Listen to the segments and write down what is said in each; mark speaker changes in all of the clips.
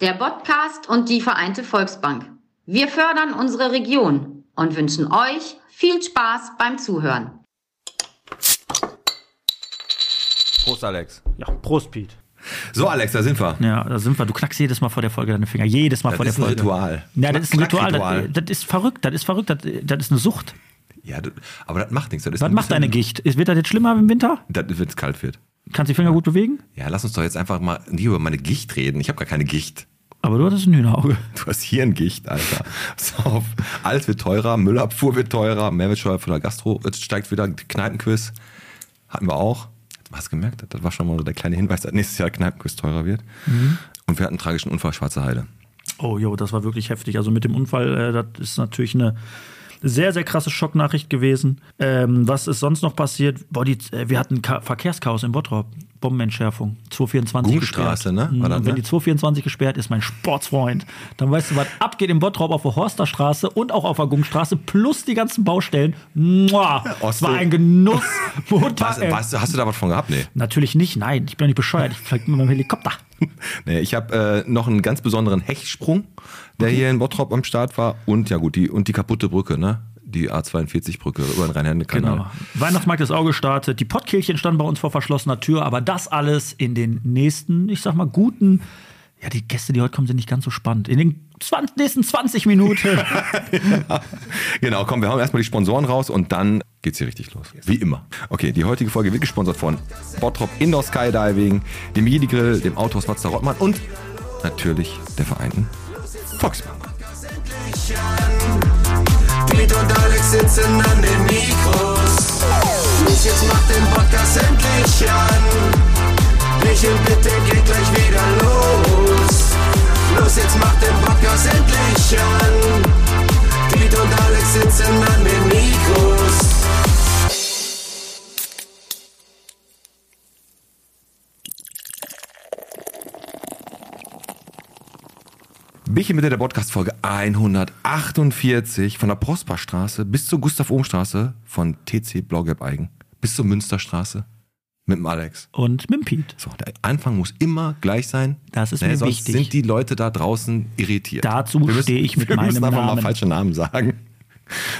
Speaker 1: der Podcast und die Vereinte Volksbank. Wir fördern unsere Region und wünschen euch viel Spaß beim Zuhören.
Speaker 2: Prost, Alex.
Speaker 3: Ja, Prost, Piet.
Speaker 2: So, Alex, da sind wir.
Speaker 3: Ja, da sind wir. Du knackst jedes Mal vor der Folge deine Finger. Jedes Mal
Speaker 2: Das
Speaker 3: vor der
Speaker 2: ist ein
Speaker 3: Folge.
Speaker 2: Ritual.
Speaker 3: Ja, das ist ein
Speaker 2: Knack-
Speaker 3: Ritual.
Speaker 2: Knackritual.
Speaker 3: Das, das ist verrückt. Das ist verrückt. Das, das ist eine Sucht.
Speaker 2: Ja, das, aber das macht nichts. Das ist
Speaker 3: Was
Speaker 2: ein
Speaker 3: macht deine
Speaker 2: bisschen-
Speaker 3: Gicht? Ist- Wird das jetzt schlimmer im Winter?
Speaker 2: Das, wenn es kalt wird.
Speaker 3: Kannst die Finger gut bewegen?
Speaker 2: Ja, lass uns doch jetzt einfach mal nie über meine Gicht reden. Ich habe gar keine Gicht.
Speaker 3: Aber du hattest ein Hühnerauge.
Speaker 2: Du hast hier ein Gicht, Alter. Pass auf. Alles wird teurer, Müllabfuhr wird teurer, Mehrwertsteuer von der Gastro jetzt steigt wieder, Kneipenquiz hatten wir auch. Hast du gemerkt? Das war schon mal so der kleine Hinweis, dass nächstes Jahr Kneipenquiz teurer wird.
Speaker 3: Mhm.
Speaker 2: Und wir hatten einen tragischen Unfall, Schwarze Heide.
Speaker 3: Oh, jo, das war wirklich heftig. Also mit dem Unfall, äh, das ist natürlich eine sehr, sehr krasse Schocknachricht gewesen. Ähm, was ist sonst noch passiert? Boah, die, äh, wir hatten Ka Verkehrschaos in Bottrop. Bombenentschärfung. 224
Speaker 2: Gumstraße,
Speaker 3: gesperrt.
Speaker 2: ne? War
Speaker 3: Mhm,
Speaker 2: das,
Speaker 3: und wenn
Speaker 2: ne?
Speaker 3: die 224 gesperrt ist, mein Sportsfreund, dann weißt du, was abgeht in Bottrop auf der Horsterstraße und auch auf der Gumstraße plus die ganzen Baustellen. Mua, es
Speaker 2: Ostel.
Speaker 3: war ein Genuss. Ah,
Speaker 2: Was,
Speaker 3: äh.
Speaker 2: was, hast du da was von gehabt? Nee.
Speaker 3: Natürlich nicht, nein. Ich bin doch nicht bescheuert. Ich fliege mit meinem Helikopter.
Speaker 2: Nee, ich habe äh, noch einen ganz besonderen Hechtsprung, der hier in Bottrop am Start war. Und ja gut, die, und die kaputte Brücke, ne? Die A42-Brücke über den Rhein-Herne-Kanal.
Speaker 3: Genau. Weihnachtsmarkt ist auch gestartet. Die Pottkehlchen standen bei uns vor verschlossener Tür, aber das alles in den nächsten, ich sag mal, guten. Ja, die Gäste, die heute kommen, sind nicht ganz so spannend. In den 20, nächsten 20 Minuten.
Speaker 2: Genau, komm, wir hauen erstmal die Sponsoren raus und dann geht's hier richtig los. Wie immer. Okay, die heutige Folge wird gesponsert von Bottrop Indoor Skydiving, dem Jedi Grill, dem Autohaus Watzler Rottmann und natürlich der Vereinten Volksbank.
Speaker 4: Piet und Alex sitzen an den Mikros. Mich jetzt macht den Podcast endlich an. Michel, bitte geht gleich wieder los. Los, jetzt macht den Podcast endlich an. Piet und Alex sitzen an den Mikros.
Speaker 2: Biche mit der Podcast-Folge 148 von der Prosperstraße bis zur Gustav-Ohm-Straße von TC Blaugelb-Eigen bis zur Münsterstraße mit dem Alex.
Speaker 3: Und mit dem Piet.
Speaker 2: So, der Anfang muss immer gleich sein. Ne,
Speaker 3: Das ist mir
Speaker 2: sonst
Speaker 3: wichtig.
Speaker 2: sind die Leute da draußen irritiert.
Speaker 3: Dazu
Speaker 2: Wir müssen-
Speaker 3: stehe ich mit
Speaker 2: wir müssen
Speaker 3: meinem
Speaker 2: einfach mal
Speaker 3: Namen.
Speaker 2: falsche Namen sagen.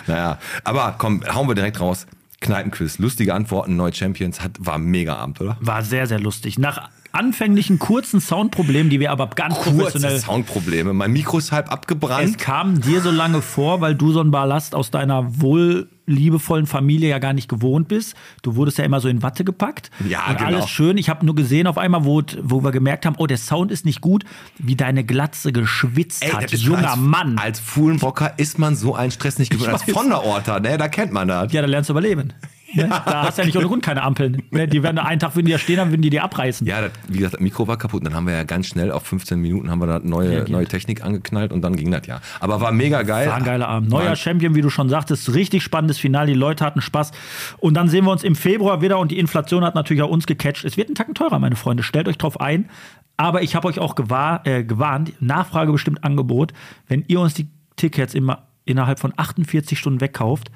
Speaker 2: Naja, aber komm, hauen wir direkt raus. Kneipenquiz, lustige Antworten, neue Champions, hat, war mega Abend, oder?
Speaker 3: War sehr, sehr lustig. Nach anfänglichen kurzen Soundproblemen, die wir aber ganz
Speaker 2: Kurze
Speaker 3: professionell.
Speaker 2: Soundprobleme. Mein Mikro ist halb
Speaker 3: Es
Speaker 2: abgebrannt.
Speaker 3: kam dir so lange vor, weil du so einen Ballast aus deiner wohlliebevollen Familie ja gar nicht gewohnt bist. Du wurdest ja immer so in Watte gepackt.
Speaker 2: Ja,
Speaker 3: und
Speaker 2: genau.
Speaker 3: alles schön. Ich habe nur gesehen auf einmal, wo, wo wir gemerkt haben, oh, der Sound ist nicht gut, wie deine Glatze geschwitzt hat.
Speaker 2: das ist
Speaker 3: Junger
Speaker 2: als,
Speaker 3: Mann.
Speaker 2: Als Fuhlenbrocker ist man so einen Stress nicht gewöhnt. Als
Speaker 3: weiß.
Speaker 2: von der Orta, ne, da kennt man das.
Speaker 3: ja, da lernst du überleben. Ne? da hast du ja nicht ohne Grund keine Ampeln. Ne? Die werden da einen Tag, wenn die da stehen, dann würden die dir abreißen.
Speaker 2: Ja, das, wie gesagt, das Mikro war kaputt. Und dann haben wir ja ganz schnell auf 15 Minuten haben wir da neue,
Speaker 3: Reagiert.
Speaker 2: neue Technik angeknallt und dann ging das ja. Aber war mega geil.
Speaker 3: War ein geiler Abend. Neuer
Speaker 2: War-
Speaker 3: Champion, wie du schon sagtest. Richtig spannendes Finale. Die Leute hatten Spaß. Und dann sehen wir uns im Februar wieder. Und die Inflation hat natürlich auch uns gecatcht. Es wird einen Tacken teurer, meine Freunde. Stellt euch drauf ein. Aber ich habe euch auch gewahr, äh, gewarnt. Nachfrage bestimmt Angebot. Wenn ihr uns die Tickets immer innerhalb von 48 Stunden wegkauft,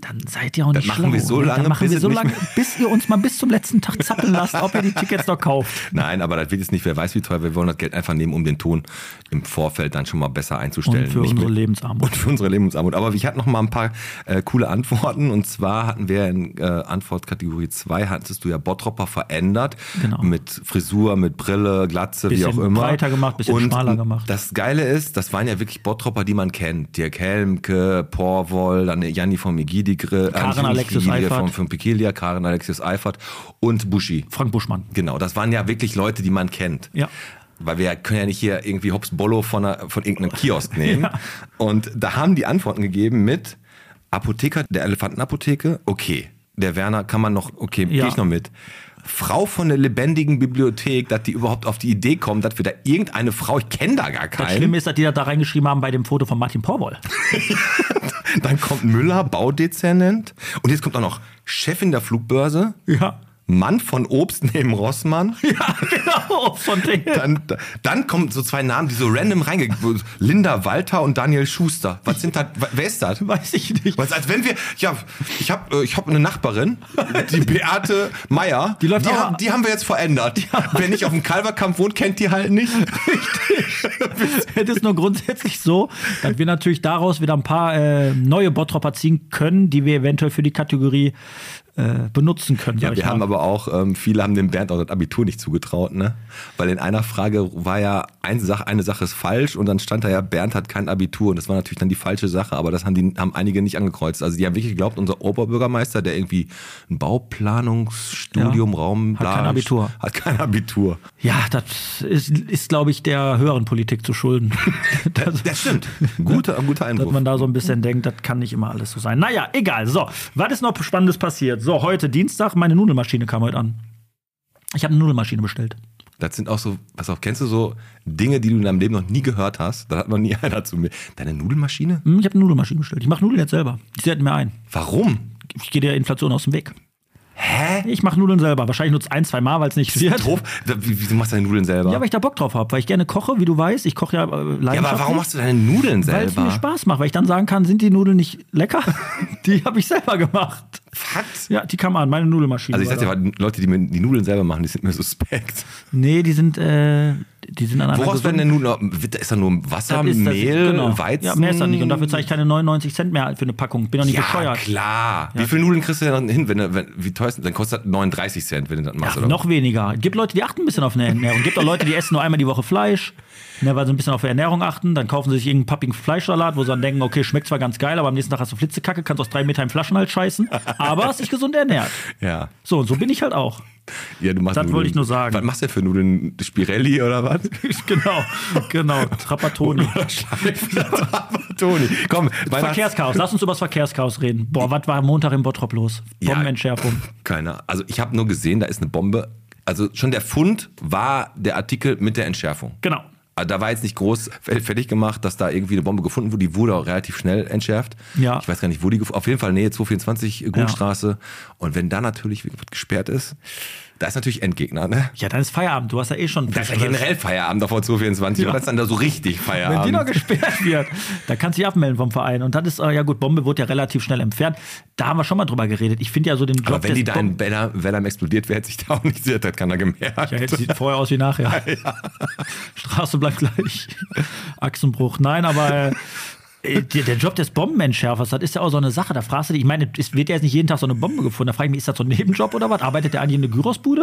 Speaker 3: dann seid ihr auch nicht
Speaker 2: machen
Speaker 3: schlau.
Speaker 2: wir so
Speaker 3: ne?
Speaker 2: lange,
Speaker 3: dann machen
Speaker 2: bis
Speaker 3: wir
Speaker 2: es
Speaker 3: so
Speaker 2: nicht
Speaker 3: lange,
Speaker 2: mehr-
Speaker 3: bis ihr uns mal bis zum letzten Tag zappeln lasst, ob ihr die Tickets noch kauft.
Speaker 2: Nein, aber das wird jetzt nicht, wer weiß wie teuer. Wir wollen das Geld einfach nehmen, um den Ton im Vorfeld dann schon mal besser einzustellen.
Speaker 3: Und für
Speaker 2: Nicht
Speaker 3: unsere
Speaker 2: mit-
Speaker 3: Lebensarmut.
Speaker 2: Und für unsere Lebensarmut. Aber ich hatte noch mal ein paar äh, coole Antworten. Und zwar hatten wir in äh, Antwortkategorie 2, hattest du ja Bottropper verändert.
Speaker 3: Genau.
Speaker 2: Mit Frisur, mit Brille, Glatze, wie
Speaker 3: Bisschen
Speaker 2: auch immer.
Speaker 3: breiter gemacht, bisschen
Speaker 2: und
Speaker 3: schmaler gemacht.
Speaker 2: Das Geile ist, das waren ja wirklich Bottropper, die man kennt. Dirk Helmke, Porwol, dann Janni vom Igidikre,
Speaker 3: Karen Alexis Eifert.
Speaker 2: Von, von Pekilia, Karen Alexis Eifert und Buschi.
Speaker 3: Frank Buschmann.
Speaker 2: Genau, das waren ja wirklich Leute, die man kennt.
Speaker 3: Ja.
Speaker 2: Weil wir können ja nicht hier irgendwie Hops Bollo von, einer, von irgendeinem Kiosk nehmen. Und da haben die Antworten gegeben mit Apotheker der Elefantenapotheke, okay. Der Werner kann man noch, okay,
Speaker 3: Ja.
Speaker 2: gehe ich noch mit. Frau von der lebendigen Bibliothek, dass die überhaupt auf die Idee kommen, dass wir da irgendeine Frau, ich kenne da gar
Speaker 3: Das
Speaker 2: keinen.
Speaker 3: Schlimme ist, dass die das da reingeschrieben haben bei dem Foto von Martin Porwoll.
Speaker 2: Dann kommt Müller, Baudezernent. Und jetzt kommt auch noch Chefin der Flugbörse.
Speaker 3: Ja.
Speaker 2: Mann von Obst neben Rossmann.
Speaker 3: Ja, genau, von denen.
Speaker 2: Dann, dann kommen so zwei Namen, die so random reingehen. Linda Walter und Daniel Schuster. Was sind das? Wer ist das?
Speaker 3: Weiß ich nicht.
Speaker 2: Was, als wenn wir, ja, ich habe ich hab eine Nachbarin, die Beate Meier.
Speaker 3: Die läuft
Speaker 2: die,
Speaker 3: auch-
Speaker 2: haben, die haben wir jetzt verändert. Wer nicht auf dem Kalverkampf wohnt, kennt die halt nicht.
Speaker 3: Es ist nur grundsätzlich so, dass wir natürlich daraus wieder ein paar äh, neue Bottropper ziehen können, die wir eventuell für die Kategorie äh, benutzen können. sag
Speaker 2: Ja,
Speaker 3: ich
Speaker 2: wir
Speaker 3: mal.
Speaker 2: haben aber auch, ähm, viele haben dem Bernd auch das Abitur nicht zugetraut, ne? Weil in einer Frage war ja eine Sache, eine Sache ist falsch und dann stand da ja, Bernd hat kein Abitur und das war natürlich dann die falsche Sache, aber das haben die haben einige nicht angekreuzt. Also die haben wirklich geglaubt, unser Oberbürgermeister, der irgendwie ein Bauplanungsstudium,
Speaker 3: Ja.
Speaker 2: Raum,
Speaker 3: Hat kein Abitur.
Speaker 2: Hat kein Abitur.
Speaker 3: ja das ist, ist glaube ich, der höheren Politik zu schulden. das,
Speaker 2: Das stimmt. Guter, guter
Speaker 3: dass
Speaker 2: Einwurf.
Speaker 3: man da so ein bisschen denkt, das kann nicht immer alles so sein. Naja, egal. So, was ist noch Spannendes passiert? So, heute Dienstag, meine Nudelmaschine kam heute an. Ich habe eine Nudelmaschine bestellt.
Speaker 2: Das sind auch so, pass auf, kennst du so Dinge, die du in deinem Leben noch nie gehört hast? Da hat noch nie einer zu mir. Deine Nudelmaschine?
Speaker 3: Hm, Ich habe eine Nudelmaschine bestellt. Ich mache Nudeln jetzt selber. Die hätten mir ein.
Speaker 2: Warum?
Speaker 3: Ich gehe der Inflation aus dem Weg.
Speaker 2: Hä?
Speaker 3: Ich mache Nudeln selber. Wahrscheinlich nur ein, zwei Mal, weil es nicht wird.
Speaker 2: Doof. Wie, wie, du machst deine Nudeln selber?
Speaker 3: Ja, weil ich da Bock drauf habe, weil ich gerne koche, wie du weißt. Ich koche ja äh,
Speaker 2: Ja,
Speaker 3: leidenschaftlich.
Speaker 2: aber warum machst du deine Nudeln
Speaker 3: Weil es mir
Speaker 2: selber?
Speaker 3: Spaß macht, weil ich dann sagen kann, sind die Nudeln nicht lecker? die habe ich selber gemacht.
Speaker 2: Was?
Speaker 3: Ja, die kam an, meine Nudelmaschine.
Speaker 2: Also ich sag dir,
Speaker 3: war da.
Speaker 2: Leute, die mir die Nudeln selber machen, die sind mir suspekt.
Speaker 3: Nee, die sind, äh, die sind an einer
Speaker 2: Woraus werden
Speaker 3: gesunden-
Speaker 2: denn Nudeln? Ist da nur Wasser,
Speaker 3: Das ist das-
Speaker 2: Mehl,
Speaker 3: genau.
Speaker 2: Weizen?
Speaker 3: Ja, mehr ist da nicht. Und dafür zahle ich keine 99 Cent mehr für eine Packung. Bin doch nicht
Speaker 2: Ja,
Speaker 3: bescheuert.
Speaker 2: klar. Wie viele Nudeln kriegst du denn hin, wenn, du- wenn wie teuer ist denn? Dann kostet das 39 Cent, wenn du das machst,
Speaker 3: Ach,
Speaker 2: oder?
Speaker 3: noch weniger. Es gibt Leute, die achten ein bisschen auf eine Ernährung. Gibt auch Leute, die essen nur einmal die Woche Fleisch, ne, weil sie ein bisschen auf die Ernährung achten. Dann kaufen sie sich irgendeinen pappigen Fleischsalat, wo sie dann denken, okay, schmeckt zwar ganz geil, aber am nächsten Tag hast du Flitzekacke, kannst aus drei Metern im Flaschenhals scheißen, aber hast dich gesund ernährt.
Speaker 2: Ja.
Speaker 3: So, und so bin ich halt auch.
Speaker 2: ja, du machst
Speaker 3: Das
Speaker 2: Nudeln.
Speaker 3: wollte ich nur sagen.
Speaker 2: Was machst du denn für Nudeln? Spirelli oder was?
Speaker 3: genau, genau. Trapattoni.
Speaker 2: Toni, komm. Weihnachts-
Speaker 3: Verkehrschaos. Lass uns über das Verkehrschaos reden. Boah, was war am Montag im Bottrop los?
Speaker 2: Ja.
Speaker 3: Bombenentschärfung.
Speaker 2: Keine. Also ich habe nur gesehen, da ist eine Bombe. Also schon der Fund war der Artikel mit der Entschärfung.
Speaker 3: Genau.
Speaker 2: Also Da war jetzt nicht groß fertig gemacht, dass da irgendwie eine Bombe gefunden wurde. Die wurde auch relativ schnell entschärft.
Speaker 3: Ja.
Speaker 2: Ich weiß gar nicht, wo die gef- Auf jeden Fall Nähe 224 Gutstraße. Und wenn da natürlich was gesperrt ist, da ist natürlich Endgegner, ne?
Speaker 3: Ja, dann ist Feierabend. Du hast ja eh schon.
Speaker 2: Da ist ja generell Feierabend davor 224.
Speaker 3: Ja.
Speaker 2: Und das ist dann da so richtig
Speaker 3: Wenn die noch
Speaker 2: Feierabend.
Speaker 3: gesperrt wird, dann kannst du dich abmelden vom Verein. Und das ist, äh, ja gut, Bombe wurde ja relativ schnell entfernt. Da haben wir schon mal drüber geredet. Ich finde ja so den Job
Speaker 2: Aber wenn
Speaker 3: des
Speaker 2: die da in
Speaker 3: Bomben-
Speaker 2: Bellham Bellham explodiert wäre, hätte sich da auch nicht sehr, das hat keiner gemerkt.
Speaker 3: ja, jetzt sieht vorher aus wie nachher. Straße bleibt gleich. Achsenbruch. Nein, aber äh, äh, der Job des Bombenentschärfers, das ist ja auch so eine Sache. Da fragst du dich, ich meine, es wird ja jetzt nicht jeden Tag so eine Bombe gefunden. Da frage ich mich, ist das so ein Nebenjob oder was? Arbeitet der eigentlich in eine Gyrosbude?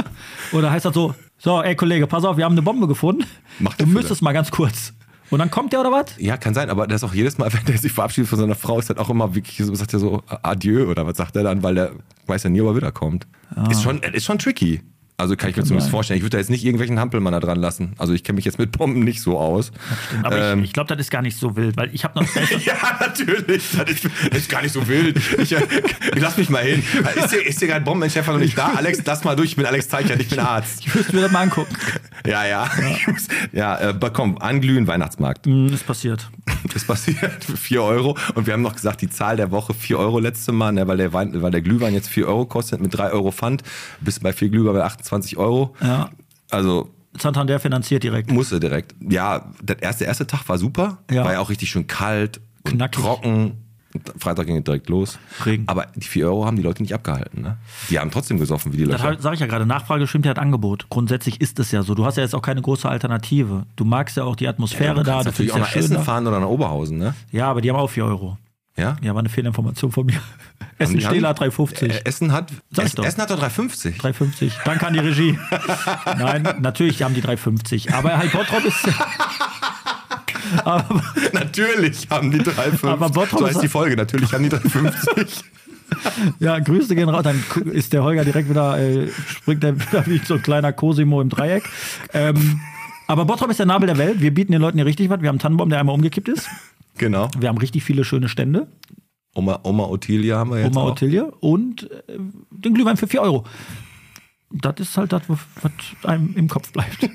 Speaker 3: Oder heißt das so, so, ey Kollege, pass auf, wir haben eine Bombe gefunden.
Speaker 2: Mach
Speaker 3: du
Speaker 2: die Fülle.
Speaker 3: müsstest mal ganz kurz. Und dann kommt der oder was?
Speaker 2: Ja, kann sein, aber das ist auch jedes Mal, wenn der sich verabschiedet von seiner Frau, ist dann auch immer wirklich so, sagt er so Adieu oder was sagt er dann, weil der weiß ja nie, ob er wiederkommt.
Speaker 3: Ah.
Speaker 2: Ist, schon, ist schon tricky. Also kann ich mir zumindest vorstellen. Ich würde da jetzt nicht irgendwelchen Hampelmann da dran lassen. Also ich kenne mich jetzt mit Bomben nicht so aus. Ähm,
Speaker 3: Aber ich, ich glaube, das ist gar nicht so wild, weil ich habe noch.
Speaker 2: Ja, natürlich. Das ist, das ist gar nicht so wild. Ich, äh, lass mich mal hin. Ist hier, ist hier gerade Bombenentschärfer noch nicht da? Alex, lass mal durch. Ich bin Alex Teichert, ich bin Arzt.
Speaker 3: Ich müsste mir das mal angucken.
Speaker 2: Ja, ja. Ja, äh, komm, anglühen, Weihnachtsmarkt.
Speaker 3: Hm, ist passiert.
Speaker 2: ist passiert für 4 Euro. Und wir haben noch gesagt, die Zahl der Woche 4 Euro letzte Mal, ne, weil, der Wein, weil der Glühwein jetzt 4 Euro kostet mit 3 Euro Pfand. Bist bei 4 Glühwein bei 28 Euro.
Speaker 3: Ja.
Speaker 2: Also
Speaker 3: Santander finanziert direkt.
Speaker 2: musste direkt. Ja, der erste, erste Tag war super.
Speaker 3: Ja.
Speaker 2: War ja auch richtig schön kalt, und
Speaker 3: Knackig.
Speaker 2: trocken. Und Freitag ging es direkt los.
Speaker 3: Regen.
Speaker 2: Aber die 4 Euro haben die Leute nicht abgehalten. Ne? Die haben trotzdem gesoffen, wie die
Speaker 3: Das
Speaker 2: Leute.
Speaker 3: sage ich ja gerade. Nachfrage stimmt ja das Angebot. Grundsätzlich ist es ja so. Du hast ja jetzt auch keine große Alternative. Du magst ja auch die Atmosphäre
Speaker 2: du
Speaker 3: da.
Speaker 2: kannst
Speaker 3: Du
Speaker 2: natürlich
Speaker 3: fühlst
Speaker 2: auch
Speaker 3: ja
Speaker 2: nach
Speaker 3: schön
Speaker 2: Essen
Speaker 3: da.
Speaker 2: fahren oder nach Oberhausen, ne?
Speaker 3: Ja, aber die haben auch 4 Euro.
Speaker 2: Ja.
Speaker 3: Ja, war eine Fehlinformation von mir. Essen
Speaker 2: die haben-
Speaker 3: Stehler 3,50.
Speaker 2: Äh, Essen hat,
Speaker 3: Sag ich
Speaker 2: Essen,
Speaker 3: doch.
Speaker 2: Essen hat doch 3,50.
Speaker 3: 3,50. Danke an die Regie. Nein, natürlich haben die 3,50. Aber halt Bottrop ist. aber,
Speaker 2: Natürlich haben die 3,50.
Speaker 3: Aber Bottrop
Speaker 2: so
Speaker 3: ist-
Speaker 2: heißt die Folge, natürlich haben die 3,50.
Speaker 3: Ja, Grüße gehen raus. Dann gu- ist der Holger direkt wieder, äh, springt er wieder wie so ein kleiner Cosimo im Dreieck. Ähm, aber Bottrop ist der Nabel der Welt. Wir bieten den Leuten hier richtig was. Wir haben einen Tannenbaum, der einmal umgekippt ist.
Speaker 2: genau.
Speaker 3: Wir haben richtig viele schöne Stände.
Speaker 2: Oma, Oma Ottilia haben wir jetzt.
Speaker 3: Oma
Speaker 2: auch.
Speaker 3: Ottilie und äh, den Glühwein für 4 Euro. das ist halt das, was einem im Kopf bleibt.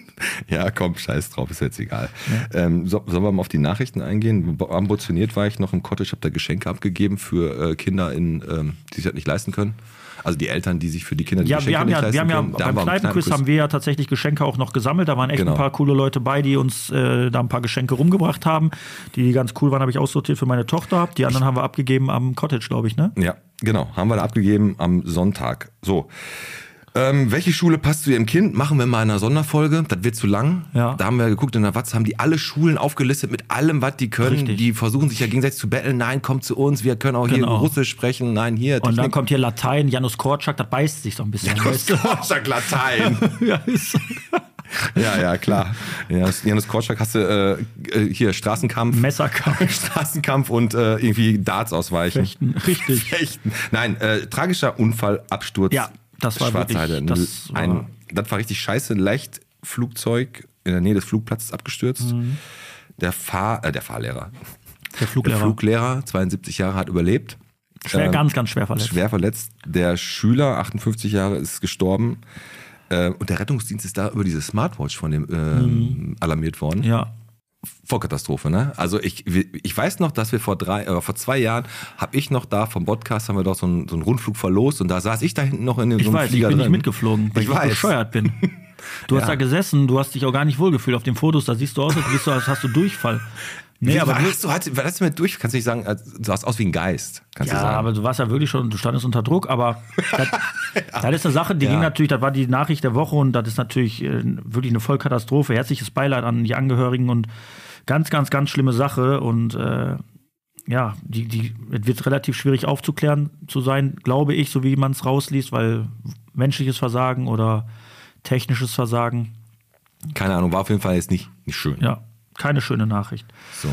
Speaker 2: Ja, komm, scheiß drauf, ist jetzt egal. Ähm, so, sollen wir mal auf die Nachrichten eingehen? Bo- Ambitioniert war ich noch im Cottage, habe da Geschenke abgegeben für äh, Kinder, in, ähm, die sich das nicht leisten können. Also die Eltern, die sich für die Kinder die
Speaker 3: Ja,
Speaker 2: Geschenke
Speaker 3: wir haben
Speaker 2: nicht
Speaker 3: ja,
Speaker 2: leisten
Speaker 3: wir haben ja
Speaker 2: können. Da
Speaker 3: beim
Speaker 2: haben wir am
Speaker 3: Kneipenquiz haben wir ja tatsächlich Geschenke auch noch gesammelt. Da waren echt
Speaker 2: Genau.
Speaker 3: ein paar coole Leute bei, die uns äh, da ein paar Geschenke rumgebracht haben. Die ganz cool waren, habe ich aussortiert für meine Tochter. Die anderen haben wir abgegeben am Cottage, glaube ich, ne?
Speaker 2: Ja, genau. Haben wir da abgegeben am Sonntag. So. Ähm, welche Schule passt zu Ihrem Kind? Machen wir mal in einer Sonderfolge. Das wird zu lang.
Speaker 3: Ja.
Speaker 2: Da haben wir geguckt, in der Watz haben die alle Schulen aufgelistet mit allem, was die können.
Speaker 3: Richtig.
Speaker 2: Die versuchen sich ja gegenseitig zu betteln. Nein, kommt zu uns. Wir können auch hier
Speaker 3: Genau.
Speaker 2: Russisch sprechen. Nein, hier.
Speaker 3: Und dann
Speaker 2: Technik-
Speaker 3: kommt hier Latein, Janus Korczak, das beißt sich so ein bisschen. weißt du?
Speaker 2: Korczak Latein.
Speaker 3: ja, ist,
Speaker 2: ja, ja, klar. Janus, Janus Korczak hast du äh, äh, hier Straßenkampf.
Speaker 3: Messerkampf.
Speaker 2: Straßenkampf und äh, irgendwie Darts ausweichen.
Speaker 3: Fechten, richtig.
Speaker 2: Fechten. Nein, äh, tragischer Unfall, Absturz.
Speaker 3: Ja, das war
Speaker 2: Schwarzheide.
Speaker 3: wirklich- das war-
Speaker 2: ein, das war richtig scheiße. Leichtflugzeug in der Nähe des Flugplatzes abgestürzt.
Speaker 3: Mhm.
Speaker 2: Der, Fahr, äh, der Fahrlehrer.
Speaker 3: Der Fluglehrer.
Speaker 2: Der Fluglehrer, 72 Jahre, hat überlebt.
Speaker 3: Schwer,
Speaker 2: Ähm,
Speaker 3: ganz, ganz schwer verletzt.
Speaker 2: Schwer verletzt. Der Schüler, 58 Jahre, ist gestorben. Äh, Und der Rettungsdienst ist da über diese Smartwatch von dem ähm, alarmiert worden.
Speaker 3: Mhm. Ja.
Speaker 2: Vollkatastrophe, ne? Also ich, ich weiß noch, dass wir vor drei, äh, vor zwei Jahren, habe ich noch da vom Podcast, haben wir doch so einen, so einen Rundflug verlost und da saß ich da hinten noch in dem
Speaker 3: Ich
Speaker 2: so einem
Speaker 3: weiß,
Speaker 2: Flieger
Speaker 3: ich bin
Speaker 2: drin.
Speaker 3: nicht mitgeflogen, weil
Speaker 2: Ich
Speaker 3: ich, so
Speaker 2: weiß.
Speaker 3: bescheuert bin. Du hast da gesessen, du hast dich auch gar nicht wohlgefühlt auf den Fotos, da siehst du aus, als, bist du, als hast du Durchfall.
Speaker 2: Nee,
Speaker 3: Nee, aber
Speaker 2: aber hast du, hast, hast du mit durch, kannst nicht sagen, als- du sahst aus wie ein Geist, kannst
Speaker 3: Ja,
Speaker 2: du sagen.
Speaker 3: aber du warst ja wirklich schon, du standest unter Druck, aber das, das ist eine Sache, die
Speaker 2: Ja.
Speaker 3: ging natürlich, das war die Nachricht der Woche und das ist natürlich äh, wirklich eine Vollkatastrophe. Herzliches Beileid an die Angehörigen und ganz, ganz, ganz schlimme Sache und äh, ja, die, die es wird relativ schwierig aufzuklären zu sein, glaube ich, so wie man es rausliest, weil menschliches Versagen oder technisches Versagen,
Speaker 2: Keine Ahnung, war auf jeden Fall jetzt nicht, nicht schön.
Speaker 3: ja, keine schöne Nachricht.
Speaker 2: So.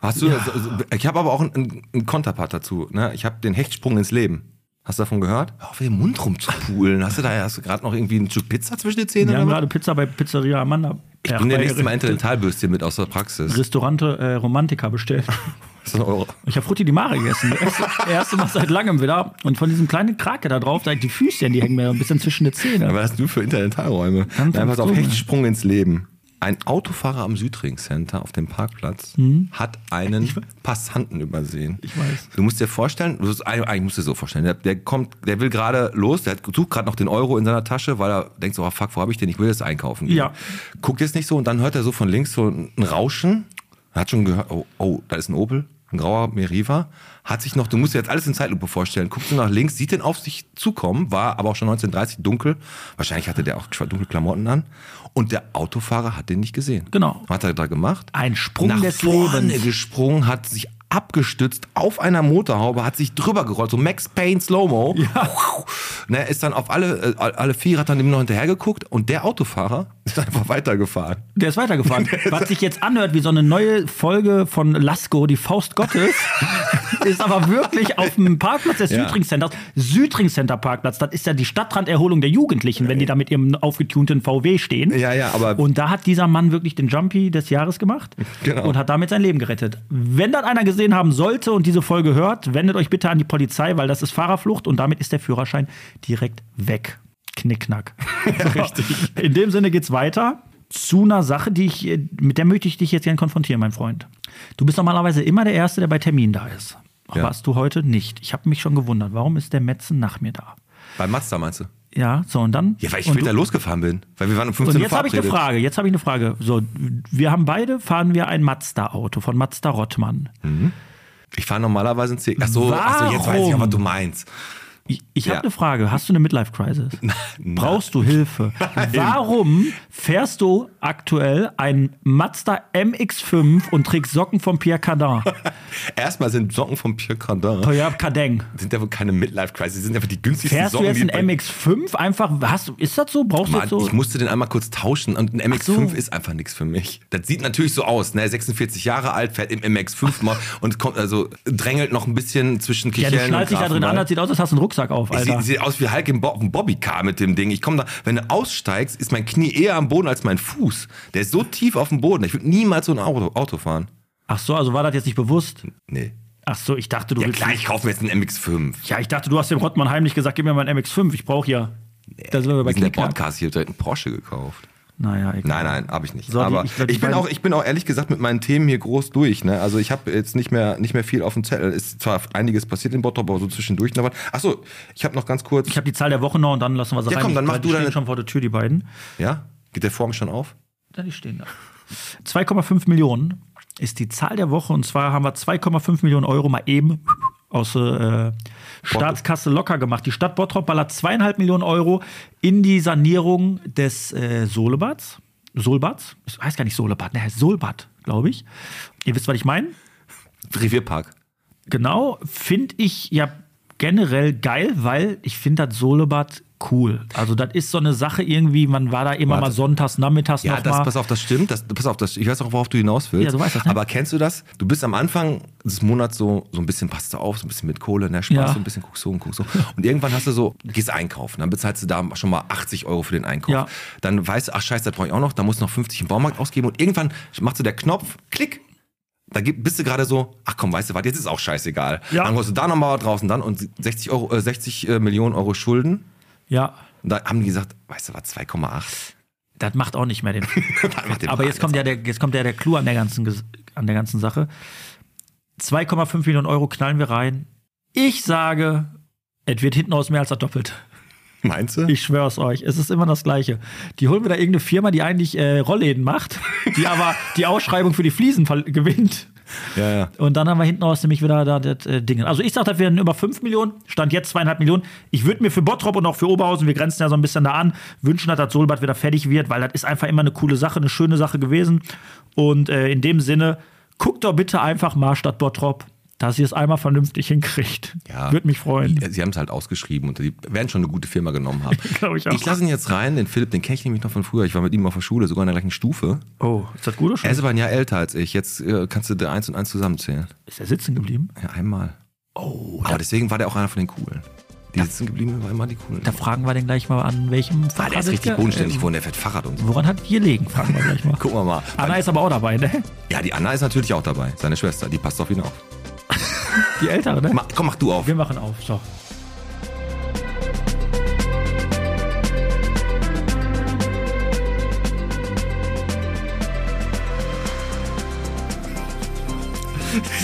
Speaker 2: Hast du, also, also, ich habe aber auch einen, einen Konterpart dazu. Ne? Ich habe den Hechtsprung ins Leben. Hast du davon gehört? Hör auf, den Mund rumzupulen. Hast du da hast du gerade noch irgendwie einen Stück Pizza zwischen den Zähnen?
Speaker 3: Wir haben
Speaker 2: oder was?
Speaker 3: gerade Pizza bei Pizzeria Amanda.
Speaker 2: ich bring dir nächstes Mal Interdentalbürstchen mit aus der Praxis.
Speaker 3: Restaurante äh, Romantica bestellt.
Speaker 2: Das ist ein Euro.
Speaker 3: Ich habe Frutti di Mare gegessen. Das erste, erste Mal seit langem wieder. Und von diesem kleinen Krake da drauf, da die Füßchen, die hängen mir ein bisschen zwischen die Zähne.
Speaker 2: Was hast du für Interdentalräume? Nein, pass auf,
Speaker 3: dumm,
Speaker 2: Hechtsprung ins Leben. Ein Autofahrer am Südring Center auf dem Parkplatz
Speaker 3: Mhm.
Speaker 2: hat einen Passanten übersehen. Ich
Speaker 3: weiß.
Speaker 2: Du musst dir vorstellen, du musst, eigentlich musst du dir so vorstellen, der, der kommt, der will gerade los, der hat, sucht gerade noch den Euro in seiner Tasche, weil er denkt so, oh fuck, wo habe ich den? Ich will jetzt einkaufen. gehen.
Speaker 3: Ja.
Speaker 2: Guckt jetzt nicht so und dann hört er so von links so ein Rauschen. Er hat schon gehört, oh, oh, da ist ein Opel, ein grauer Meriva. Hat sich noch, du musst dir jetzt alles in Zeitlupe vorstellen. Guckst du nach links, sieht den auf sich zukommen, war aber auch schon 1930 dunkel. Wahrscheinlich hatte der auch dunkle Klamotten an. Und der Autofahrer hat den nicht gesehen.
Speaker 3: Genau.
Speaker 2: Was hat er da gemacht?
Speaker 3: Ein Sprung
Speaker 2: nach
Speaker 3: des
Speaker 2: vorne
Speaker 3: Lebens.
Speaker 2: gesprungen, hat sich abgestützt auf einer Motorhaube, hat sich drüber gerollt, so Max Payne Slow-Mo. Ne, ist dann auf alle, äh, alle vier hat dann eben noch hinterher geguckt und der Autofahrer ist einfach weitergefahren.
Speaker 3: Der ist weitergefahren. Was sich jetzt anhört wie so eine neue Folge von Lasko, die Faust Gottes, ist aber wirklich auf dem Parkplatz des
Speaker 2: Ja.
Speaker 3: Südring Centers. Südring Center Parkplatz, das ist ja die Stadtranderholung der Jugendlichen, wenn die da mit ihrem aufgetunten VW stehen.
Speaker 2: Ja, ja, aber-
Speaker 3: Und da hat dieser Mann wirklich den Jumpy des Jahres gemacht
Speaker 2: Genau.
Speaker 3: und hat damit sein Leben gerettet. Wenn das einer gesehen haben sollte und diese Folge hört, wendet euch bitte an die Polizei, weil das ist Fahrerflucht und damit ist der Führerschein direkt weg. Knickknack. richtig. In dem Sinne geht's weiter zu einer Sache, die ich, äh, mit der möchte ich dich jetzt gerne konfrontieren, mein Freund. Du bist normalerweise immer der Erste, der bei Termin da ist.
Speaker 2: Ja.
Speaker 3: Warst du heute nicht. Ich habe mich schon gewundert, warum ist der Metzen nach mir da?
Speaker 2: Bei Mazda meinst du?
Speaker 3: Ja, so und dann.
Speaker 2: Ja, weil ich
Speaker 3: und
Speaker 2: später losgefahren bin. Weil wir waren um 15
Speaker 3: und
Speaker 2: Uhr
Speaker 3: jetzt habe ich eine
Speaker 2: verabredet.
Speaker 3: Frage. Jetzt habe ich eine Frage. So, wir haben beide fahren wir ein Mazda-Auto von Mazda Rottmann.
Speaker 2: Ich fahre normalerweise ein C. Ach so, ach so, jetzt weiß ich auch, was du meinst.
Speaker 3: Ich, ich
Speaker 2: Ja.
Speaker 3: habe eine Frage. Hast du eine Midlife-Crisis? Brauchst du Hilfe? Warum fährst du aktuell einen Mazda MX5 und trägst Socken von Pierre Cardin?
Speaker 2: Erstmal sind Socken von Pierre Cardin,
Speaker 3: Pierre Cardin.
Speaker 2: sind ja wohl keine Midlife-Crisis, die sind einfach die günstigsten
Speaker 3: Fährst du
Speaker 2: Socken,
Speaker 3: jetzt
Speaker 2: die
Speaker 3: einen
Speaker 2: bei-
Speaker 3: MX5 einfach? Hast, ist das so? Brauchst du
Speaker 2: Mann,
Speaker 3: das so?
Speaker 2: ich musste den einmal kurz tauschen und ein MX5
Speaker 3: so.
Speaker 2: ist einfach nichts für mich. Das sieht natürlich so aus, ne? 46 Jahre alt, fährt im MX5 mal und kommt also drängelt noch ein bisschen zwischen
Speaker 3: Ja,
Speaker 2: Kichellen
Speaker 3: du
Speaker 2: und
Speaker 3: schnallst dich da drin
Speaker 2: Grafenwald.
Speaker 3: an, das sieht aus, als hast du einen Rucksack auf,
Speaker 2: Ich
Speaker 3: Alter.
Speaker 2: sieht sieht aus wie Hulk im Bo im Bobbycar mit dem Ding. Ich komme da, wenn du aussteigst, ist mein Knie eher am Boden als mein Fuß. Der ist so tief auf dem Boden. Ich würde niemals so ein Auto, Auto fahren.
Speaker 3: Ach so, also war das jetzt nicht bewusst?
Speaker 2: Nee.
Speaker 3: Ach so, ich dachte, du
Speaker 2: Ja
Speaker 3: willst.
Speaker 2: klar, ich kaufe mir jetzt einen MX5.
Speaker 3: Ja, ich dachte, du hast dem Rottmann heimlich gesagt, gib mir mal einen MX5, ich brauche ja. Da sind
Speaker 2: Wir
Speaker 3: wir bei
Speaker 2: sind der
Speaker 3: Knickknack.
Speaker 2: Podcast hier direkt einen Porsche gekauft.
Speaker 3: Naja, egal.
Speaker 2: Nein, nein, habe ich nicht.
Speaker 3: So, die-
Speaker 2: aber
Speaker 3: ich
Speaker 2: ich,
Speaker 3: glaub, die
Speaker 2: bin
Speaker 3: beiden-
Speaker 2: auch, ich bin auch ehrlich gesagt mit meinen Themen hier groß durch. Ne? Also ich habe jetzt nicht mehr, nicht mehr viel auf dem Zettel. Ist zwar einiges passiert in Bottrop, aber so zwischendurch noch was. Achso, ich habe noch ganz kurz.
Speaker 3: Ich habe die Zahl der Woche noch und dann lassen wir sie
Speaker 2: Ja,
Speaker 3: rein.
Speaker 2: komm, dann
Speaker 3: Die
Speaker 2: mach
Speaker 3: beiden
Speaker 2: du
Speaker 3: stehen
Speaker 2: deine-
Speaker 3: schon vor der Tür, die beiden.
Speaker 2: ja? Geht der Vorhang schon auf?
Speaker 3: Ja, die stehen da. 2,5 Millionen ist die Zahl der Woche und zwar haben wir 2,5 Millionen Euro mal eben aus der äh, Staatskasse locker gemacht. Die Stadt Bottrop ballert zweieinhalb Millionen Euro in die Sanierung des äh, Solebads. Solbads? Das heißt gar nicht Solebad, ne, heißt Solbad, glaube ich. Ihr wisst, was ich meine?
Speaker 2: Revierpark.
Speaker 3: Genau, finde ich ja generell geil, weil ich finde das Solebad cool. Also das ist so eine Sache irgendwie, man war da immer
Speaker 2: Warte.
Speaker 3: mal sonntags, nachmittags
Speaker 2: Ja,
Speaker 3: noch
Speaker 2: das,
Speaker 3: mal.
Speaker 2: pass auf, das stimmt. Das, pass auf, das, ich weiß auch, worauf du hinaus willst.
Speaker 3: Ja, du weißt das, ne?
Speaker 2: Aber kennst du das? Du bist am Anfang des Monats so, so ein bisschen passt du auf, so ein bisschen mit Kohle, ne? Spaß,
Speaker 3: Ja.
Speaker 2: so ein bisschen guckst so und guckst so. Und irgendwann hast du so, gehst einkaufen, dann bezahlst du da schon mal 80 Euro für den Einkauf.
Speaker 3: Ja.
Speaker 2: Dann weißt du, ach scheiße, das brauche ich auch noch, da musst du noch 50 im Baumarkt ausgeben und irgendwann machst du der Knopf, klick. Da gibt- bist du gerade so, ach komm, weißt du was, jetzt ist auch scheißegal.
Speaker 3: Ja.
Speaker 2: Dann holst du da nochmal was draußen dann und 60, Euro, äh, 60 äh, Millionen Euro Schulden.
Speaker 3: ja,
Speaker 2: Und da haben die gesagt, weißt du was, 2,8.
Speaker 3: das macht auch nicht mehr den.
Speaker 2: Dann macht den
Speaker 3: Aber jetzt
Speaker 2: Laden
Speaker 3: kommt ja der, jetzt kommt ja der Clou an der ganzen, Ges- an der ganzen Sache. 2,5 Millionen Euro knallen wir rein. Ich sage, es wird hinten aus mehr als verdoppelt.
Speaker 2: Meinst du?
Speaker 3: Ich schwör's euch, es ist immer das Gleiche. Die holen wir da irgendeine Firma, die eigentlich äh, Rollläden macht, die aber die Ausschreibung für die Fliesen verl- gewinnt.
Speaker 2: ja, ja.
Speaker 3: Und dann haben wir hinten raus nämlich wieder da das äh, Ding. Also ich sag, das wären über 5 Millionen, stand jetzt zweieinhalb Millionen. Ich würde mir für Bottrop und auch für Oberhausen, wir grenzen ja so ein bisschen da an, wünschen, dass das Solbad wieder fertig wird, weil das ist einfach immer eine coole Sache, eine schöne Sache gewesen. Und äh, in dem Sinne, guckt doch bitte einfach mal statt Bottrop, dass ihr es einmal vernünftig hinkriegt.
Speaker 2: Ja.
Speaker 3: Würde mich freuen.
Speaker 2: Sie haben es halt ausgeschrieben und die werden schon eine gute Firma genommen haben.
Speaker 3: Glaub ich auch.
Speaker 2: lasse ihn jetzt rein, den Philipp, den kenne ich nämlich noch von früher. Ich war mit ihm auf der Schule, sogar in der gleichen Stufe.
Speaker 3: Oh, ist das gut oder
Speaker 2: Er
Speaker 3: schlecht?
Speaker 2: ist aber ein Jahr älter als ich. Jetzt äh, kannst du dir eins und eins zusammenzählen.
Speaker 3: Ist er sitzen geblieben?
Speaker 2: Ja, einmal. Oh. Aber deswegen war der auch einer von den Coolen. Die sitzen geblieben waren immer die Coolen.
Speaker 3: Da fragen wir den gleich mal an, welchem
Speaker 2: ah,
Speaker 3: Fahrrad
Speaker 2: der ist
Speaker 3: es
Speaker 2: richtig
Speaker 3: ge-
Speaker 2: bodenständig,
Speaker 3: äh,
Speaker 2: wohnen, der fährt Fahrrad und so.
Speaker 3: Woran hat die gelegen? Fragen wir gleich mal.
Speaker 2: Gucken wir mal.
Speaker 3: Anna ist aber auch dabei, ne?
Speaker 2: Ja, die Anna ist natürlich auch dabei, seine Schwester. Die passt auf ihn auf.
Speaker 3: Die Ältere, ne?
Speaker 2: Ma- komm, mach du auf.
Speaker 3: Wir machen auf. So.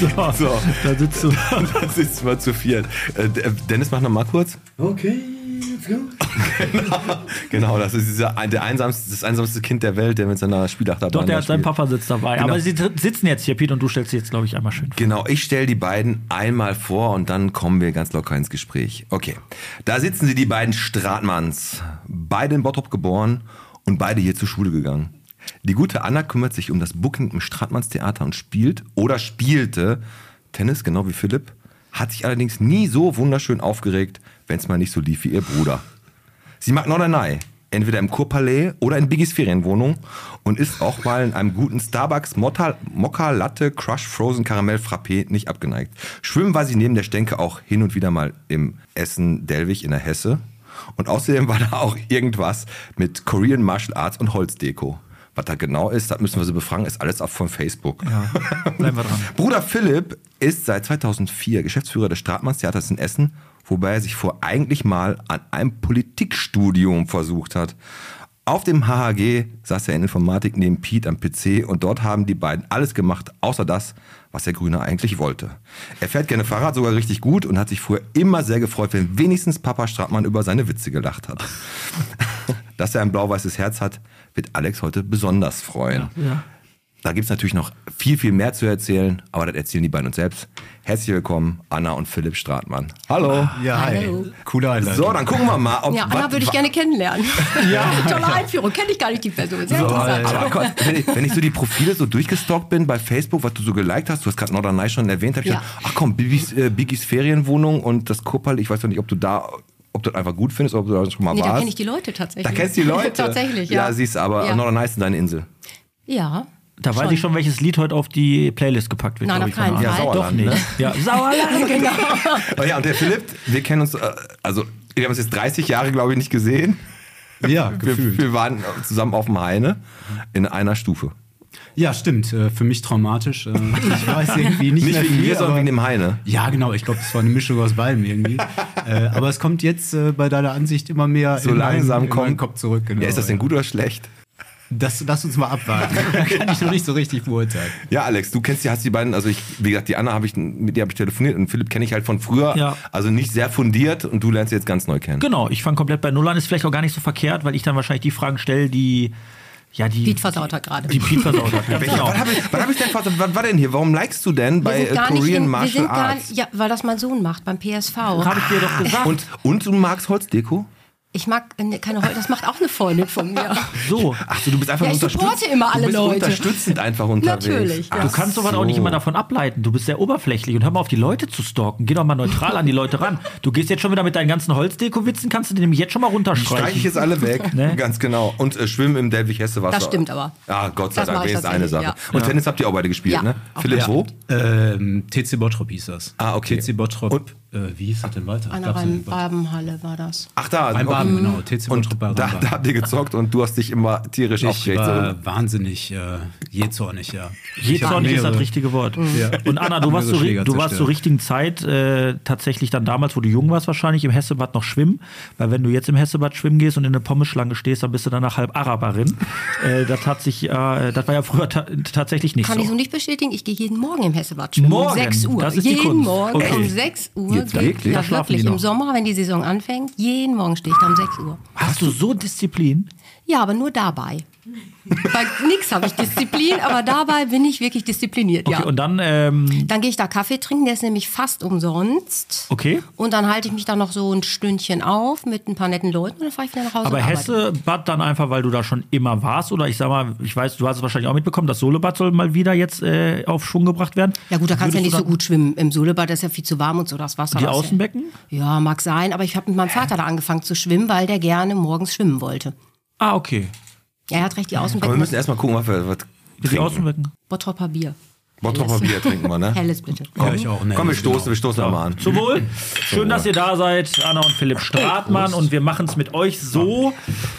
Speaker 3: So, da sitzt du.
Speaker 2: Das ist mal zu viel. Äh, D- Dennis, mach noch mal kurz.
Speaker 5: Okay, let's go.
Speaker 2: Genau, das ist dieser, der einsamste, das einsamste Kind der Welt, der mit seiner Spielachterbahn
Speaker 3: Doch, der
Speaker 2: da
Speaker 3: hat seinen
Speaker 2: spielt.
Speaker 3: Papa sitzt dabei.
Speaker 2: Genau.
Speaker 3: Aber sie t- sitzen jetzt hier, Piet, und du stellst sie jetzt, glaube ich, einmal schön vor.
Speaker 2: Genau, ich stelle die beiden einmal vor und dann kommen wir ganz locker ins Gespräch. Okay, da sitzen sie, die beiden Stratmanns. Beide in Bottrop geboren und beide hier zur Schule gegangen. Die gute Anna kümmert sich um das Booking im Stratmanns Theater und spielt oder spielte Tennis, genau wie Philipp, hat sich allerdings nie so wunderschön aufgeregt, wenn es mal nicht so lief wie ihr Bruder. Sie mag Norderney, entweder im Kurpalais oder in Biggies Ferienwohnung und ist auch mal in einem guten Starbucks Motta- Mokka Latte Crush Frozen Karamell Frappé nicht abgeneigt. Schwimmen war sie neben der Stänke auch hin und wieder mal im Essen Delwig in der Hesse. Und außerdem war da auch irgendwas mit Korean Martial Arts und Holzdeko. Was da genau ist, das müssen wir sie befragen, ist alles ab von Facebook.
Speaker 3: Bleiben wir dran.
Speaker 2: Bruder Philipp ist seit 2004 Geschäftsführer des Stratmanns Theaters in Essen, wobei er sich vor eigentlich mal an einem Politikstudium versucht hat. Auf dem HHG saß er in Informatik neben Piet am PC und dort haben die beiden alles gemacht, außer das, was der Grüne eigentlich wollte. Er fährt gerne Fahrrad sogar richtig gut und hat sich früher immer sehr gefreut, wenn wenigstens Papa Stratmann über seine Witze gelacht hat. Dass er ein blau-weißes Herz hat, wird Alex heute besonders freuen.
Speaker 3: Ja.
Speaker 2: Da gibt es natürlich noch viel, viel mehr zu erzählen, aber das erzählen die beiden uns selbst. Herzlich willkommen, Anna und Philipp Stratmann. Hallo.
Speaker 5: Ja,
Speaker 6: Hallo.
Speaker 5: hi. Coole Einleitung.
Speaker 2: So, dann gucken wir mal, ob.
Speaker 6: Ja, Anna
Speaker 2: was-
Speaker 6: würde ich
Speaker 2: Ah, wa-
Speaker 6: gerne kennenlernen. Ja. Tolle Einführung, kenne ich gar nicht die Person. Sehr interessant.
Speaker 2: Aber Gott, wenn, ich, wenn ich so die Profile so durchgestalkt bin bei Facebook, was du so geliked hast, du hast gerade Norderney schon erwähnt, hab ich
Speaker 6: Ja.
Speaker 2: gedacht, ach komm, Biggies, äh, Biggies Ferienwohnung und das Kuppal, ich weiß noch nicht, ob du da, ob du das einfach gut findest, ob du da schon mal
Speaker 6: Nee,
Speaker 2: warst.
Speaker 6: da kenne ich die Leute tatsächlich.
Speaker 2: Da kennst du die Leute.
Speaker 6: tatsächlich, ja.
Speaker 2: Ja, siehst du, aber
Speaker 6: Ja,
Speaker 2: Norderney ist deine Insel.
Speaker 6: ja.
Speaker 3: Da weiß ich schon, welches Lied heute auf die Playlist gepackt wird.
Speaker 6: Nein,
Speaker 3: glaub
Speaker 6: auf
Speaker 3: ich, von
Speaker 6: keinen
Speaker 3: Anna.
Speaker 6: Fall.
Speaker 2: Ja,
Speaker 3: Doch
Speaker 2: Sauerland,
Speaker 3: nicht.
Speaker 2: ne?
Speaker 3: Ja,
Speaker 6: Sauerland, genau.
Speaker 2: Oh ja, und der Philipp, wir kennen uns, äh, also wir haben uns jetzt 30 Jahre, glaube ich, nicht gesehen.
Speaker 5: Ja,
Speaker 2: Wir,
Speaker 5: gefühlt.
Speaker 2: wir waren zusammen auf dem Heine in einer Stufe.
Speaker 5: Ja, stimmt. Äh, Für mich traumatisch. Äh, Ich weiß irgendwie nicht,
Speaker 2: Nicht
Speaker 5: mehr
Speaker 2: wegen
Speaker 5: viel,
Speaker 2: mir, sondern
Speaker 5: aber-
Speaker 2: wegen dem Hai, ne?
Speaker 5: Ja, genau. Ich glaube, es war eine Mischung aus beidem irgendwie. äh, aber es kommt jetzt äh, bei deiner Ansicht immer mehr
Speaker 2: So langsam
Speaker 5: meinen, in meinen
Speaker 2: kommt.
Speaker 5: Kopf zurück. Genau.
Speaker 2: Ja, ist das denn gut oder schlecht?
Speaker 5: Das, lass uns mal abwarten. da kann ich noch nicht so richtig beurteilen.
Speaker 2: Ja, Alex, du kennst die, hast die beiden, also ich, wie gesagt, die Anna habe ich, mit der habe ich telefoniert und Philipp kenne ich halt von früher,
Speaker 3: Ja.
Speaker 2: also nicht sehr fundiert und du lernst sie jetzt ganz neu kennen.
Speaker 3: Genau, ich fange komplett bei Null an. Ist vielleicht auch gar nicht so verkehrt, weil ich dann wahrscheinlich die Fragen stelle, die. Ja, die.
Speaker 6: Piet versaut hat gerade.
Speaker 3: Die Piet versaut hat. Ganz genau.
Speaker 2: Was habe ich, was hab ich denn, was, was war denn hier? Warum likest du denn bei äh, Korean
Speaker 7: in- wir
Speaker 2: Martial
Speaker 7: sind gar
Speaker 2: Arts?
Speaker 7: nicht, ja, weil das mein Sohn macht beim PSV.
Speaker 3: Habe ich dir doch gesagt.
Speaker 2: Und, und du magst Holzdeko?
Speaker 7: Ich mag äh, keine Heu, das macht auch eine Freundin von mir.
Speaker 3: so.
Speaker 2: Ach so, du bist einfach
Speaker 7: Ja, ich
Speaker 2: unterstützend.
Speaker 7: supporte immer alle
Speaker 2: du bist
Speaker 7: Leute.
Speaker 2: unterstützend einfach unterwegs.
Speaker 7: Natürlich, ja.
Speaker 2: Ach
Speaker 3: Du kannst sowas auch nicht immer davon ableiten. Du bist sehr oberflächlich und hör mal auf, die Leute zu stalken. Geh doch mal neutral an die Leute ran. Du gehst jetzt schon wieder mit deinen ganzen Holzdeko-Witzen, kannst du die nämlich jetzt schon mal
Speaker 2: Streiche ich
Speaker 3: runterstreichen.
Speaker 2: jetzt alle weg,
Speaker 3: Ne?
Speaker 2: ganz genau. Und äh, schwimmen im delwig hesse wasser
Speaker 6: Das stimmt aber.
Speaker 2: Ah, Gott sei
Speaker 6: Das
Speaker 2: Dank,
Speaker 6: mach ich
Speaker 2: wenigstens eine Sache.
Speaker 6: tatsächlich,
Speaker 2: Und Tennis habt ihr auch beide gespielt,
Speaker 6: Ja,
Speaker 2: ne?
Speaker 6: auch.
Speaker 2: Philipp, wo?
Speaker 5: Ähm, TC Bottrop hieß das.
Speaker 2: Ah, okay.
Speaker 5: TC Bottrop.
Speaker 2: Und-
Speaker 5: äh, wie hieß das denn weiter?
Speaker 7: An der
Speaker 5: Gab's denn in Bottrop?
Speaker 7: Rheinbabenhalle war das.
Speaker 2: Ach, da.
Speaker 5: Beim Baden, genau. TC Bottrop
Speaker 2: Und
Speaker 5: bei
Speaker 2: da, da
Speaker 5: Rheinbaden.
Speaker 2: habt ihr gezockt und du hast dich immer tierisch
Speaker 5: Ich
Speaker 2: aufgeregt. so.
Speaker 5: war wahnsinnig äh, jähzornig, ja. Ich hab
Speaker 3: Jezornig ist das
Speaker 5: mehrere-
Speaker 3: richtige Wort. Und Anna, du
Speaker 5: Mehrere
Speaker 3: warst, zur, ri-
Speaker 5: Schläger
Speaker 3: du warst
Speaker 5: zerstört.
Speaker 3: zur richtigen Zeit, äh, tatsächlich dann damals, wo du jung warst, wahrscheinlich im Hessebad noch schwimmen. Weil wenn du jetzt im Hessebad schwimmen gehst und in eine Pommeschlange stehst, dann bist du danach halb Araberin. äh, das hat sich, äh, das war ja früher ta tatsächlich nicht
Speaker 7: Kann ich so
Speaker 3: so.
Speaker 7: nicht bestätigen. Ich gehe jeden Morgen im Hessebad schwimmen.
Speaker 3: Morgen?
Speaker 7: Um 6 Uhr.
Speaker 3: Das ist die
Speaker 7: jeden
Speaker 3: Kunst.
Speaker 7: Morgen
Speaker 3: Okay.
Speaker 7: um 6 Uhr.
Speaker 2: Jetzt
Speaker 7: gehe-
Speaker 2: wirklich?
Speaker 3: Da
Speaker 7: Ja,
Speaker 3: schlafen
Speaker 7: wirklich.
Speaker 3: die noch.
Speaker 7: Im Sommer, wenn die Saison anfängt, jeden Morgen stehe ich da um 6 Uhr.
Speaker 3: Hast du so Disziplin?
Speaker 7: Ja, aber nur dabei. Bei nichts habe ich Disziplin, aber dabei bin ich wirklich diszipliniert,
Speaker 3: Okay,
Speaker 7: ja.
Speaker 3: und dann, ähm,
Speaker 7: Dann gehe ich da Kaffee trinken, der ist nämlich fast umsonst.
Speaker 3: okay.
Speaker 7: Und dann halte ich mich da noch so ein Stündchen auf mit ein paar netten Leuten und dann fahre ich wieder nach Hause.
Speaker 3: Aber
Speaker 7: und arbeite.
Speaker 3: Hessebad dann einfach, weil du da schon immer warst? Oder ich sag mal, ich weiß, du hast es wahrscheinlich auch mitbekommen, das Solebad soll mal wieder jetzt äh, auf Schwung gebracht werden.
Speaker 7: Ja gut, da kannst du
Speaker 3: Würdest
Speaker 7: ja nicht so
Speaker 3: dann
Speaker 7: gut schwimmen. Im Solebad ist ja viel zu warm und so das Wasser.
Speaker 3: Die
Speaker 7: das ist ja-
Speaker 3: Außenbecken?
Speaker 7: Ja, mag sein, aber ich habe mit meinem Vater da angefangen zu schwimmen, weil der gerne morgens schwimmen wollte.
Speaker 3: Ah, okay.
Speaker 7: Ja, er hat recht, die
Speaker 2: Aber wir
Speaker 7: Außenbecken.
Speaker 2: müssen erstmal gucken, was wir was
Speaker 3: Die
Speaker 2: trinken.
Speaker 3: Außenbecken.
Speaker 7: Bottroper Bier.
Speaker 2: Bottroper Bier trinken wir, ne?
Speaker 7: Helles bitte.
Speaker 5: Ja, ich auch. ne,
Speaker 2: Komm, wir
Speaker 5: genau.
Speaker 2: stoßen, wir stoßen nochmal an.
Speaker 3: Zum Wohl. Schön, dass ihr da seid, Anna und Philipp Stratmann. Und wir machen es mit euch so,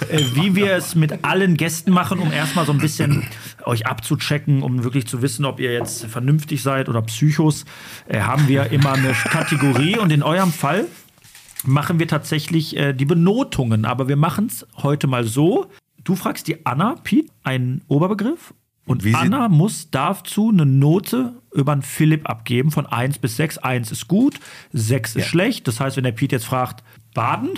Speaker 3: äh, wie wir es mit allen Gästen machen, um erstmal so ein bisschen euch abzuchecken, um wirklich zu wissen, ob ihr jetzt vernünftig seid oder Psychos. Äh, haben wir immer eine Kategorie und in eurem Fall machen wir tatsächlich äh, die Benotungen. Aber wir machen es heute mal so. Du fragst die Anna, Piet, einen Oberbegriff. Und
Speaker 2: Wie sie-
Speaker 3: Anna muss dazu eine Note über einen Philipp abgeben von 1 bis 6. 1 ist gut, 6 ist schlecht. Das heißt, wenn der Piet jetzt fragt, Baden,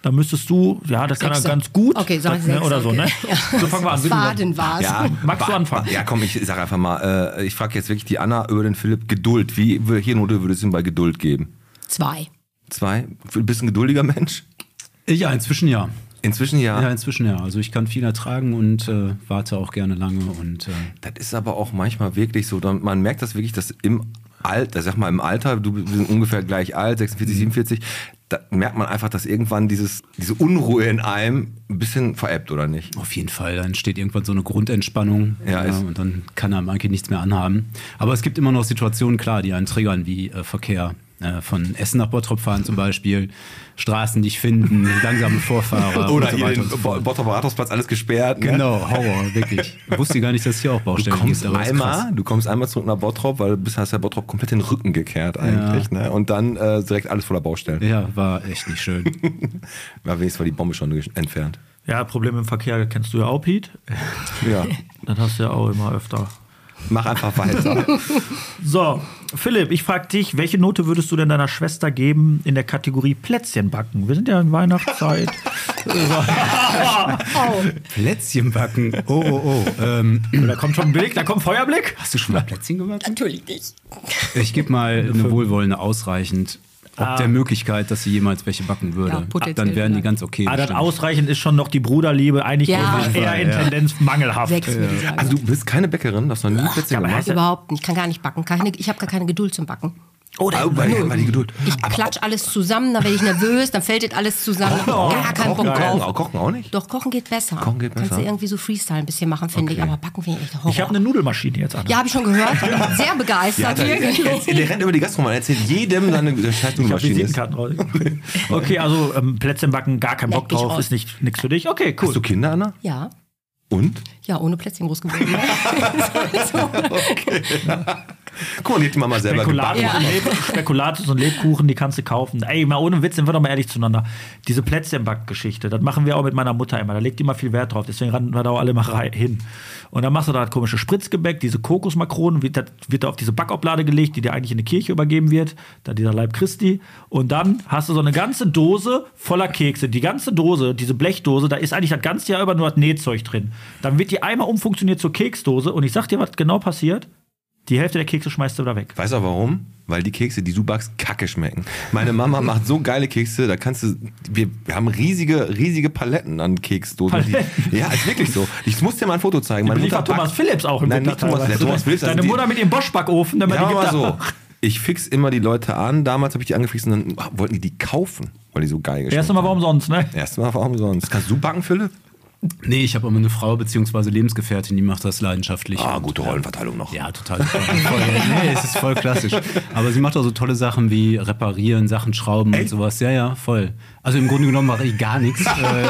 Speaker 3: dann müsstest du, ja, das kann er
Speaker 7: Sechse.
Speaker 3: ganz gut.
Speaker 7: Okay, sag
Speaker 3: das,
Speaker 7: ich sechs,
Speaker 3: Oder so,
Speaker 7: okay.
Speaker 3: ne?
Speaker 7: Ja.
Speaker 3: So fangen wir an. Bitte,
Speaker 7: Baden war's.
Speaker 5: also,
Speaker 2: Ja,
Speaker 3: Magst du
Speaker 2: ba-
Speaker 3: anfangen?
Speaker 2: ba- Ja, komm, ich sag einfach mal, äh, ich frage jetzt wirklich die Anna über den Philipp. Geduld, wie wie- hier Note würdest du ihm bei Geduld geben?
Speaker 7: Zwei.
Speaker 2: Zwei? Bist du ein geduldiger Mensch?
Speaker 5: Ja, inzwischen ja.
Speaker 2: Inzwischen ja.
Speaker 5: Ja, inzwischen ja. Also ich kann viel ertragen und äh, warte auch gerne lange und äh,
Speaker 2: Das ist aber auch manchmal wirklich so. dann- Man merkt das wirklich, dass im Alter, sag mal im Alter, du bist wir sind ungefähr gleich alt,
Speaker 5: Mhm.
Speaker 2: 46, 47, da merkt man einfach, dass irgendwann dieses, diese Unruhe in einem ein bisschen veräppt, oder nicht?
Speaker 5: auf jeden Fall, dann entsteht irgendwann so eine Grundentspannung äh,
Speaker 2: Ja, ist-
Speaker 5: und dann kann einem eigentlich nichts mehr anhaben. Aber es gibt immer noch Situationen, klar, die einen triggern, wie äh, Verkehr. äh, Von Essen nach Bottrop fahren zum Beispiel, Straßen nicht finden, langsame Vorfahrer.
Speaker 2: Oder
Speaker 5: und so
Speaker 2: hier
Speaker 5: weiter
Speaker 2: den
Speaker 5: und so
Speaker 2: Bo-
Speaker 5: fort.
Speaker 2: Bottroper Rathausplatz, alles gesperrt. Ne?
Speaker 5: Genau, Horror, wirklich. Ich wusste gar nicht, dass es hier auch
Speaker 2: Du
Speaker 5: Baustellen
Speaker 2: kommst,
Speaker 5: gibt. aber es ist krass.
Speaker 2: einmal, du kommst einmal zurück nach Bottrop, weil du bist, hast ja Bottrop komplett den Rücken gekehrt eigentlich. Ne? Und dann äh, direkt alles voller Baustellen.
Speaker 5: Ja, war echt nicht schön.
Speaker 2: War wenigstens war die Bombe schon gesch- entfernt.
Speaker 3: Ja, Probleme im Verkehr kennst du ja auch, Piet.
Speaker 2: Ja.
Speaker 3: Das hast du ja auch immer öfter.
Speaker 2: Mach einfach weiter.
Speaker 3: So, Philipp, ich frage dich, welche Note würdest du denn deiner Schwester geben in der Kategorie Plätzchen backen? Wir sind ja in Weihnachtszeit.
Speaker 5: Plätzchen backen. Oh, oh, oh. Ähm,
Speaker 3: da kommt schon ein Blick, da kommt Feuerblick.
Speaker 5: hast du schon mal Plätzchen gebacken?
Speaker 7: Natürlich nicht.
Speaker 5: Ich gebe mal eine Ah. wohlwollende ausreichend. Ob der Möglichkeit, dass sie jemals welche backen
Speaker 7: Ja,
Speaker 5: würde.
Speaker 7: potenziell
Speaker 5: dann wären die
Speaker 7: vielleicht.
Speaker 5: ganz okay.
Speaker 3: Ah, das
Speaker 5: bestimmt.
Speaker 3: ausreichend ist schon noch die Bruderliebe, eigentlich
Speaker 7: Ja.
Speaker 3: eher in
Speaker 5: Ja.
Speaker 3: Tendenz mangelhaft.
Speaker 7: Sechs würde ich sagen.
Speaker 2: Also du bist keine Bäckerin, hast noch nie Plätzchen
Speaker 3: aber
Speaker 2: gemacht.
Speaker 3: hast du-
Speaker 7: Überhaupt nicht. Ich kann gar nicht backen. Keine, ich habe gar keine Geduld zum Backen.
Speaker 2: Oder oh, die Geduld.
Speaker 7: Ich klatsch alles zusammen, dann werde ich nervös, dann fällt das alles zusammen. Ich hab Gar keinen Bock
Speaker 2: Kochen
Speaker 7: drauf.
Speaker 2: auch, kochen auch nicht?
Speaker 7: Doch, Kochen geht besser.
Speaker 2: Kochen geht
Speaker 7: Kannst
Speaker 2: besser?
Speaker 7: du irgendwie so Freestyle ein bisschen machen, finde ich. Aber Backen finde ich echt Horror.
Speaker 3: Ich ne- habe eine Nudelmaschine jetzt an.
Speaker 7: ja, habe ich schon gehört. Sehr begeistert.
Speaker 2: der,
Speaker 7: wirklich.
Speaker 2: der rennt über die Gastro, man erzählt jedem seine Scheißdunmaschine ist.
Speaker 3: Visitenkarten raus. Okay, also ähm, Plätzchen backen, gar kein Bock
Speaker 7: Leck mich
Speaker 3: drauf,
Speaker 7: aus.
Speaker 3: ist nicht nichts für dich. Okay, cool.
Speaker 2: Hast du Kinder, Anna?
Speaker 7: ja.
Speaker 2: Und?
Speaker 7: Ja, ohne Plätzchen groß geworden. so,
Speaker 2: Guck mal, die hat die Mama selber gebacken.
Speaker 3: Spekulatius,
Speaker 7: Ja.
Speaker 3: und Leb Spekulatius und Lebkuchen, die kannst du kaufen. Ey, mal ohne Witz, sind wir doch mal ehrlich zueinander. Diese Plätzchenback-Geschichte, das machen wir auch mit meiner Mutter immer. Da legt die immer viel Wert drauf. Deswegen rannten wir da auch alle mal rein, hin. Und dann machst du da das komische Spritzgebäck, diese Kokosmakronen, wird, das- wird da auf diese Backoblade gelegt, die dir eigentlich in die Kirche übergeben wird. Da dieser Leib Christi. Und dann hast du so eine ganze Dose voller Kekse. Die ganze Dose, diese Blechdose, da ist eigentlich das ganze Jahr über nur das Nähzeug drin. Dann wird die einmal umfunktioniert zur Keksdose. Und ich sag dir, was genau passiert. Die Hälfte der Kekse schmeißt du da weg.
Speaker 2: Weißt du warum? Weil die Kekse, die du backst, kacke schmecken. Meine Mama macht so geile Kekse, da kannst du. Wir, wir haben riesige, riesige Paletten an Keksdosen. Die,
Speaker 3: Paletten?
Speaker 2: ja, ist wirklich so. Ich muss dir mal ein Foto zeigen. Meine
Speaker 3: Beliefert
Speaker 2: Mutter
Speaker 3: Thomas
Speaker 2: backt-
Speaker 3: Philips auch im
Speaker 2: Nein, nicht
Speaker 3: Winter
Speaker 2: Thomas, der
Speaker 3: teilweise.
Speaker 2: Thomas Philips. also
Speaker 3: Deine
Speaker 2: die-
Speaker 3: Mutter mit ihrem Bosch-Backofen, damit
Speaker 2: Ja,
Speaker 3: die
Speaker 2: aber
Speaker 3: gibt
Speaker 2: so.
Speaker 3: so.
Speaker 2: Ich fix immer die Leute an. Damals habe ich die angefixt und dann ah, wollten die die kaufen, weil die so geil geschmeckt
Speaker 3: Erstmal, warum sonst, ne?
Speaker 2: haben. Erstmal warum sonst? Kannst du backen, Philipp?
Speaker 5: Nee, ich habe immer eine Frau beziehungsweise Lebensgefährtin, die macht das leidenschaftlich.
Speaker 2: Ah,
Speaker 5: Und,
Speaker 2: gute
Speaker 5: äh,
Speaker 2: Rollenverteilung noch.
Speaker 5: Ja, total. super. voll, nee, es ist voll klassisch. Aber sie macht auch so tolle Sachen wie reparieren, Sachen schrauben und sowas. Ja, ja, voll. Also im Grunde genommen mache ich gar nichts. Äh,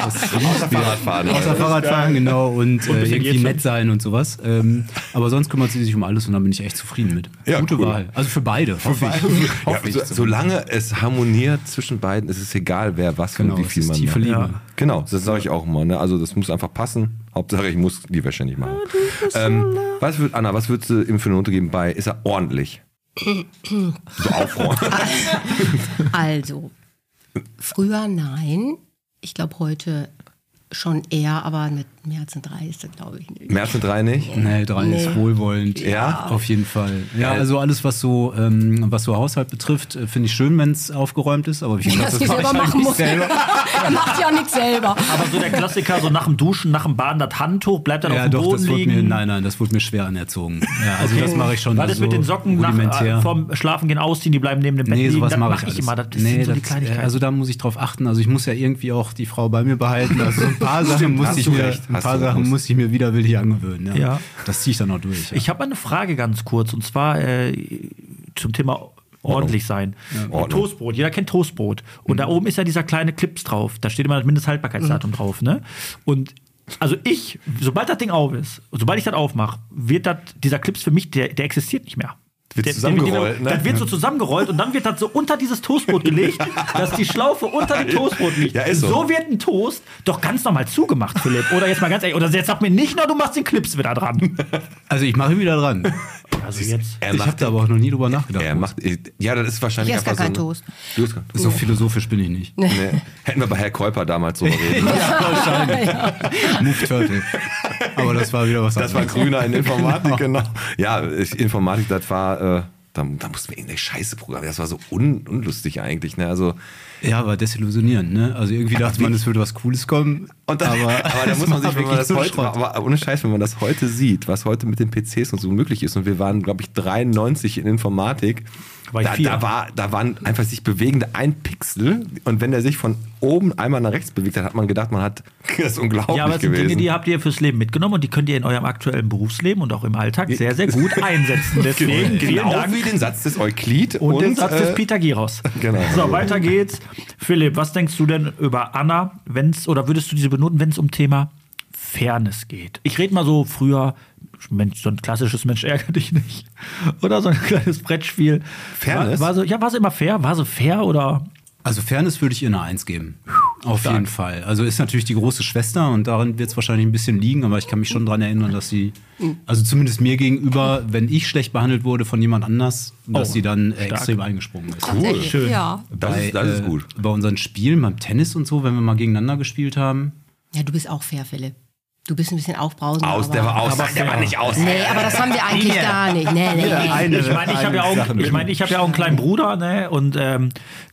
Speaker 2: Außer Fahrradfahren.
Speaker 5: Außer Fahrradfahren, genau. Und, äh,
Speaker 3: bisschen
Speaker 5: irgendwie
Speaker 3: Gehschirm.
Speaker 5: nett sein und sowas. Ähm, aber sonst kümmert sie sich um alles und dann bin ich echt zufrieden mit.
Speaker 2: Ja,
Speaker 5: Gute
Speaker 2: cool.
Speaker 5: Wahl. Also für beide. hoffe ich.
Speaker 2: Ja,
Speaker 5: Hoffe ich
Speaker 2: so,
Speaker 5: zumindest.
Speaker 2: solange es harmoniert zwischen beiden, ist es egal, wer was
Speaker 5: Genau,
Speaker 2: und wie
Speaker 5: es
Speaker 2: viel
Speaker 5: ist
Speaker 2: man
Speaker 5: tiefe
Speaker 2: macht.
Speaker 5: Liebe.
Speaker 3: Ja.
Speaker 2: Genau, das sage ich auch immer. Ne? Also das muss einfach passen. Hauptsache, ich muss die Wäsche nicht machen. Ähm, was würd, Anna, was würdest du ihm für eine Note geben bei, ist er ordentlich? so aufräumen.
Speaker 7: also, früher nein. Ich glaube heute schon eher, aber mit mehr als ein Drei ist das, glaube ich, nicht.
Speaker 2: März und drei nicht?
Speaker 5: Nee, drei ist wohlwollend.
Speaker 2: Ja?
Speaker 5: Auf jeden Fall. Ja, also alles, was so, ähm, was so Haushalt betrifft, äh, finde ich schön, wenn es aufgeräumt ist. Aber wie gesagt,
Speaker 7: Dass du
Speaker 5: mache ich
Speaker 7: selber
Speaker 5: halt
Speaker 7: machen
Speaker 5: nicht
Speaker 7: musst. er macht ja nichts selber.
Speaker 3: Aber so der Klassiker, so nach dem Duschen, nach dem Baden, das Handtuch bleibt dann auf
Speaker 5: Ja,
Speaker 3: dem
Speaker 5: doch,
Speaker 3: Boden
Speaker 5: das wurde
Speaker 3: liegen. Äh,
Speaker 5: mir, nein, nein, das wurde mir schwer anerzogen. Ja, also das mache ich schon.
Speaker 3: Was ist
Speaker 5: also
Speaker 3: mit den Socken nach,
Speaker 5: rudimentär.
Speaker 3: äh, vom Schlafen gehen ausziehen, die bleiben neben dem Bett
Speaker 5: Nee,
Speaker 3: liegen?
Speaker 5: sowas
Speaker 3: Das
Speaker 5: mache
Speaker 3: mach
Speaker 5: ich, alles.
Speaker 3: immer. Das
Speaker 5: nee,
Speaker 3: sind so die
Speaker 5: das,
Speaker 3: Kleinigkeiten.
Speaker 5: äh, Also da muss ich drauf achten. Also ich muss ja irgendwie auch die Frau bei mir behalten. Also ein paar Sachen muss
Speaker 2: hast
Speaker 5: ich
Speaker 2: du
Speaker 5: mir,
Speaker 2: recht,
Speaker 5: ein
Speaker 2: hast
Speaker 5: paar
Speaker 2: du-
Speaker 5: Sachen
Speaker 2: musst-
Speaker 5: muss ich mir widerwillig angewöhnen. Ja.
Speaker 3: Ja.
Speaker 5: Das ziehe ich dann auch durch. Ja.
Speaker 3: Ich habe eine Frage ganz kurz und zwar äh, zum Thema ordentlich sein. Äh,
Speaker 2: Ordnung. Mhm.
Speaker 3: Toastbrot, jeder kennt Toastbrot. Und da oben ist ja dieser kleine Clips drauf. Da steht immer das Mindesthaltbarkeitsdatum drauf. Ne? Und also ich, sobald das Ding auf ist, sobald ich das aufmache, wird das, dieser Clips für mich, der, der existiert nicht mehr.
Speaker 2: Wird
Speaker 3: der,
Speaker 2: zusammengerollt,
Speaker 3: der,
Speaker 2: ne?
Speaker 3: Das wird so zusammengerollt und dann wird das so unter dieses Toastbrot gelegt, dass die Schlaufe unter dem Toastbrot liegt.
Speaker 2: Ja, ist so.
Speaker 3: wird ein Toast doch ganz normal zugemacht, Philipp. Oder jetzt mal ganz ehrlich, oder jetzt sag mir nicht nur, du machst den Clips wieder dran.
Speaker 5: also ich mache wieder dran.
Speaker 3: Also jetzt.
Speaker 2: Er
Speaker 5: ich habe
Speaker 2: macht,
Speaker 5: da aber auch noch nie drüber nachgedacht.
Speaker 2: er macht, ja, das ist wahrscheinlich
Speaker 7: Ich esse
Speaker 2: einfach
Speaker 7: gar
Speaker 2: so.
Speaker 7: keinen
Speaker 2: eine-
Speaker 7: Toast.
Speaker 2: Du isst gar-
Speaker 5: so philosophisch bin ich nicht.
Speaker 2: Nee. Hätten wir bei Herr Käuper damals so reden.
Speaker 5: Move Turtle. Aber das war wieder was
Speaker 2: Das war grüner in Informatik, genau. Ja, ich, Informatik, das war, äh, da, da mussten wir irgendeine Scheiße programmieren. Das war so un, unlustig eigentlich. Ne? Also,
Speaker 5: Ja, aber desillusionierend, ne? Also irgendwie dachte man, es würde was Cooles kommen.
Speaker 2: und dann, aber, da
Speaker 5: es
Speaker 2: muss man
Speaker 5: war
Speaker 2: sich, wenn man das
Speaker 5: so ein
Speaker 2: heute,
Speaker 5: Schrott.
Speaker 2: aber ohne Scheiß, wenn man das heute sieht, was heute mit den PCs und so möglich ist, und wir waren, glaube ich, 93 in Informatik.
Speaker 3: War ich
Speaker 2: da,
Speaker 3: vier.
Speaker 2: da, war, da waren einfach sich bewegende ein Pixel und wenn der sich von oben einmal nach rechts bewegt hat, hat man gedacht, man hat das ist unglaublich
Speaker 3: Ja, aber es sind
Speaker 2: gewesen.
Speaker 3: Dinge, die habt ihr fürs Leben mitgenommen und die könnt ihr in eurem aktuellen Berufsleben und auch im Alltag sehr, sehr gut einsetzen. Deswegen vielen
Speaker 2: genau
Speaker 3: Dank
Speaker 2: wie den Satz des Euklid
Speaker 3: und, den Satz des
Speaker 2: äh,
Speaker 3: Pythagoras.
Speaker 2: genau.
Speaker 3: So, weiter geht's. Philipp, was denkst du denn über Anna, wenn's, oder würdest du diese benoten, wenn es um Thema Fairness geht? Ich rede mal so früher, Mensch, so ein klassisches Mensch ärgere dich nicht. Oder so ein kleines Brettspiel.
Speaker 2: Fairness?
Speaker 3: War, war so, ja, war sie immer fair? War sie fair oder
Speaker 5: Also Fairness würde ich ihr eine Eins geben. Auf jeden Fall. Also ist natürlich die große Schwester und daran wird es wahrscheinlich ein bisschen liegen, aber ich kann mich schon daran erinnern, dass sie, also zumindest mir gegenüber, wenn ich schlecht behandelt wurde von jemand anders, dass
Speaker 3: Oh,
Speaker 5: sie dann äh,
Speaker 3: stark.
Speaker 5: extrem eingesprungen ist.
Speaker 7: Tatsächlich,
Speaker 3: schön.
Speaker 7: Ja.
Speaker 2: Das, ist, das ist gut.
Speaker 5: Äh, bei unseren Spielen, beim Tennis und so, wenn wir mal gegeneinander gespielt haben.
Speaker 7: ja, du bist auch fair, Philipp. Du bist ein bisschen aufbrausend.
Speaker 2: Aus,
Speaker 7: aber,
Speaker 2: der war aus,
Speaker 3: aber
Speaker 2: Nein, der war
Speaker 3: fair.
Speaker 2: nicht aus.
Speaker 7: Nee, aber das haben wir eigentlich gar nicht. Nee, nee, nee.
Speaker 3: ich meine, ich habe ja auch, ich meine, ich habe ja auch einen kleinen Bruder, ne? Und ähm,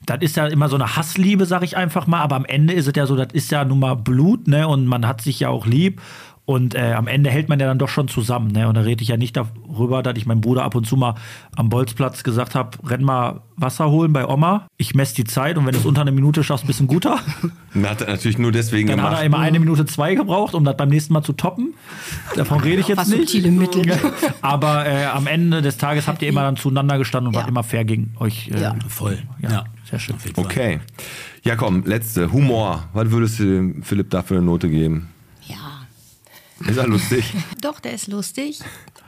Speaker 3: das ist ja immer so eine Hassliebe, sag ich einfach mal. Aber am Ende ist es ja so, das ist ja nun mal Blut, ne? Und man hat sich ja auch lieb. Und äh, am Ende hält man ja dann doch schon zusammen. Ne? Und da rede ich ja nicht darüber, dass ich meinem Bruder ab und zu mal am Bolzplatz gesagt habe, renn mal Wasser holen bei Oma. Ich messe die Zeit und wenn du es unter eine Minute schaffst, bist du ein guter.
Speaker 2: Dann hat er natürlich nur deswegen
Speaker 3: Dann hat er
Speaker 2: gemacht.
Speaker 3: immer eine Minute zwei gebraucht, um das beim nächsten Mal zu toppen. Davon rede ich jetzt
Speaker 7: Was
Speaker 3: nicht.
Speaker 7: subtile Mittel.
Speaker 3: Aber äh, am Ende des Tages habt ihr immer dann zueinander gestanden und
Speaker 7: Ja.
Speaker 3: wart immer fair gegen euch. Äh,
Speaker 7: Ja.
Speaker 5: Voll.
Speaker 3: Ja,
Speaker 5: Ja,
Speaker 3: sehr schön.
Speaker 5: Auf jeden Fall.
Speaker 2: Okay. Ja, komm, letzte. Humor. Was würdest du dem Philipp da für eine Note geben?
Speaker 7: Ja.
Speaker 2: Ist ja lustig.
Speaker 7: Doch, der ist lustig.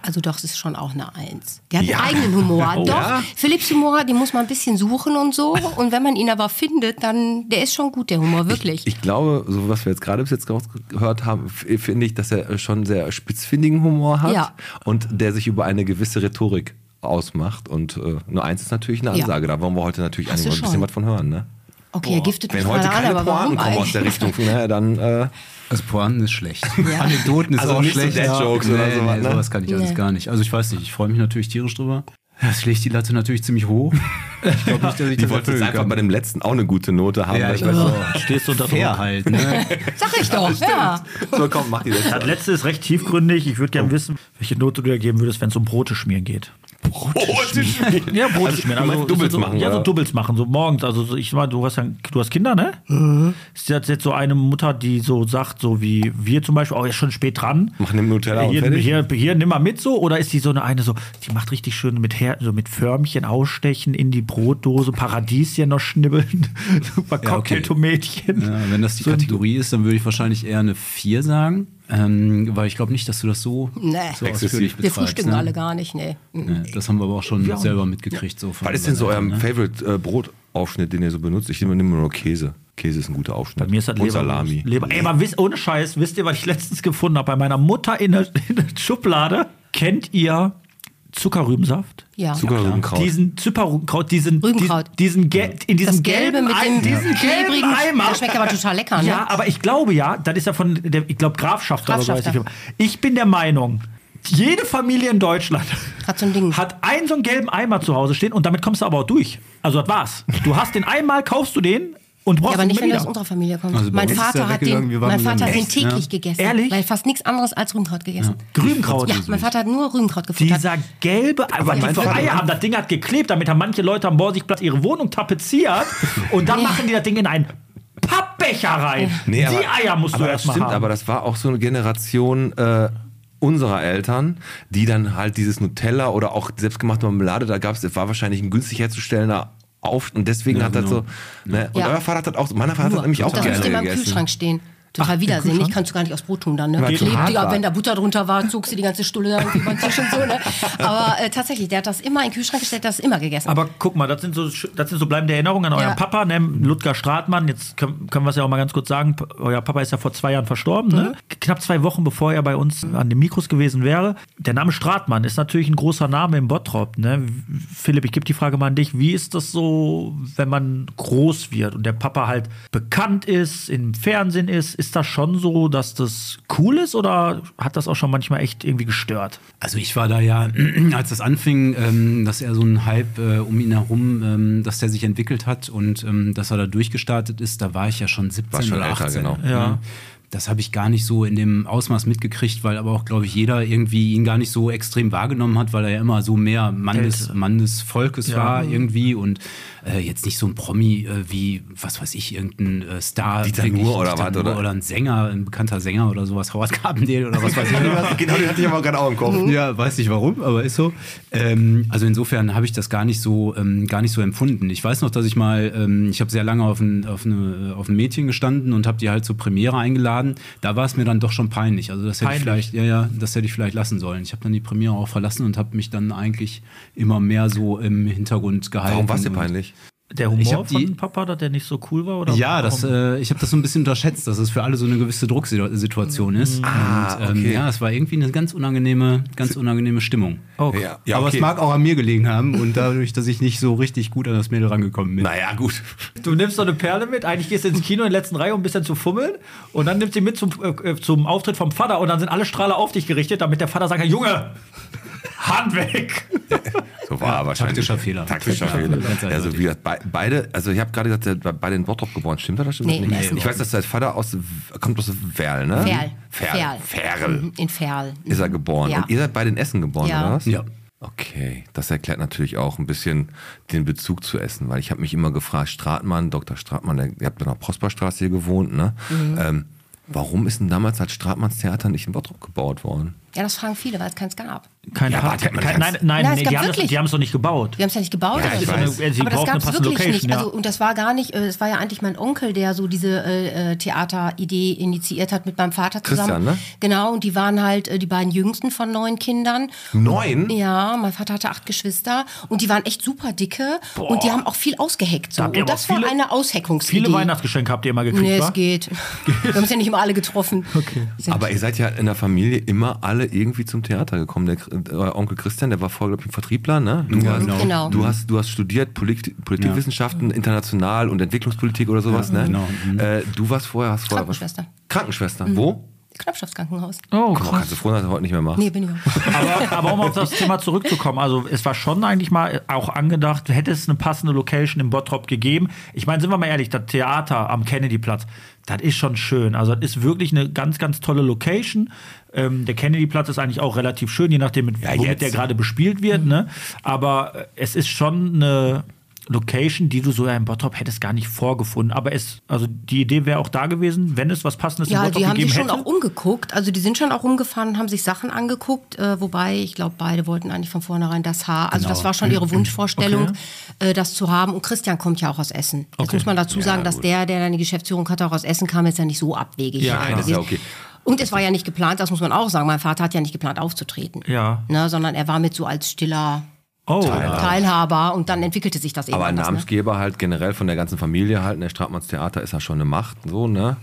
Speaker 7: Also doch, es ist schon auch eine Eins. Der hat
Speaker 2: Ja.
Speaker 7: einen eigenen Humor.
Speaker 3: Oh.
Speaker 7: doch,
Speaker 2: Ja.
Speaker 7: Philipps Humor, den muss man ein bisschen suchen und so. Und wenn man ihn aber findet, dann, der ist schon gut, der Humor, wirklich.
Speaker 2: Ich glaube, so was wir jetzt gerade bis jetzt gehört haben, f- finde ich, dass er schon sehr spitzfindigen Humor hat
Speaker 7: Ja.
Speaker 2: und der sich über eine gewisse Rhetorik ausmacht. Und äh, nur eins ist natürlich eine
Speaker 7: Ja.
Speaker 2: Ansage. Da wollen wir heute natürlich
Speaker 7: Hast
Speaker 2: einige
Speaker 7: du
Speaker 2: ein bisschen
Speaker 7: schon.
Speaker 2: was von hören. Ne?
Speaker 7: okay, er giftet mich
Speaker 2: Wenn heute
Speaker 7: gerade an,
Speaker 2: keine
Speaker 7: aber warum
Speaker 2: Pointen kommen aus
Speaker 7: eigentlich?
Speaker 2: der Richtung, naja, dann äh,
Speaker 5: Also Pointen ist schlecht. Anekdoten ist
Speaker 2: Also
Speaker 5: auch
Speaker 2: nicht so
Speaker 5: schlecht.
Speaker 2: Dad-Jokes
Speaker 5: Ja.
Speaker 2: oder sowas, ne?
Speaker 5: sowas kann ich alles
Speaker 7: Nee.
Speaker 5: gar nicht. Also ich weiß nicht, ich freue mich natürlich tierisch drüber. Das schlägt die Latte natürlich ziemlich hoch. Ich glaube nicht, dass ich
Speaker 2: die
Speaker 5: das
Speaker 2: wollten jetzt
Speaker 5: erfüllen
Speaker 2: einfach
Speaker 5: kann.
Speaker 2: bei dem letzten auch eine gute Note haben.
Speaker 5: ja,
Speaker 2: weil
Speaker 5: ich
Speaker 2: weiß
Speaker 5: weiß
Speaker 2: noch-
Speaker 5: auch.
Speaker 3: Stehst du unter Druck.
Speaker 5: Fair halt, ne?
Speaker 7: Sag ich doch, ja.
Speaker 2: So, komm, mach die letzte.
Speaker 3: Das letzte ist recht tiefgründig. Ich würde gerne wissen, welche Note du da geben würdest, wenn es um Brote schmieren geht.
Speaker 5: Oh,
Speaker 3: Ja, Brote
Speaker 2: du
Speaker 3: schmieren. Also,
Speaker 2: meinst Doubles
Speaker 3: so,
Speaker 2: machen,
Speaker 3: Ja, so
Speaker 2: oder?
Speaker 3: Doubles machen, so morgens. Also so, ich meine, du hast ja, du hast Kinder, ne? Ist das jetzt so eine Mutter, die so sagt, so wie wir zum Beispiel, oh, jetzt schon spät dran.
Speaker 2: Mach nimm Nutella und
Speaker 3: hier,
Speaker 2: fertig.
Speaker 3: hier, hier, nimm mal mit so. Oder ist die so eine, eine so, die macht richtig schön mit, Her so mit Förmchen ausstechen in die Brotdose, Paradieschen noch schnibbeln, so ein paar
Speaker 5: Ja, okay.
Speaker 3: Cocktailtomätchen.
Speaker 2: Mhm.
Speaker 5: Ja, wenn das die Kategorie ist, dann würde ich wahrscheinlich eher eine 4 sagen. Ähm, weil ich glaube nicht, dass du das so,
Speaker 7: Nee.
Speaker 5: so
Speaker 7: Exzessiv.
Speaker 5: ausführlich
Speaker 7: Wir
Speaker 5: betreibst.
Speaker 7: frühstücken
Speaker 5: ne?
Speaker 7: alle gar nicht, nee. Mhm.
Speaker 5: Nee, das haben wir aber auch schon selber mitgekriegt. So
Speaker 2: Was ist denn so euer
Speaker 5: ne?
Speaker 2: Favorite äh, Brotaufschnitt, den ihr so benutzt? Ich nehme nehme nur Käse. Käse ist ein guter Aufschnitt.
Speaker 3: Bei mir ist das
Speaker 2: und
Speaker 3: Leber.
Speaker 2: Salami.
Speaker 3: Leber. Ey, aber wisst, ohne Scheiß, wisst ihr, was ich letztens gefunden habe? Bei meiner Mutter in der, in der Schublade. Kennt ihr Zuckerrübensaft?
Speaker 7: Ja.
Speaker 2: Zuckerrübenkraut.
Speaker 3: Diesen Zyperrübenkraut, diesen,
Speaker 7: Rübenkraut.
Speaker 3: diesen, diesen ge in diesem
Speaker 7: Das Gelbe
Speaker 3: gelben
Speaker 7: mit
Speaker 3: Ei-
Speaker 7: dem
Speaker 3: diesen gelben
Speaker 7: klebrigen,
Speaker 3: Eimer.
Speaker 7: das schmeckt aber total lecker, ne?
Speaker 3: Ja, aber ich glaube ja, das ist ja von der, ich glaube Grafschaft,
Speaker 7: Grafschafter.
Speaker 3: oder so heißt die Firma. Ich bin der Meinung, jede Familie in Deutschland
Speaker 7: Hat so ein Ding.
Speaker 3: hat einen so einen gelben Eimer zu Hause stehen und damit kommst du aber auch durch. Also das war's. Du hast den einmal, kaufst du den und
Speaker 7: Ja,
Speaker 3: brauchst
Speaker 7: aber
Speaker 3: ihn
Speaker 7: nicht, wenn
Speaker 3: wieder.
Speaker 7: das aus unserer Familie kommt.
Speaker 5: Also bei
Speaker 7: mein
Speaker 5: uns ist
Speaker 7: Vater
Speaker 5: der
Speaker 7: hat den,
Speaker 5: weggegangen, wir waren
Speaker 7: mein Vater hat den
Speaker 5: gegangen. Echt?
Speaker 7: täglich gegessen.
Speaker 3: Ehrlich? Oh,
Speaker 7: Weil fast nichts anderes als Rübenkraut gegessen.
Speaker 3: Grünkraut.
Speaker 7: Ja, mein Vater hat nur Rübenkraut gefuttert.
Speaker 3: Dieser gelbe, aber die
Speaker 2: mein
Speaker 3: für
Speaker 2: Vater-
Speaker 3: Eier haben, das Ding hat geklebt, damit haben manche Leute am Borsigplatz ihre Wohnung tapeziert und dann machen die das Ding in einen Pappbecher rein.
Speaker 2: Nee,
Speaker 3: die
Speaker 2: aber-
Speaker 3: Eier musst du
Speaker 2: aber das
Speaker 3: erstmal
Speaker 2: stimmt,
Speaker 3: haben.
Speaker 2: aber das war auch so eine Generation äh, unserer Eltern, die dann halt dieses Nutella oder auch selbstgemachte Marmelade, da gab es, das war wahrscheinlich ein günstig herzustellender auf und deswegen hat
Speaker 5: genau.
Speaker 2: das so. Ne? Und
Speaker 7: Ja.
Speaker 2: euer Vater hat das auch, mein Vater hat das
Speaker 7: Nur.
Speaker 2: nämlich auch
Speaker 7: das
Speaker 2: gerne
Speaker 7: müsste immer im
Speaker 2: gegessen.
Speaker 7: Kühlschrank stehen. Total widersinnig, kannst du gar nicht aufs Brot tun dann. Ne?
Speaker 2: Weil es so hart
Speaker 7: Klebt,
Speaker 2: war.
Speaker 7: ja, wenn da Butter drunter war, zog sie die ganze Stulle dann über den Tisch und so. Ne? Aber äh, tatsächlich, der hat das immer in den Kühlschrank gestellt, der hat das immer gegessen.
Speaker 3: Aber guck mal, das sind so, sch- das sind so bleibende Erinnerungen an euren
Speaker 7: Ja.
Speaker 3: Papa, ne? Ludger Stratmann. Jetzt können, können wir es ja auch mal ganz kurz sagen. P- Euer Papa ist ja vor zwei Jahren verstorben, ne? Knapp zwei Wochen bevor er bei uns an den Mikros gewesen wäre. Der Name Stratmann ist natürlich ein großer Name im Bottrop, ne? W- Philipp, ich gebe die Frage mal an dich. Wie ist das so, wenn man groß wird und der Papa halt bekannt ist, im Fernsehen ist? Ist das schon so, dass das cool ist oder hat das auch schon manchmal echt irgendwie gestört?
Speaker 5: Also ich war da ja, als das anfing, ähm, dass er so ein Hype äh, um ihn herum, ähm, dass der sich entwickelt hat und ähm, dass er da durchgestartet ist, da war ich ja schon 17
Speaker 2: War schon
Speaker 5: oder
Speaker 2: älter,
Speaker 5: 18.
Speaker 2: genau.
Speaker 5: Ja. Das habe ich gar nicht so in dem Ausmaß mitgekriegt, weil aber auch, glaube ich, jeder irgendwie ihn gar nicht so extrem wahrgenommen hat, weil er ja immer so mehr Mann, des, Mann des Volkes war irgendwie und äh, jetzt nicht so ein Promi äh, wie, was weiß ich, irgendein äh, Star.
Speaker 2: Dieter
Speaker 5: wirklich,
Speaker 2: Nuhr oder
Speaker 5: Dieter
Speaker 2: was,
Speaker 5: Nuhr
Speaker 2: oder?
Speaker 5: Oder ein Sänger, ein bekannter Sänger oder sowas, Howard Carpendale oder was weiß ich.
Speaker 2: Genau, den hatte ich aber gerade auch im Kopf.
Speaker 3: Mhm.
Speaker 5: Ja, weiß nicht warum, aber ist so. Ähm, also insofern habe ich das gar nicht so, ähm, gar nicht so empfunden. Ich weiß noch, dass ich mal, ähm, ich habe sehr lange auf ein, auf, eine, auf ein Mädchen gestanden und habe die halt zur Premiere eingeladen. Da war es mir dann doch schon peinlich. Also das hätte ich
Speaker 3: Peinlich?
Speaker 5: vielleicht, ja, ja, das hätte ich vielleicht lassen sollen. Ich habe dann die Premiere auch verlassen und habe mich dann eigentlich immer mehr so im Hintergrund gehalten.
Speaker 2: Warum war es dir
Speaker 5: und-
Speaker 2: peinlich?
Speaker 3: Der
Speaker 5: Ich
Speaker 3: Humor
Speaker 5: hab die-
Speaker 3: von Papa, dass der nicht so cool war? Oder
Speaker 5: Ja, das,
Speaker 3: warum?
Speaker 5: äh, ich habe das so ein bisschen unterschätzt, dass es für alle so eine gewisse Drucksituation ist. Ah, und, ähm,
Speaker 2: okay.
Speaker 5: Ja, es war irgendwie eine ganz unangenehme, ganz unangenehme Stimmung.
Speaker 3: Okay.
Speaker 2: Ja, ja,
Speaker 5: Aber
Speaker 2: okay.
Speaker 5: es mag auch an mir gelegen haben und dadurch, dass ich nicht so richtig gut an das Mädel rangekommen bin.
Speaker 2: Naja, gut.
Speaker 3: Du nimmst so eine Perle mit, eigentlich gehst du ins Kino in der letzten Reihe, um ein bisschen zu fummeln. Und dann nimmst du die mit zum, äh, zum Auftritt vom Vater und dann sind alle Strahler auf dich gerichtet, damit der Vater sagen kann, Junge, Hand weg.
Speaker 2: So war wahrscheinlich.
Speaker 5: taktischer Fehler.
Speaker 2: Taktischer
Speaker 5: Taktischer
Speaker 2: Fehler.
Speaker 5: Fehler.
Speaker 2: Also wie gesagt, bei- beide, also ich habe gerade gesagt, der hat beide in Bottrop geboren. Stimmt das? Stimmt
Speaker 7: Nee,
Speaker 2: das
Speaker 7: er ist
Speaker 2: nicht?
Speaker 7: in
Speaker 2: Ich weiß, dass sein Vater aus, kommt aus Werl, ne?
Speaker 7: Ferl.
Speaker 2: Ferl. Ferl.
Speaker 7: Mhm, In Ferl.
Speaker 2: Ist er geboren.
Speaker 7: Ja.
Speaker 2: Und ihr seid beide in Essen geboren,
Speaker 7: Ja.
Speaker 2: oder was?
Speaker 5: Ja.
Speaker 2: Okay, das erklärt natürlich auch ein bisschen den Bezug zu Essen, weil ich habe mich immer gefragt, Stratmann, Dr. Stratmann, der, ihr habt dann auf Prosperstraße hier gewohnt, ne?
Speaker 7: Mhm.
Speaker 2: Ähm, warum ist denn damals als Stratmanns Theater nicht in Bottrop gebaut worden?
Speaker 7: Ja, das fragen viele, weil es keins gab.
Speaker 3: Kein
Speaker 2: Ja,
Speaker 3: Park-
Speaker 2: warte, man
Speaker 3: kein,
Speaker 2: kann's-
Speaker 3: nein, nein,
Speaker 7: Nein, es
Speaker 3: nee,
Speaker 7: gab
Speaker 3: die haben es
Speaker 7: wirklich-
Speaker 3: die haben's doch nicht gebaut.
Speaker 7: Wir haben es ja nicht gebaut.
Speaker 2: Ja,
Speaker 7: oder
Speaker 2: ich
Speaker 7: so.
Speaker 2: weiß.
Speaker 3: Sie
Speaker 7: Aber das
Speaker 3: braucht eine
Speaker 7: gab es
Speaker 3: passende
Speaker 7: wirklich
Speaker 3: Location,
Speaker 7: nicht.
Speaker 3: ja.
Speaker 7: Also, und das war gar nicht, äh, es war ja eigentlich mein Onkel, der so diese äh, äh, Theateridee initiiert hat mit meinem Vater zusammen.
Speaker 2: Christian, ne?
Speaker 7: Genau, und die waren halt äh, die beiden jüngsten von neun Kindern.
Speaker 2: Neun?
Speaker 7: Ja, mein Vater hatte acht Geschwister und die waren echt super dicke und die haben auch viel ausgeheckt. So.
Speaker 3: Da habt ihr
Speaker 7: Und
Speaker 3: aber
Speaker 7: das
Speaker 3: viele-
Speaker 7: war eine Ausheckungsidee.
Speaker 3: Viele Weihnachtsgeschenke habt ihr immer gekriegt,
Speaker 7: Nee,
Speaker 3: wa?
Speaker 7: es geht. Wir haben es ja nicht immer alle getroffen. Okay.
Speaker 2: Aber ihr seid ja in der Familie immer alle irgendwie zum Theater gekommen. Der, Kr- euer Onkel Christian, der war vorher, glaube ich, ein Vertriebler, ne? Du, hast,
Speaker 7: Genau.
Speaker 2: du, hast, du hast studiert Polit Politikwissenschaften, international und Entwicklungspolitik oder sowas, ne?
Speaker 5: genau.
Speaker 2: Äh, du warst vorher, hast vorher was-
Speaker 7: Krankenschwester. Mhm.
Speaker 2: Krankenschwester. Wo?
Speaker 7: Knappschaftskrankenhaus.
Speaker 2: Boah,
Speaker 3: Oh,
Speaker 2: kannst du froh sein, dass du heute nicht mehr machst.
Speaker 7: Nee, bin ich auch.
Speaker 3: Aber, aber um auf das Thema zurückzukommen, also es war schon eigentlich mal auch angedacht, hätte es eine passende Location in Bottrop gegeben. Ich meine, sind wir mal ehrlich, das Theater am Kennedyplatz, das ist schon schön. Also das ist wirklich eine ganz, ganz tolle Location. Ähm, der Kennedyplatz ist eigentlich auch relativ schön, je nachdem, mit, womit
Speaker 2: jetzt.
Speaker 3: der gerade bespielt wird.
Speaker 5: Mhm.
Speaker 3: Ne? Aber äh, es ist schon eine Location, die du so ja in Bottrop hättest gar nicht vorgefunden. Aber es, also die Idee wäre auch da gewesen, wenn es was Passendes in
Speaker 7: Ja,
Speaker 3: Bottrop
Speaker 7: die haben
Speaker 3: gegeben
Speaker 7: sich schon
Speaker 3: hätte.
Speaker 7: auch umgeguckt. Also die sind schon auch rumgefahren und haben sich Sachen angeguckt. Äh, wobei, ich glaube, beide wollten eigentlich von vornherein das Haar.
Speaker 2: Genau.
Speaker 7: Also das war
Speaker 2: Hm,
Speaker 7: schon ihre Wunschvorstellung, äh, das zu haben. Und Christian kommt ja auch aus Essen. Jetzt muss man dazu sagen, dass der, der dann die Geschäftsführung hatte, auch aus Essen kam, ist ja nicht so abwegig. Also
Speaker 2: Ja, nein, das ist ja okay.
Speaker 7: Und es war ja nicht geplant, das muss man auch sagen. Mein Vater hat ja nicht geplant aufzutreten.
Speaker 3: Ja.
Speaker 7: Ne, sondern er war mit so als stiller
Speaker 3: Oh,
Speaker 7: Teilhaber und dann entwickelte sich das eben.
Speaker 2: Ah. Aber
Speaker 7: anders, ne?
Speaker 2: Namensgeber halt generell von der ganzen Familie halt, der Stratmanns Theater ist ja schon eine Macht, so, ne?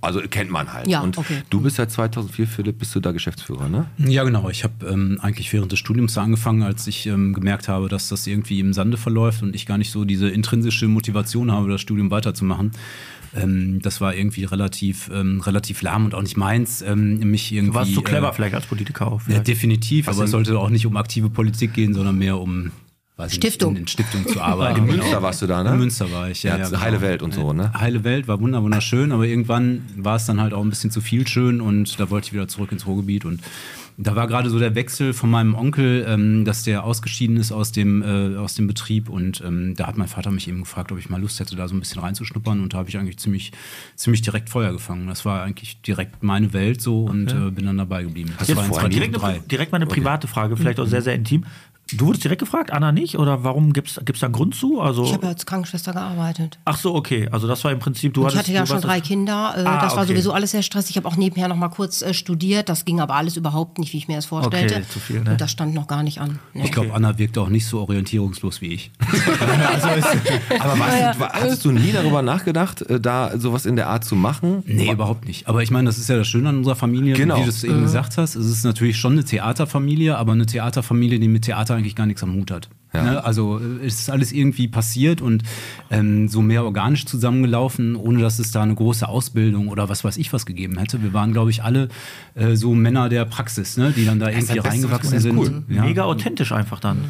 Speaker 2: Also kennt man halt.
Speaker 7: Ja,
Speaker 2: und
Speaker 7: okay.
Speaker 2: du bist seit 2004, Philipp, bist du da Geschäftsführer, ne?
Speaker 5: Ja, genau. Ich habe ähm, eigentlich während des Studiums da angefangen, als ich ähm, gemerkt habe, dass das irgendwie im Sande verläuft und ich gar nicht so diese intrinsische Motivation habe, das Studium weiterzumachen. Ähm, das war irgendwie relativ, ähm, relativ lahm und auch nicht meins. Ähm, mich irgendwie,
Speaker 3: warst du clever
Speaker 5: äh,
Speaker 3: vielleicht als Politiker auch.
Speaker 5: Ja,
Speaker 3: Vielleicht.
Speaker 5: definitiv, aber es sollte auch nicht um aktive Politik gehen, sondern mehr um weiß ich
Speaker 7: Stiftung.
Speaker 5: Nicht, in, in Stiftung zu arbeiten.
Speaker 2: In Münster warst du da, ne?
Speaker 5: In genau. Münster war ich, ja. genau.
Speaker 2: Ja,
Speaker 5: ja,
Speaker 2: heile Welt und so, ne?
Speaker 5: Heile Welt war wunder- wunderschön, aber irgendwann war es dann halt auch ein bisschen zu viel schön und da wollte ich wieder zurück ins Ruhrgebiet und da war gerade so der Wechsel von meinem Onkel, ähm, dass der ausgeschieden ist aus dem, äh, aus dem Betrieb und ähm, da hat mein Vater mich eben gefragt, ob ich mal Lust hätte, da so ein bisschen reinzuschnuppern und da habe ich eigentlich ziemlich, ziemlich direkt Feuer gefangen. Das war eigentlich direkt meine Welt so und äh, bin dann dabei geblieben. Das
Speaker 3: Jetzt
Speaker 5: war in
Speaker 3: vorhin direkt,
Speaker 5: 2003.
Speaker 3: eine, direkt mal eine private Frage, vielleicht auch sehr, sehr intim. Du wurdest direkt gefragt, Anna nicht? Oder warum gibt es da einen Grund zu?
Speaker 7: Ich
Speaker 3: Also,
Speaker 7: habe ja als Krankenschwester gearbeitet.
Speaker 3: ach so, okay. Also, das war im Prinzip, du
Speaker 7: Ich
Speaker 3: hattest.
Speaker 7: hatte ja
Speaker 3: du
Speaker 7: schon
Speaker 3: warst-
Speaker 7: drei Kinder. Äh,
Speaker 3: Ah,
Speaker 7: das war
Speaker 3: okay.
Speaker 7: sowieso alles sehr stressig. Ich habe auch nebenher noch mal kurz äh, studiert. Das ging aber alles überhaupt nicht, wie ich mir das vorstellte.
Speaker 3: zu viel, ne?
Speaker 7: Und das stand noch gar nicht an. Nee.
Speaker 5: Ich glaube, Anna wirkte auch nicht so orientierungslos wie ich.
Speaker 2: Aber warst du, war, hattest du nie darüber nachgedacht, äh, da sowas in der Art zu machen?
Speaker 5: Nee, überhaupt nicht. Aber ich meine, das ist ja das Schöne an unserer Familie,
Speaker 2: Genau.
Speaker 5: wie du es eben gesagt hast. Es ist natürlich schon eine Theaterfamilie, aber eine Theaterfamilie, die mit Theater eigentlich gar nichts am Hut hat. Ne? Also äh, es ist alles irgendwie passiert und ähm, so mehr organisch zusammengelaufen, ohne dass es da eine große Ausbildung oder was weiß ich was gegeben hätte. Wir waren, glaube ich, alle äh, so Männer der Praxis, ne? die dann da irgendwie
Speaker 2: am besten,
Speaker 5: reingewachsen
Speaker 2: das ist
Speaker 5: sind.
Speaker 2: cool.
Speaker 5: Ja.
Speaker 3: Mega authentisch einfach dann.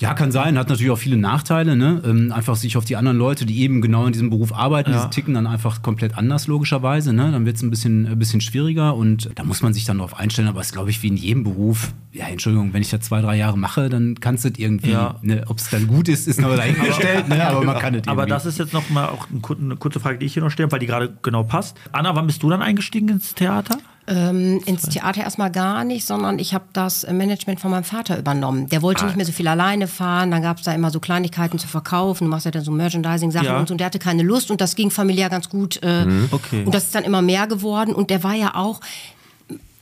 Speaker 5: Ja, kann sein. Hat natürlich auch viele Nachteile. Ne? Ähm, einfach sich auf die anderen Leute, die eben genau in diesem Beruf arbeiten, die ticken dann einfach komplett anders, logischerweise. Ne? Dann wird es ein bisschen, ein bisschen schwieriger und da muss man sich dann drauf einstellen. Aber es ist, glaube ich, wie in jedem Beruf. Ja, Entschuldigung, wenn ich das zwei, drei Jahre mache, dann kannst du das irgendwie.
Speaker 3: Ja.
Speaker 5: Ne? Ob es dann gut ist, ist noch dahingestellt, ne? aber man kann es
Speaker 3: Aber das ist jetzt noch mal auch ein kur- eine kurze Frage, die ich hier noch stelle, weil die gerade genau passt. Anna, wann bist du dann eingestiegen ins Theater?
Speaker 2: Hm,
Speaker 7: Ähm, ins Theater erstmal gar nicht, sondern ich habe das äh, Management von meinem Vater übernommen. Der
Speaker 2: Ah.
Speaker 7: wollte nicht mehr so viel alleine fahren. Dann gab es da immer so Kleinigkeiten zu verkaufen. Du machst ja dann so Merchandising-Sachen
Speaker 3: Ja.
Speaker 7: und so. Und der hatte keine Lust und das ging familiär ganz gut. Äh,
Speaker 2: Hm,
Speaker 3: Okay.
Speaker 7: Und das ist dann immer mehr geworden. Und der war ja auch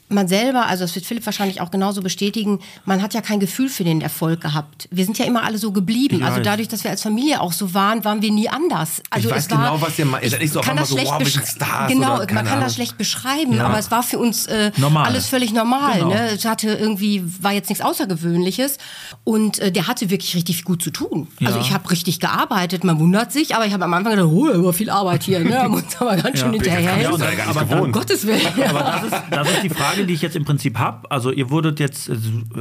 Speaker 7: man selber, also das wird Philipp wahrscheinlich auch genauso bestätigen, man hat ja kein Gefühl für den Erfolg gehabt. Wir sind ja immer alle so geblieben.
Speaker 3: Ja,
Speaker 7: also
Speaker 3: ich-
Speaker 7: dadurch, dass wir als Familie auch so waren, waren wir nie anders. Also
Speaker 2: weiß
Speaker 7: es war,
Speaker 2: genau, was ihr meint. Ihr seid nicht so auf
Speaker 7: kann
Speaker 2: einmal
Speaker 7: das
Speaker 2: so,
Speaker 7: schlecht
Speaker 2: wow, wir
Speaker 7: besch-
Speaker 2: sind Stars oder
Speaker 7: Genau, man
Speaker 2: keine
Speaker 7: kann
Speaker 2: Ahnung.
Speaker 7: das schlecht beschreiben, aber es war für uns äh,
Speaker 3: Normal.
Speaker 7: alles völlig normal.
Speaker 3: Genau.
Speaker 7: Ne? Es hatte irgendwie, war jetzt nichts Außergewöhnliches. Und äh, der hatte wirklich richtig gut zu tun. Also
Speaker 3: Ja.
Speaker 7: ich habe richtig gearbeitet, man wundert sich, aber ich habe am Anfang gedacht, oh, über viel Arbeit hier, ne? Haben uns aber ganz schön
Speaker 3: Ja,
Speaker 7: hinterherhelfen.
Speaker 2: ja gar nicht gewohnt.
Speaker 7: Um Gottes Willen.
Speaker 3: Das ist, das ist die Frage, Punkte, die ich jetzt im Prinzip habe, also ihr wurdet jetzt, äh,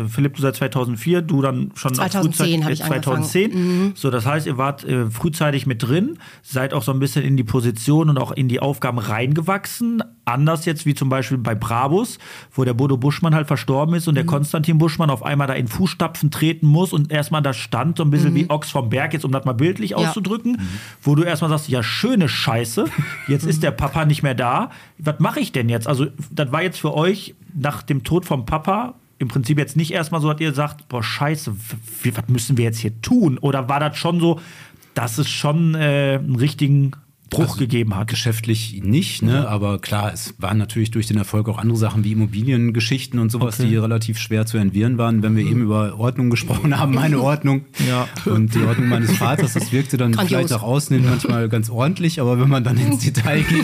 Speaker 3: Philipp, du seit 2004, du dann schon auch
Speaker 7: 2010
Speaker 3: frühzeitig-
Speaker 7: hab ich Mhm.
Speaker 3: äh, 2010. So, das heißt, ihr wart äh, frühzeitig mit drin, seid auch so ein bisschen in die Position und auch in die Aufgaben reingewachsen. Anders jetzt wie zum Beispiel bei Brabus, wo der Bodo Buschmann halt verstorben ist und
Speaker 7: Mhm.
Speaker 3: der Konstantin Buschmann auf einmal da in Fußstapfen treten muss und erstmal da stand, so ein bisschen
Speaker 7: Mhm.
Speaker 3: wie Ochs vom Berg, jetzt um das mal bildlich auszudrücken, wo du erstmal sagst, ja, schöne Scheiße, jetzt ist der Papa nicht mehr da. Was mache ich denn jetzt? Also, das war jetzt für euch nach dem Tod vom Papa im Prinzip jetzt nicht erstmal so, dass ihr sagt, boah, scheiße, w- w- was müssen wir jetzt hier tun? Oder war das schon so, dass es schon äh, einen richtigen Bruch gegeben hat?
Speaker 5: Geschäftlich nicht, ne? aber klar, es waren natürlich durch den Erfolg auch andere Sachen wie Immobiliengeschichten und sowas, die relativ schwer zu entwirren waren, wenn wir eben über Ordnung gesprochen haben, meine Ordnung
Speaker 3: Ja.
Speaker 5: und die Ordnung meines Vaters, das wirkte dann
Speaker 7: Grandios.
Speaker 5: vielleicht nach außen hin manchmal ganz ordentlich, aber wenn man dann ins Detail ging,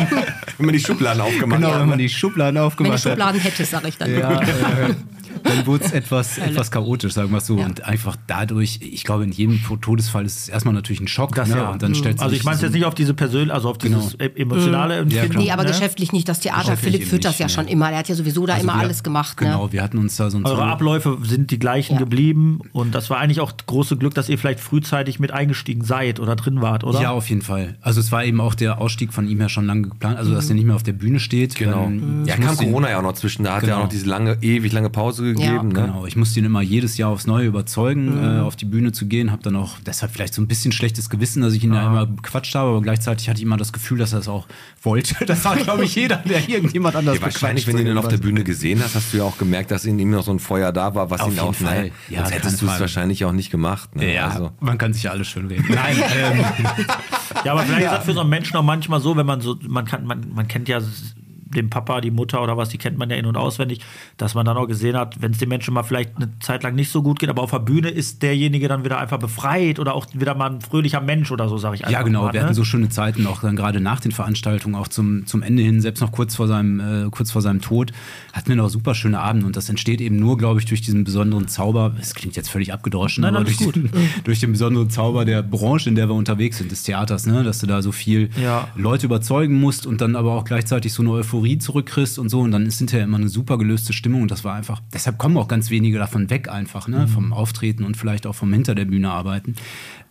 Speaker 2: Wenn man die Schubladen aufgemacht
Speaker 5: genau,
Speaker 2: hat.
Speaker 5: wenn man die Schubladen
Speaker 6: Wenn
Speaker 5: aufgemacht
Speaker 6: ich
Speaker 5: hat,
Speaker 6: Schubladen hätte, sage ich dann.
Speaker 5: ja, äh, dann wurde es etwas, etwas chaotisch, sagen wir es so. Und einfach dadurch, ich glaube, in jedem Todesfall ist es erstmal natürlich ein Schock.
Speaker 3: Das
Speaker 5: ne?
Speaker 3: ja.
Speaker 5: Und dann stellt Genau.
Speaker 3: also ich meine es jetzt nicht auf diese Persön, also auf dieses e- emotionale Empfinden.
Speaker 7: Äh, Nee, aber
Speaker 3: ne?
Speaker 7: geschäftlich nicht. Das Theater,
Speaker 5: Geschäftlich
Speaker 7: Philipp
Speaker 5: eben
Speaker 7: führt das
Speaker 5: nicht,
Speaker 7: ja
Speaker 5: nee.
Speaker 7: schon immer. Der hat ja sowieso
Speaker 3: Also
Speaker 7: da immer
Speaker 5: wir-
Speaker 7: alles gemacht. Ne?
Speaker 5: Genau, wir hatten uns da so ein
Speaker 3: Eure
Speaker 5: Zoll-
Speaker 3: Abläufe sind die gleichen
Speaker 7: Ja.
Speaker 3: geblieben und das war eigentlich auch das große Glück, dass ihr vielleicht frühzeitig mit eingestiegen seid oder drin wart, oder?
Speaker 5: Ja, auf jeden Fall. Also es war eben auch der Ausstieg von ihm ja schon lange geplant, also dass er nicht mehr auf der Bühne steht.
Speaker 2: Mhm. Genau.
Speaker 5: Dann-
Speaker 2: Ja,
Speaker 5: äh, ich
Speaker 2: kam
Speaker 5: musste ihn-
Speaker 2: Corona ja auch noch zwischen. Da hat er
Speaker 5: Genau.
Speaker 2: auch noch diese lange, ewig lange Pause gegeben. ne?
Speaker 5: Genau, ich musste ihn immer jedes Jahr aufs Neue
Speaker 2: Mhm.
Speaker 5: überzeugen, äh, auf die Bühne zu gehen. Habe dann auch deshalb vielleicht so ein bisschen schlechtes Gewissen, dass ich
Speaker 2: Ah.
Speaker 5: ihn da immer bequatscht habe, aber gleichzeitig hatte ich immer das Gefühl, dass er es auch wollte. Das hat, glaube ich, jeder, der irgendjemand anders
Speaker 2: Ja, wahrscheinlich, wenn du ihn dann auf der Bühne gesehen hast, hast du ja auch gemerkt, dass in ihm noch so ein Feuer da war, was
Speaker 5: Auf
Speaker 2: ihn
Speaker 5: jeden
Speaker 2: auch,
Speaker 5: Fall.
Speaker 2: ne, sonst
Speaker 5: Ja, keine
Speaker 2: hättest du es
Speaker 5: Frage.
Speaker 2: wahrscheinlich auch nicht gemacht. Ne?
Speaker 5: Ja,
Speaker 2: Also,
Speaker 5: man kann sich ja alles schön reden. Nein, ähm,
Speaker 3: Ja, aber vielleicht ist das für so einen Menschen auch manchmal so, wenn man so, man kann, man, man kennt ja s- den Papa, die Mutter oder was, die kennt man ja in- und auswendig, dass man dann auch gesehen hat, wenn es dem Menschen mal vielleicht eine Zeit lang nicht so gut geht, aber auf der Bühne ist derjenige dann wieder einfach befreit oder auch wieder mal ein fröhlicher Mensch oder so, sage ich einfach
Speaker 5: Ja, genau.
Speaker 3: mal,
Speaker 5: Wir
Speaker 3: ne?
Speaker 5: hatten so schöne Zeiten, auch dann gerade nach den Veranstaltungen, auch zum, zum Ende hin, selbst noch kurz vor seinem, äh, kurz vor seinem Tod, hatten wir noch super schöne Abende. Und das entsteht eben nur, glaube ich, durch diesen besonderen Zauber. Es klingt jetzt völlig abgedroschen,
Speaker 3: Nein,
Speaker 5: aber
Speaker 3: alles
Speaker 5: durch, Den, durch den besonderen Zauber der Branche, in der wir unterwegs sind, des Theaters, ne? dass du da so viel
Speaker 3: Ja.
Speaker 5: Leute überzeugen musst und dann aber auch gleichzeitig so eine Euphorie zurückkriegst und so. Und dann ist hinterher immer eine super gelöste Stimmung. Und das war einfach, deshalb kommen auch ganz wenige davon weg, einfach, ne? Vom Auftreten und vielleicht auch vom Hinter der Bühne arbeiten.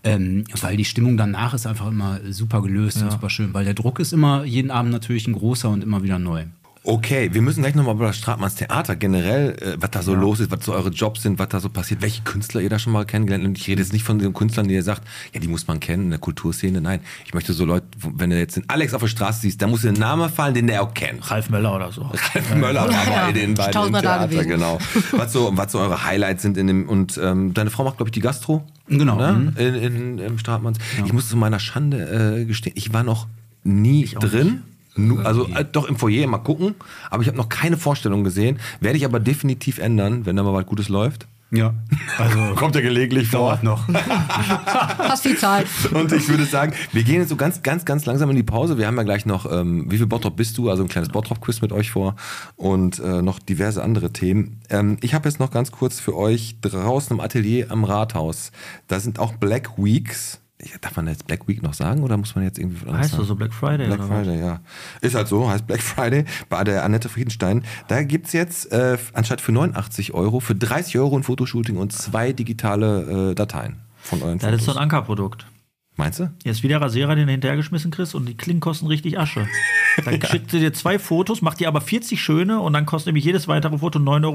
Speaker 5: Ähm, weil die Stimmung danach ist einfach immer super gelöst und super schön, weil der Druck ist immer jeden Abend natürlich ein großer und immer wieder neu.
Speaker 2: okay, wir müssen gleich nochmal über das Stratmanns Theater generell, äh, was da so los ist, was so eure Jobs sind, was da so passiert, welche Künstler ihr da schon mal kennengelernt habt. Und ich rede jetzt nicht von den Künstlern, die ihr sagt, ja, die muss man kennen in der Kulturszene. Nein, ich möchte so Leute, wo- wenn du jetzt den Alex auf der Straße siehst, da muss dir ein Name fallen, den der auch kennt.
Speaker 3: Ralf Möller oder so.
Speaker 2: Ralf Möller war
Speaker 7: Ja,
Speaker 2: bei den
Speaker 7: ist
Speaker 2: beiden im
Speaker 7: tausendmal da
Speaker 2: Theater,
Speaker 7: gewesen.
Speaker 2: genau. Was so, was so eure Highlights sind in dem, und ähm, deine Frau macht, glaube ich, die Gastro.
Speaker 5: Genau.
Speaker 2: Ne? In, in, Im Stratmanns. Ich muss zu meiner Schande äh, gestehen, ich war noch nie drin. Nu- Also äh, doch im Foyer mal gucken, aber ich habe noch keine Vorstellung gesehen. Werde ich aber definitiv ändern, wenn da mal was Gutes läuft.
Speaker 5: Ja. Also
Speaker 2: Kommt ja gelegentlich vor.
Speaker 5: dauert noch.
Speaker 6: Hast viel Zeit.
Speaker 2: Und ich würde sagen, wir gehen jetzt so ganz, ganz, ganz langsam in die Pause. Wir haben ja gleich noch, ähm, wie viel Bottrop bist du? Also ein kleines Bottrop-Quiz mit euch vor und äh, noch diverse andere Themen. Ähm, ich habe jetzt noch ganz kurz für euch draußen im Atelier am Rathaus. Da sind auch Black Weeks. Ich- Darf man jetzt Black Week noch sagen oder muss man jetzt irgendwie was anderes
Speaker 3: Heißt das
Speaker 2: sagen?
Speaker 3: so Black Friday
Speaker 2: Black
Speaker 3: oder was?
Speaker 2: Friday, ja. Ist halt so, heißt Black Friday bei der Annette Friedenstein. Da gibt es jetzt äh, anstatt für 89 Euro, für 30 Euro ein Fotoshooting und zwei digitale äh, Dateien von euren
Speaker 3: Das ist so
Speaker 2: Fotos.
Speaker 3: ein Ankerprodukt.
Speaker 2: Meinst du?
Speaker 3: Jetzt wieder Rasierer, den du hinterhergeschmissen kriegst und die Klingen kosten richtig Asche. Dann schickt sie dir zwei Fotos, macht dir aber 40 schöne und dann kostet nämlich jedes weitere Foto 9,99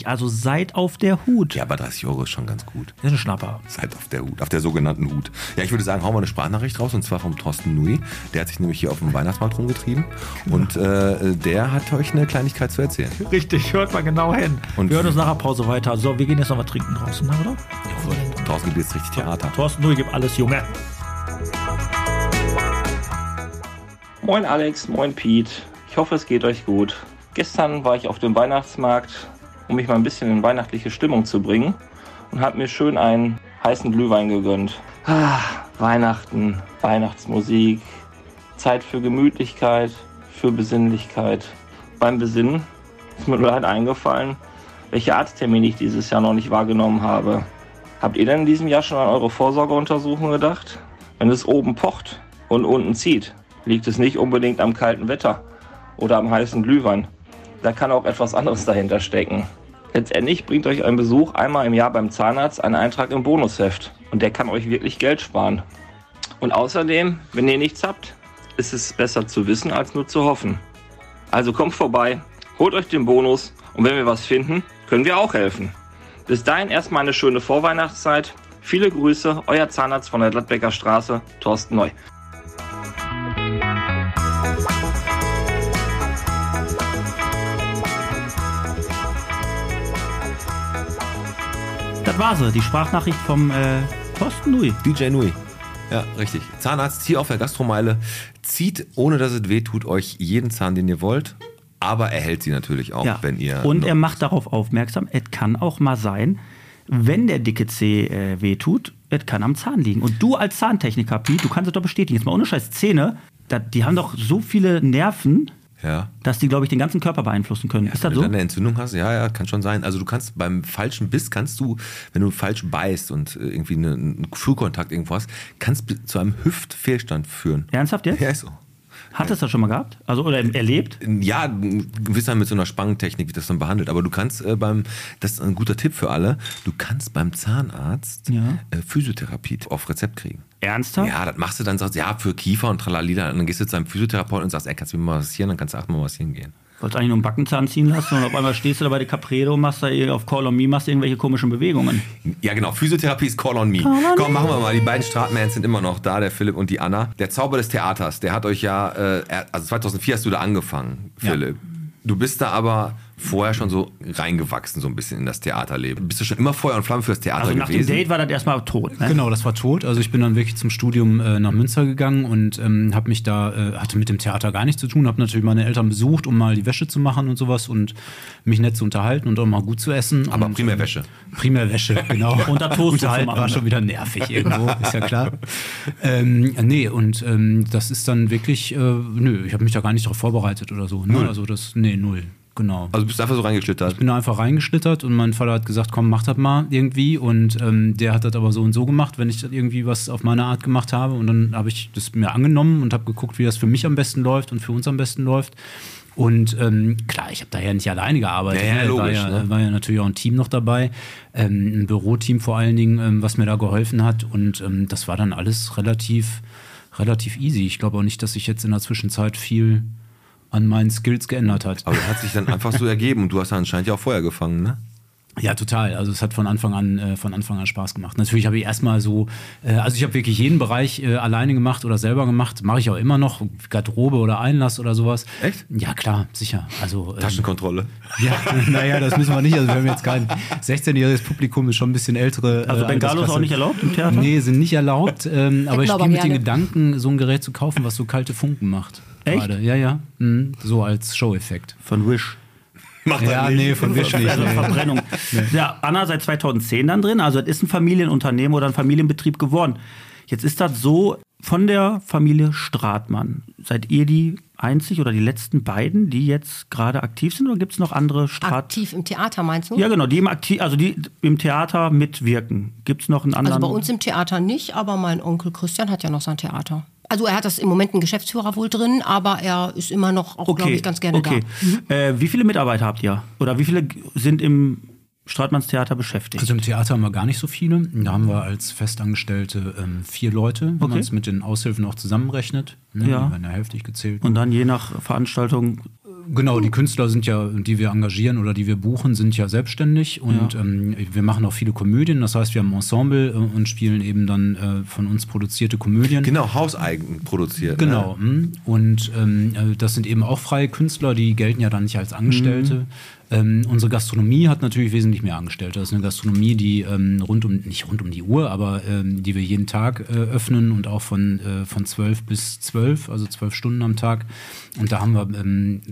Speaker 3: Euro. Also seid auf der Hut.
Speaker 2: Ja, aber 30 Euro ist schon ganz gut.
Speaker 3: Das ist ein Schnapper.
Speaker 2: Seid auf der Hut, auf der sogenannten Hut. Ja, ich würde sagen, hauen wir eine Sprachnachricht raus und zwar vom Thorsten Nui. Der hat sich nämlich hier auf dem Weihnachtsmarkt rumgetrieben
Speaker 3: Genau.
Speaker 2: und äh, der hat euch eine Kleinigkeit zu erzählen.
Speaker 3: Richtig, hört mal genau hin.
Speaker 2: Und-
Speaker 3: wir hören uns nachher Pause weiter. So, wir gehen jetzt noch was trinken draußen, ne, oder?
Speaker 2: Thorsten gibt jetzt richtig Theater.
Speaker 3: Thorsten, du gib alles, Junge.
Speaker 8: Moin Alex, moin Pete. Ich hoffe, es geht euch gut. Gestern war ich auf dem Weihnachtsmarkt, um mich mal ein bisschen in weihnachtliche Stimmung zu bringen und habe mir schön einen heißen Glühwein gegönnt. Ah, Weihnachten, Weihnachtsmusik, Zeit für Gemütlichkeit, für Besinnlichkeit. Beim Besinnen ist mir leider eingefallen, welche Arzttermine ich dieses Jahr noch nicht wahrgenommen habe. Habt ihr denn in diesem Jahr schon an eure Vorsorgeuntersuchung gedacht? Wenn es oben pocht und unten zieht, liegt es nicht unbedingt am kalten Wetter oder am heißen Glühwein, Da kann auch etwas anderes dahinter stecken. Letztendlich bringt euch ein Besuch einmal im Jahr beim Zahnarzt einen Eintrag im Bonusheft und der kann euch wirklich Geld sparen. Und außerdem, wenn ihr nichts habt, ist es besser zu wissen als nur zu hoffen. Also kommt vorbei, holt euch den Bonus und wenn wir was finden, können wir auch helfen. Bis dahin erstmal eine schöne Vorweihnachtszeit. Viele Grüße, euer Zahnarzt von der Gladbecker Straße, Thorsten Neu.
Speaker 3: Das war sie, die Sprachnachricht vom äh, Thorsten Nui.
Speaker 2: DJ Nui. Ja, richtig. Zahnarzt hier auf der Gastromeile zieht, ohne dass es weh tut, euch jeden Zahn, den ihr wollt. Aber er hält sie natürlich auch,
Speaker 3: Ja.
Speaker 2: wenn ihr.
Speaker 3: und er macht darauf aufmerksam, es kann auch mal sein, wenn der dicke Zeh äh, wehtut, es kann am Zahn liegen. Und du als Zahntechniker, Piet, du kannst es doch bestätigen. Jetzt mal ohne Scheiß, Zähne, da, die haben doch so viele Nerven,
Speaker 2: Ja.
Speaker 3: dass die, glaube ich, den ganzen Körper beeinflussen können. Ist
Speaker 2: Wenn
Speaker 3: das
Speaker 2: du
Speaker 3: so?
Speaker 2: dann eine Entzündung hast, ja, ja, kann schon sein. Also du kannst beim falschen Biss, kannst du, wenn du falsch beißt und äh, irgendwie eine- einen Frühkontakt irgendwo hast, kannst bis zu einem Hüftfehlstand führen.
Speaker 3: Ernsthaft jetzt?
Speaker 2: Ja, ist so.
Speaker 3: Hat es das schon mal gehabt? Also, oder erlebt?
Speaker 2: Ja, gewisser mit so einer Spangentechnik wird das dann behandelt. Aber du kannst äh, beim, das ist ein guter Tipp für alle, du kannst beim Zahnarzt
Speaker 3: Ja.
Speaker 2: äh, Physiotherapie auf Rezept kriegen.
Speaker 3: Ernsthaft?
Speaker 2: Ja, das machst du dann, sagst ja, für Kiefer und Tralalida. Und dann gehst du zu einem Physiotherapeuten und sagst, ey, kannst du mir mal massieren, dann kannst du achtmal massieren gehen.
Speaker 3: Wolltest eigentlich nur einen Backenzahn ziehen lassen und auf einmal stehst du da bei der Capredo, machst da eh- auf Call on Me, machst irgendwelche komischen Bewegungen.
Speaker 2: Ja, genau. Physiotherapie ist Call on Me. Komm, machen wir mal. Die beiden Stratmans sind immer noch da, der Philipp und die Anna. Der Zauber des Theaters, der hat euch ja, äh, er- also 2004 hast du da angefangen, Philipp. Du bist da aber vorher schon so reingewachsen, so ein bisschen in das Theaterleben. Bist du schon immer Feuer und Flamme fürs Theater
Speaker 3: Also nach dem
Speaker 2: gewesen?
Speaker 3: Date war das erstmal tot. Ne?
Speaker 5: Genau, das war tot. Also ich bin dann wirklich zum Studium äh, nach Münster gegangen und ähm, habe mich da, äh, hatte mit dem Theater gar nichts zu tun, habe natürlich meine Eltern besucht, um mal die Wäsche zu machen und sowas und mich nett zu unterhalten und auch mal gut zu essen.
Speaker 2: aber
Speaker 5: und, ähm,
Speaker 2: primär Wäsche.
Speaker 5: Primär Wäsche, genau.
Speaker 3: Und da Toast zu
Speaker 5: Unterhalten
Speaker 3: machen,
Speaker 5: war
Speaker 3: ne?
Speaker 5: schon wieder nervig irgendwo, ist ja klar. ähm, nee, und ähm, das ist dann wirklich, äh, nö, ich habe mich da gar nicht darauf vorbereitet oder so. Ne? Also das, nee, null, genau.
Speaker 2: Also bist du einfach so reingeschlittert.
Speaker 5: bin da einfach reingeschlittert und mein Vater hat gesagt, komm, mach das mal irgendwie. Und ähm, der hat das aber so und so gemacht, wenn ich das irgendwie was auf meine Art gemacht habe. Und dann habe ich das mir angenommen und habe geguckt, wie das für mich am besten läuft und für uns am besten läuft. Und ähm, klar, ich habe daher nicht alleine gearbeitet.
Speaker 2: Ja, ja,
Speaker 5: ne?
Speaker 2: logisch,
Speaker 5: War ja,
Speaker 2: ne?
Speaker 5: war ja natürlich auch ein Team noch dabei, ähm, ein Büroteam vor allen Dingen, ähm, was mir da geholfen hat. Und ähm, das war dann alles relativ, relativ easy. Ich glaube auch nicht, dass sich jetzt in der Zwischenzeit viel an meinen Skills geändert hat.
Speaker 2: Aber das hat sich dann einfach so ergeben und du hast dann anscheinend ja auch Feuer gefangen, ne?
Speaker 5: Ja, total. Also es hat von Anfang an äh, von Anfang an Spaß gemacht. Natürlich habe ich erstmal so, äh, also ich habe wirklich jeden Bereich äh, alleine gemacht oder selber gemacht. Mache ich auch immer noch Garderobe oder Einlass oder sowas.
Speaker 2: Echt?
Speaker 5: Ja klar, sicher. Also ähm,
Speaker 2: Taschenkontrolle.
Speaker 5: Ja, naja, das müssen wir nicht. Also wir haben jetzt kein 16-jähriges Publikum, ist schon ein bisschen ältere.
Speaker 3: Also Bengalos auch
Speaker 5: Altersklasse.
Speaker 3: nicht erlaubt im Theater?
Speaker 5: Nee, sind nicht erlaubt. Ähm, aber ich
Speaker 6: aber
Speaker 5: spiele mit den
Speaker 6: gerne.
Speaker 5: Gedanken, so ein Gerät zu kaufen, was so kalte Funken macht.
Speaker 3: Echt?
Speaker 5: Gerade. Ja, ja. Mhm. So als Show-Effekt.
Speaker 3: Von Wish.
Speaker 2: Mach das
Speaker 5: Ja,
Speaker 2: nicht.
Speaker 5: nee, von Wish nicht.
Speaker 3: Also
Speaker 5: nee.
Speaker 3: Verbrennung. Ja, Anna seit 2010 dann drin. Also es ist ein Familienunternehmen oder ein Familienbetrieb geworden. Jetzt ist das so von der Familie Stratmann. Seid ihr die einzig oder die letzten beiden, die jetzt gerade aktiv sind oder gibt es noch andere Strat?
Speaker 7: Aktiv im Theater, meinst du?
Speaker 3: Ja, genau, die im aktiv, also die im Theater mitwirken. Gibt es noch einen
Speaker 7: Also
Speaker 3: anderen?
Speaker 7: bei uns im Theater nicht, aber mein Onkel Christian hat ja noch sein Theater. Also er hat das im Moment einen Geschäftsführer wohl drin, aber er ist immer noch auch, glaube ich, ganz gerne
Speaker 3: okay.
Speaker 7: da. Mhm.
Speaker 3: Äh, wie viele Mitarbeiter habt ihr? Oder wie viele g- sind im Stratmanns Theater beschäftigt?
Speaker 5: Also im Theater haben wir gar nicht so viele. Da haben wir als Festangestellte ähm, vier Leute, wenn man es mit den Aushilfen auch zusammenrechnet. Ne?
Speaker 3: Ja.
Speaker 5: Die werden ja heftig gezählt.
Speaker 3: Und dann je nach Veranstaltung
Speaker 5: Genau, die Künstler sind ja, die wir engagieren oder die wir buchen, sind ja selbstständig und ähm, wir machen auch viele Komödien. Das heißt, wir haben ein Ensemble äh, und spielen eben dann äh, von uns produzierte Komödien.
Speaker 2: Genau, hauseigen produziert. Ne?
Speaker 5: Genau. mhm. Und ähm, äh, das sind eben auch freie Künstler, die gelten ja dann nicht als Angestellte.
Speaker 3: Mhm.
Speaker 5: Ähm, unsere Gastronomie hat natürlich wesentlich mehr Angestellte. Das ist eine Gastronomie, die ähm, rund um, nicht rund um die Uhr, aber ähm, die wir jeden Tag äh, öffnen und auch von, äh, von 12 bis 12, also 12 Stunden am Tag. Und da haben wir ähm,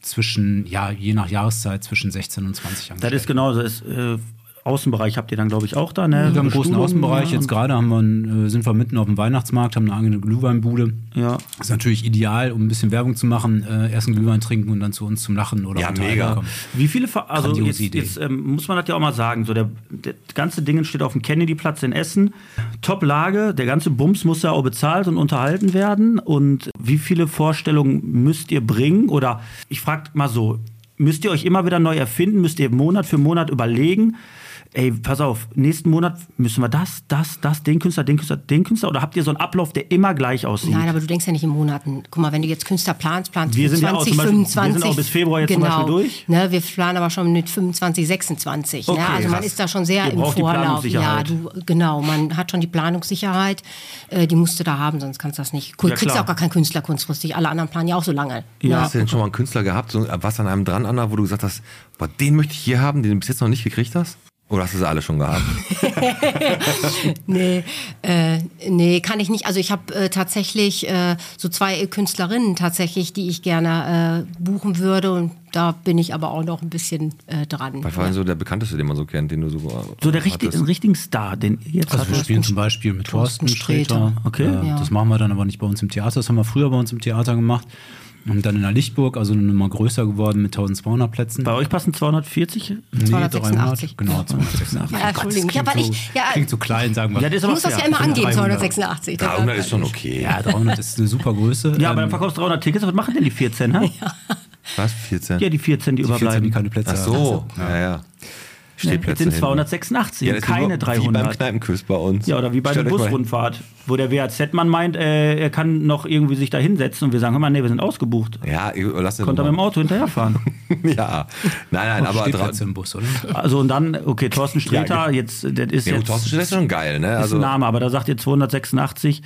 Speaker 5: zwischen, ja, je nach Jahreszeit zwischen 16 und 20 Angestellte.
Speaker 3: Das ist genau, das ist, äh, Außenbereich habt ihr dann, glaube ich, auch da, ne?
Speaker 5: wir haben einen großen
Speaker 3: Studium,
Speaker 5: Außenbereich.
Speaker 3: ja,
Speaker 5: Jetzt
Speaker 3: und-
Speaker 5: gerade haben wir einen, äh, sind wir mitten auf dem Weihnachtsmarkt, haben eine eigene Glühweinbude.
Speaker 3: Ja.
Speaker 5: Ist natürlich ideal, um ein bisschen Werbung zu machen. Äh, erst einen Glühwein trinken und dann zu uns zum Lachen oder
Speaker 2: Ja,
Speaker 5: unter
Speaker 2: mega.
Speaker 5: einen kommen.
Speaker 3: Ah, Wie viele, Ver also
Speaker 5: Grandiose
Speaker 3: jetzt,
Speaker 5: Idee.
Speaker 3: jetzt ähm, muss man das ja auch mal sagen, so der, der ganze Ding steht auf dem Kennedy-Platz in Essen, Top-Lage, der ganze Bums muss ja auch bezahlt und unterhalten werden und wie viele Vorstellungen müsst ihr bringen oder ich frage mal so, müsst ihr euch immer wieder neu erfinden, müsst ihr Monat für Monat überlegen, ey, pass auf, nächsten Monat müssen wir das, das, das, den Künstler, den Künstler, den Künstler? Oder habt ihr so einen Ablauf, der immer gleich aussieht?
Speaker 7: Nein, aber du denkst ja nicht in Monaten. Guck mal, wenn du jetzt Künstler planst, planst
Speaker 3: Wir
Speaker 7: du
Speaker 3: sind ja auch
Speaker 7: 20,
Speaker 3: zum Beispiel-
Speaker 7: 25.
Speaker 3: wir sind auch bis Februar jetzt zum
Speaker 7: genau.
Speaker 3: Beispiel durch.
Speaker 7: Ne, wir planen aber schon mit 25, 26.
Speaker 3: Okay,
Speaker 7: ne? Also man
Speaker 3: krass.
Speaker 7: ist da schon sehr
Speaker 3: Ihr
Speaker 7: im
Speaker 3: braucht die
Speaker 7: Vorlauf. ja,
Speaker 3: Planungssicherheit.
Speaker 7: du, genau, man hat schon die Planungssicherheit. Äh, die musst du da haben, sonst kannst du das nicht. Cool,
Speaker 3: Ja,
Speaker 7: kriegst
Speaker 3: klar.
Speaker 7: auch gar keinen Künstler kurzfristig. Alle anderen planen ja auch so lange. ne?
Speaker 3: Ja.
Speaker 2: Hast du denn schon mal einen Künstler gehabt, so was an einem dran, Anna, wo du gesagt hast, boah, den möchte ich hier haben, den du bis jetzt noch nicht gekriegt hast? Oder hast du sie alle schon gehabt?
Speaker 7: Nee, äh, nee, kann ich nicht. Also ich habe äh, tatsächlich äh, so zwei Künstlerinnen tatsächlich, die ich gerne äh, buchen würde. Und da bin ich aber auch noch ein bisschen äh, dran.
Speaker 2: Weil vor allem so der bekannteste, den man so kennt, den du so. äh,
Speaker 3: So der richtige, einen richtigen Star, den ihr jetzt
Speaker 5: Also wir
Speaker 3: habt.
Speaker 5: spielen zum Beispiel mit
Speaker 7: Thorsten
Speaker 5: Thorsten
Speaker 7: Sträter.
Speaker 5: Sträter.
Speaker 3: Okay.
Speaker 5: Äh,
Speaker 7: Ja.
Speaker 5: Das machen wir dann aber nicht bei uns im Theater. Das haben wir früher bei uns im Theater gemacht. Und dann in der Lichtburg, also eine Nummer größer geworden mit 1200 Plätzen.
Speaker 3: Bei euch passen 240?
Speaker 5: Nee,
Speaker 7: 286.
Speaker 5: 300, Genau, 286.
Speaker 7: Ja, Entschuldigung. Ja, weil
Speaker 5: klingt,
Speaker 7: ich,
Speaker 5: so,
Speaker 7: ja,
Speaker 5: klingt so klein, sagen wir.
Speaker 3: Ja, das ist
Speaker 7: ich
Speaker 3: aber
Speaker 7: muss das ja
Speaker 3: fair.
Speaker 7: immer angeben,
Speaker 5: 300.
Speaker 7: 286.
Speaker 2: 300 ist schon okay.
Speaker 5: ja, 300 ist eine super Größe.
Speaker 3: Ja, aber dann
Speaker 5: Ähm,
Speaker 3: verkaufst du 300 Tickets. Was machen denn die 14? Hä?
Speaker 2: Was? 14?
Speaker 3: Ja, die 14, die,
Speaker 5: die 14, die
Speaker 3: überbleiben.
Speaker 5: keine Plätze Also,
Speaker 2: Ach
Speaker 5: haben.
Speaker 2: so, ja, ja.
Speaker 3: Jetzt
Speaker 2: Stehplätze.
Speaker 3: sind
Speaker 2: hinten.
Speaker 3: 286,
Speaker 2: Ja,
Speaker 3: und
Speaker 2: das ist
Speaker 3: keine
Speaker 2: wie Wie beim
Speaker 3: 300.
Speaker 2: Kneipenquiz bei uns.
Speaker 3: Ja, oder wie bei der
Speaker 2: Stellt euch mal hin.
Speaker 3: Busrundfahrt, wo der WAZ-Mann meint, äh, er kann noch irgendwie sich da hinsetzen und wir sagen, hör mal, nee, wir sind ausgebucht.
Speaker 2: Ja, ich- lass den
Speaker 3: Konnte er
Speaker 2: mal.
Speaker 3: mit dem Auto hinterherfahren.
Speaker 2: Ja, nein, nein, aber
Speaker 5: Stehplätze
Speaker 2: dra-
Speaker 5: im Bus, oder?
Speaker 3: Also und dann, okay, Thorsten Sträter,
Speaker 2: Ja, genau.
Speaker 3: jetzt, äh, das ist
Speaker 2: ja, gut,
Speaker 3: jetzt
Speaker 2: Thorsten Sträter ist schon geil, ne?
Speaker 3: ist
Speaker 2: Also,
Speaker 3: ein Name, aber da sagt ihr 286,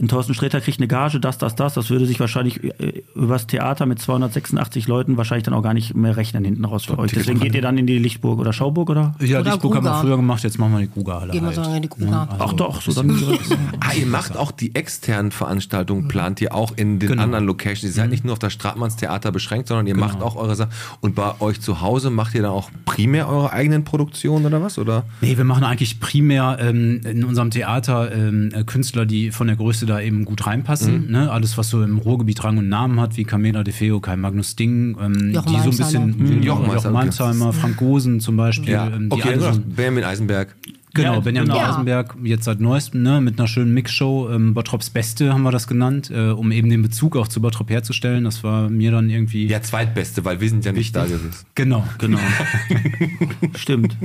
Speaker 3: ein Thorsten Sträter kriegt eine Gage, das, das, das, das würde sich wahrscheinlich äh, übers Theater mit 286 Leuten wahrscheinlich dann auch gar nicht mehr rechnen hinten raus für euch.
Speaker 2: Tickets
Speaker 3: Deswegen
Speaker 2: machen
Speaker 3: geht ihr dann in die Lichtburg oder Schauburg oder?
Speaker 5: Ja,
Speaker 7: Oder
Speaker 5: Lichtburg haben wir
Speaker 7: Gruger.
Speaker 5: früher gemacht, jetzt machen wir die Kruger alle.
Speaker 7: Gehen wir
Speaker 5: halt.
Speaker 7: so lange in die Kruger.
Speaker 5: also
Speaker 3: Ach doch, so dann.
Speaker 2: ah, ihr macht auch die externen Veranstaltungen, plant ihr auch in den
Speaker 5: Genau.
Speaker 2: anderen Locations. Ihr seid nicht nur auf das Stratmanns Theater beschränkt, sondern ihr macht auch eure Sachen. Und bei euch zu Hause macht ihr dann auch primär eure eigenen Produktionen oder was? Oder?
Speaker 5: Nee, wir machen eigentlich primär ähm, in unserem Theater ähm, äh, Künstler, die von der Größe da eben gut reinpassen.
Speaker 2: Mhm.
Speaker 5: Ne? Alles, was so im Ruhrgebiet Rang und Namen hat, wie Camela De Feo, Kai Magnus Ding,
Speaker 7: Jochen
Speaker 5: ähm, die so ein
Speaker 7: Malmsheimer.
Speaker 5: bisschen
Speaker 2: Mhm. Jochen
Speaker 5: Jochen
Speaker 2: Malmsheimer,
Speaker 5: Malmsheimer, Frank Gosen zum Beispiel.
Speaker 2: Ja,
Speaker 5: Ähm, die
Speaker 2: okay,
Speaker 5: alle
Speaker 2: oder?
Speaker 5: so,
Speaker 2: Benjamin Eisenberg.
Speaker 5: genau,
Speaker 3: Ja,
Speaker 5: Benjamin
Speaker 3: genau.
Speaker 5: Eisenberg, jetzt seit neuestem, ne, mit einer schönen Mixshow, ähm, Bottrops Beste haben wir das genannt, äh, um eben den Bezug auch zu Bottrop herzustellen. Das war mir dann irgendwie.
Speaker 2: Ja, zweitbeste, weil wir sind ja nicht da gewesen.
Speaker 5: Genau,
Speaker 3: Genau. Stimmt.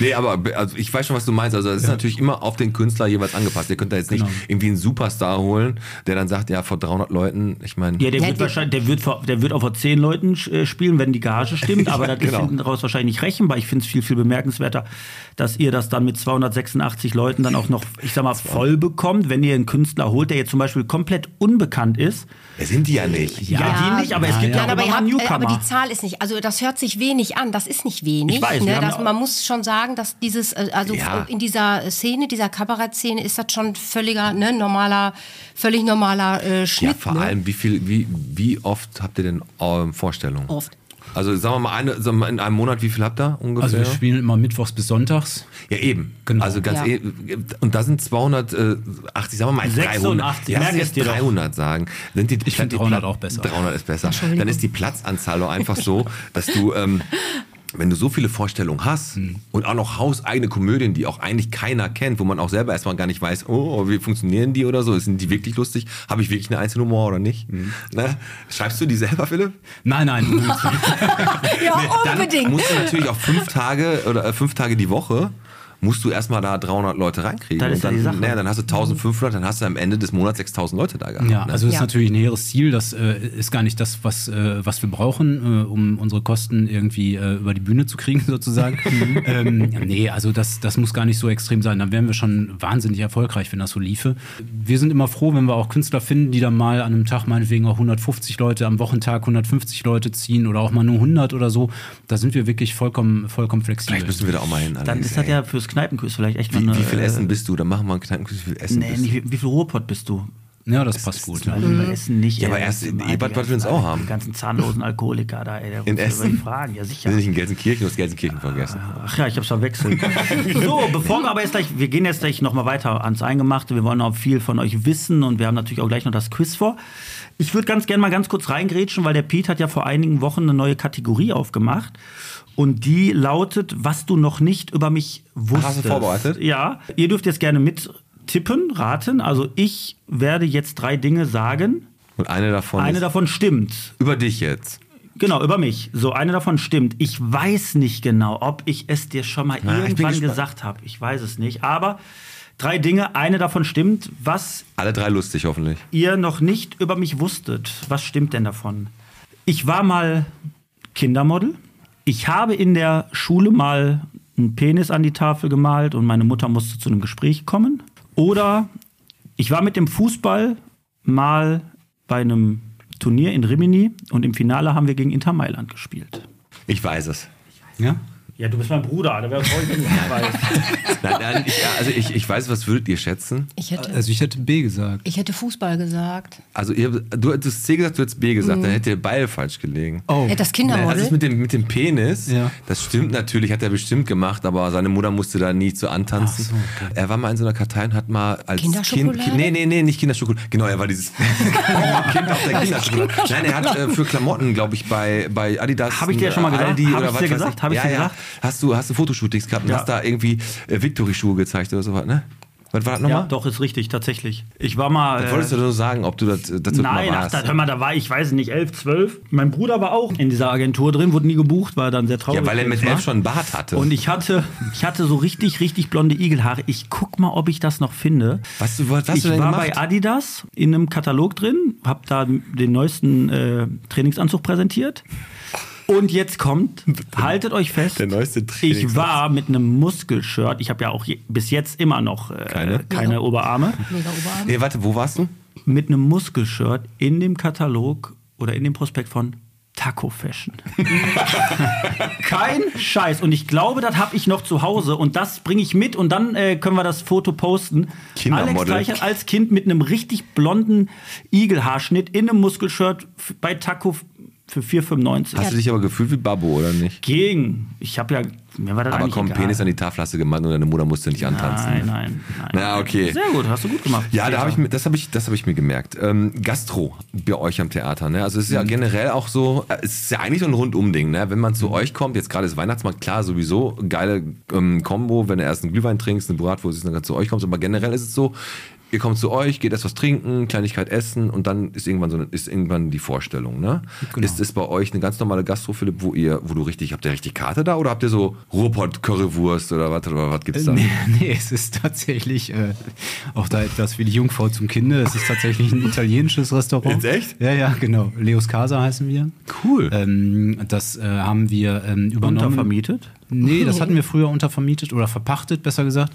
Speaker 2: Nee, aber be- also ich weiß schon, was du meinst. Also es ist natürlich immer auf den Künstler jeweils angepasst. Ihr könnt da jetzt nicht irgendwie einen Superstar holen, der dann sagt, ja, vor 300 Leuten, ich meine,
Speaker 3: Ja, der
Speaker 7: Ja,
Speaker 3: wird
Speaker 7: die-
Speaker 3: wahrscheinlich, der wird, vor- der wird auch vor zehn Leuten äh, spielen, wenn die Gage stimmt, aber das
Speaker 2: genau.
Speaker 3: ist hinten raus wahrscheinlich nicht rechenbar. Ich finde es viel, viel bemerkenswerter, dass ihr das dann mit 286 Leuten dann auch noch, ich sag mal, voll bekommt, wenn ihr einen Künstler holt, der jetzt zum Beispiel komplett unbekannt ist.
Speaker 2: wer sind die ja nicht.
Speaker 3: Ja, die nicht, aber es gibt ja,
Speaker 7: Nein,
Speaker 3: auch immer
Speaker 7: aber,
Speaker 3: mal
Speaker 7: ihr habt, äh, aber
Speaker 3: Newcomer.
Speaker 7: die Zahl ist nicht, also das hört sich wenig an, das ist nicht wenig.
Speaker 3: Ich weiß, wir
Speaker 7: ne?
Speaker 3: haben
Speaker 7: das,
Speaker 3: ja auch-
Speaker 7: man muss schon sagen, dass dieses, äh, also
Speaker 2: Ja.
Speaker 7: in dieser Szene, dieser Kabarettszene ist das schon völliger, ne, normaler, völlig normaler äh,
Speaker 2: Ja,
Speaker 7: Schnitt.
Speaker 2: vor
Speaker 7: ne?
Speaker 2: allem, wie viel, wie, wie oft habt ihr denn ähm, Vorstellungen?
Speaker 7: Oft.
Speaker 2: Also sagen wir mal, eine, sagen wir mal, in einem Monat, wie viel habt ihr
Speaker 5: also
Speaker 2: ungefähr?
Speaker 5: wir spielen immer mittwochs bis sonntags.
Speaker 2: ja, eben.
Speaker 5: Genau.
Speaker 2: Also ganz
Speaker 7: Ja.
Speaker 2: eh- und da sind 280, sagen wir mal 300.
Speaker 3: 86,
Speaker 2: Ja,
Speaker 3: merk
Speaker 2: lass
Speaker 3: es
Speaker 2: uns
Speaker 3: dir doch.
Speaker 2: 300 sagen. Sind die,
Speaker 5: Ich find
Speaker 2: die
Speaker 5: 300
Speaker 2: Pla-
Speaker 5: auch besser.
Speaker 2: 300 ist besser. Dann ist die Platzanzahl auch einfach so, dass du... Ähm, wenn du so viele Vorstellungen hast
Speaker 5: Hm.
Speaker 2: und auch noch hauseigene Komödien, die auch eigentlich keiner kennt, wo man auch selber erstmal gar nicht weiß, oh, wie funktionieren die oder so, sind die wirklich lustig? Habe ich wirklich eine einzelne Humor oder nicht?
Speaker 5: Hm.
Speaker 2: Ne? Schreibst du die selber, Philipp?
Speaker 5: Nein, nein.
Speaker 7: Ja,
Speaker 2: dann
Speaker 7: unbedingt.
Speaker 2: musst du natürlich auch fünf Tage oder äh, fünf Tage die Woche musst du erstmal da 300 Leute reinkriegen.
Speaker 3: Das ist ja
Speaker 2: und dann,
Speaker 3: die Sache.
Speaker 2: naja, dann hast du 1500, dann hast du am Ende des Monats 6000 Leute da gehabt.
Speaker 5: Ja,
Speaker 2: ne?
Speaker 5: also ist
Speaker 7: Ja.
Speaker 5: natürlich ein hehres Ziel. Das äh, ist gar nicht das, was, äh, was wir brauchen, äh, um unsere Kosten irgendwie äh, über die Bühne zu kriegen, sozusagen. ähm, nee, also das, das muss gar nicht so extrem sein. Dann wären wir schon wahnsinnig erfolgreich, wenn das so liefe. Wir sind immer froh, wenn wir auch Künstler finden, die dann mal an einem Tag meinetwegen auch 150 Leute, am Wochentag 150 Leute ziehen oder auch mal nur 100 oder so. Da sind wir wirklich vollkommen, vollkommen flexibel.
Speaker 2: Vielleicht müssen wir da auch mal hin.
Speaker 3: Dann
Speaker 2: Alex,
Speaker 3: ist das
Speaker 2: ey.
Speaker 3: ja fürs Kneipenquiz vielleicht echt
Speaker 2: wie,
Speaker 3: mal eine,
Speaker 2: wie viel
Speaker 3: äh,
Speaker 2: Essen bist du? Dann machen wir einen Kneipenquiz, wie viel Essen
Speaker 3: Nee,
Speaker 2: bist
Speaker 3: nicht,
Speaker 2: du?
Speaker 3: wie, wie viel Ruhrpott bist du?
Speaker 5: ja, das passt gut. Ja.
Speaker 3: Also
Speaker 7: Mhm.
Speaker 3: bei Essen nicht.
Speaker 2: Ja, aber
Speaker 3: ey.
Speaker 2: erst in
Speaker 3: Alter,
Speaker 2: Ebert
Speaker 3: die
Speaker 2: wollten wir uns
Speaker 3: ganzen-
Speaker 2: auch haben.
Speaker 3: Die ganzen zahnlosen Alkoholiker da, ey.
Speaker 2: In
Speaker 3: Der ruft über
Speaker 2: Essen?
Speaker 3: die Fragen, ja sicher.
Speaker 2: Wir sind nicht in Gelsenkirchen, du hast Gelsenkirchen vergessen.
Speaker 3: Ach ja, ich hab's verwechselt. so, bevor wir aber jetzt gleich, wir gehen jetzt gleich nochmal weiter ans Eingemachte. Wir wollen auch viel von euch wissen und wir haben natürlich auch gleich noch das Quiz vor. Ich würde ganz gerne mal ganz kurz reingrätschen, weil der Pete hat ja vor einigen Wochen eine neue Kategorie aufgemacht. Und die lautet, was du noch nicht über mich wusstest.
Speaker 2: Hast du vorbereitet?
Speaker 3: Ja. Ihr dürft jetzt gerne mittippen, raten. Also ich werde jetzt drei Dinge sagen.
Speaker 2: Und eine davon
Speaker 3: Eine
Speaker 2: ist
Speaker 3: davon stimmt.
Speaker 2: über dich jetzt.
Speaker 3: Genau, über mich. So, eine davon stimmt. Ich weiß nicht genau, ob ich es dir schon mal
Speaker 2: bin
Speaker 3: irgendwann
Speaker 2: gespannt.
Speaker 3: gesagt habe. Ich weiß es nicht. Aber drei Dinge, eine davon stimmt. Was
Speaker 2: Alle drei lustig, hoffentlich.
Speaker 3: ihr noch nicht über mich wusstet. Was stimmt denn davon? Ich war mal Kindermodel. Ich habe in der Schule mal einen Penis an die Tafel gemalt und meine Mutter musste zu einem Gespräch kommen. Oder ich war mit dem Fußball mal bei einem Turnier in Rimini und im Finale haben wir gegen Inter Mailand gespielt.
Speaker 2: Ich weiß es.
Speaker 5: Ja?
Speaker 3: Ja, du bist mein Bruder, da wäre ich weiß.
Speaker 2: Nein, nein, ich, ja, also ich, ich weiß, was würdet ihr schätzen?
Speaker 7: Ich hätte,
Speaker 5: Also ich hätte B gesagt.
Speaker 7: ich hätte Fußball gesagt.
Speaker 2: Also ihr, du hättest C gesagt, du hättest B gesagt, dann hättet ihr beide falsch gelegen.
Speaker 5: Oh.
Speaker 7: Ja, das
Speaker 2: Also
Speaker 7: Kindermodel.
Speaker 2: das mit dem, mit dem Penis,
Speaker 5: Ja.
Speaker 2: das stimmt natürlich, hat er bestimmt gemacht, aber seine Mutter musste da nie zu antanzen.
Speaker 5: Ach so, okay.
Speaker 2: Er war mal in so einer Kartei und hat mal als
Speaker 7: Kinderschokolade?
Speaker 2: Kind. Nee, nee, nee, nicht Kinderschokolade. Genau, er war dieses Kind auf der Kinderschokolade. Nein, er hat äh, für Klamotten, glaube ich, bei, bei Adidas.
Speaker 3: Hab ich dir
Speaker 2: äh,
Speaker 3: schon mal gesagt?
Speaker 2: Aldi
Speaker 3: Hab
Speaker 2: oder
Speaker 3: ich's
Speaker 2: was
Speaker 3: dir
Speaker 2: weiß
Speaker 3: gesagt?
Speaker 2: ich.
Speaker 3: Hab ich's
Speaker 2: ja,
Speaker 3: dir
Speaker 2: ja.
Speaker 3: gesagt?
Speaker 2: Hast du, hast du Fotoshootings gehabt und
Speaker 3: Ja.
Speaker 2: hast da irgendwie äh, Victory-Schuhe gezeigt oder sowas, ne? Was war das
Speaker 3: ja,
Speaker 2: nochmal?
Speaker 3: doch, ist richtig, tatsächlich. Ich war mal. äh,
Speaker 2: Wolltest du nur sagen, ob du das dazu
Speaker 3: Nein,
Speaker 2: mal
Speaker 3: ach,
Speaker 2: warst?
Speaker 3: da, hör mal, da war ich, weiß nicht, elf, zwölf. Mein Bruder war auch in dieser Agentur drin, wurde nie gebucht, war dann sehr traurig.
Speaker 2: ja, weil er mit
Speaker 3: jedes Mal.
Speaker 2: elf schon einen Bart hatte.
Speaker 3: Und ich hatte, ich hatte so richtig, richtig blonde Igelhaare. Ich guck mal, ob ich das noch finde.
Speaker 2: was, du- was hast
Speaker 3: ich
Speaker 2: du denn
Speaker 3: war
Speaker 2: gemacht?
Speaker 3: bei Adidas in einem Katalog drin, hab da den neuesten äh, Trainingsanzug präsentiert. Und jetzt kommt, haltet euch fest,
Speaker 2: der neueste
Speaker 3: ich
Speaker 2: Trainingsanzug.
Speaker 3: war mit einem Muskelshirt, ich habe ja auch je, bis jetzt immer noch äh, keine, Oberarme,
Speaker 7: Mega Oberarm.
Speaker 2: Nee, warte, wo warst du?
Speaker 3: mit einem Muskelshirt in dem Katalog oder in dem Prospekt von Taco Fashion. Kein Scheiß. Und ich glaube, das habe ich noch zu Hause und das bringe ich mit und dann äh, können wir das Foto posten. Alex
Speaker 2: Kindermodel.
Speaker 3: Gleichert als Kind mit einem richtig blonden Igelhaarschnitt in einem Muskelshirt f- bei Taco f- für 4,95.
Speaker 2: Hast du dich aber gefühlt wie Babbo, oder nicht?
Speaker 3: Gegen. Ich habe ja. Mir war das
Speaker 2: Aber
Speaker 3: eigentlich
Speaker 2: komm,
Speaker 3: egal.
Speaker 2: Penis an die Tafelhasse gemacht und deine Mutter musste nicht antanzen.
Speaker 3: Nein, nein, nein.
Speaker 2: Na, okay.
Speaker 3: Sehr gut, hast du gut gemacht.
Speaker 2: Ja, da hab ich mir, das habe ich, das hab ich mir gemerkt. Ähm, Gastro bei euch am Theater. Ne? Also es ist ja generell auch so, äh, es ist ja eigentlich so ein Rundumding. Ne? Wenn man zu euch kommt, jetzt gerade ist Weihnachtsmarkt, klar, sowieso geile ähm, Kombo, wenn du erst einen Glühwein trinkst, eine Bratwurst, dann zu euch kommst. Aber generell ist es so, ihr kommt zu euch, geht erst was trinken, Kleinigkeit essen und dann ist irgendwann, so eine, ist irgendwann die Vorstellung. Ne? Ist es bei euch eine ganz normale Gastro, Philipp, wo ihr, wo du richtig, habt ihr richtig Karte da oder habt ihr so Ruhrpott-Currywurst oder was, oder was gibt's da?
Speaker 5: Äh, Nee, nee, es ist tatsächlich äh, auch da etwas wie die Jungfrau zum Kinde. Es ist tatsächlich ein italienisches Restaurant.
Speaker 2: Jetzt echt?
Speaker 5: Ja, ja, genau. Leos Casa heißen wir.
Speaker 2: Cool.
Speaker 5: Ähm, das äh, haben wir ähm, übernommen.
Speaker 3: Untervermietet?
Speaker 5: Nee, das hatten wir früher untervermietet oder verpachtet, besser gesagt.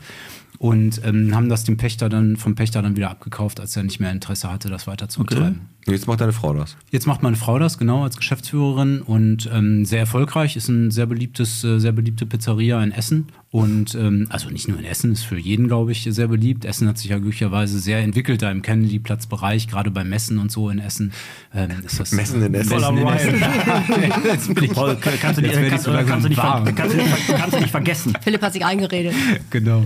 Speaker 5: Und ähm, haben das dem Pächter dann, vom Pächter dann wieder abgekauft, als er nicht mehr Interesse hatte, das weiter zu betreiben.
Speaker 2: Jetzt macht deine Frau das.
Speaker 5: Jetzt macht meine Frau das, genau, als Geschäftsführerin und ähm, sehr erfolgreich. Ist ein sehr beliebtes, äh, sehr beliebte Pizzeria in Essen. Und ähm, also nicht nur in Essen, ist für jeden, glaube ich, sehr beliebt. Essen hat sich ja glücklicherweise sehr entwickelt, da im Kennedy-Platz-Bereich, gerade bei Messen und so in Essen. Ähm, ist das
Speaker 2: Messen in Essen.
Speaker 5: Messen in
Speaker 3: Voller
Speaker 5: Essen. Jetzt bin ich-
Speaker 3: Paul, kannst du, nicht,
Speaker 5: Jetzt werde ich
Speaker 3: kannst,
Speaker 5: so langsam
Speaker 3: kannst, du nicht, ver-
Speaker 5: warm.
Speaker 3: kannst, du nicht, ver- kannst du nicht vergessen.
Speaker 7: Philipp hat sich eingeredet.
Speaker 5: genau.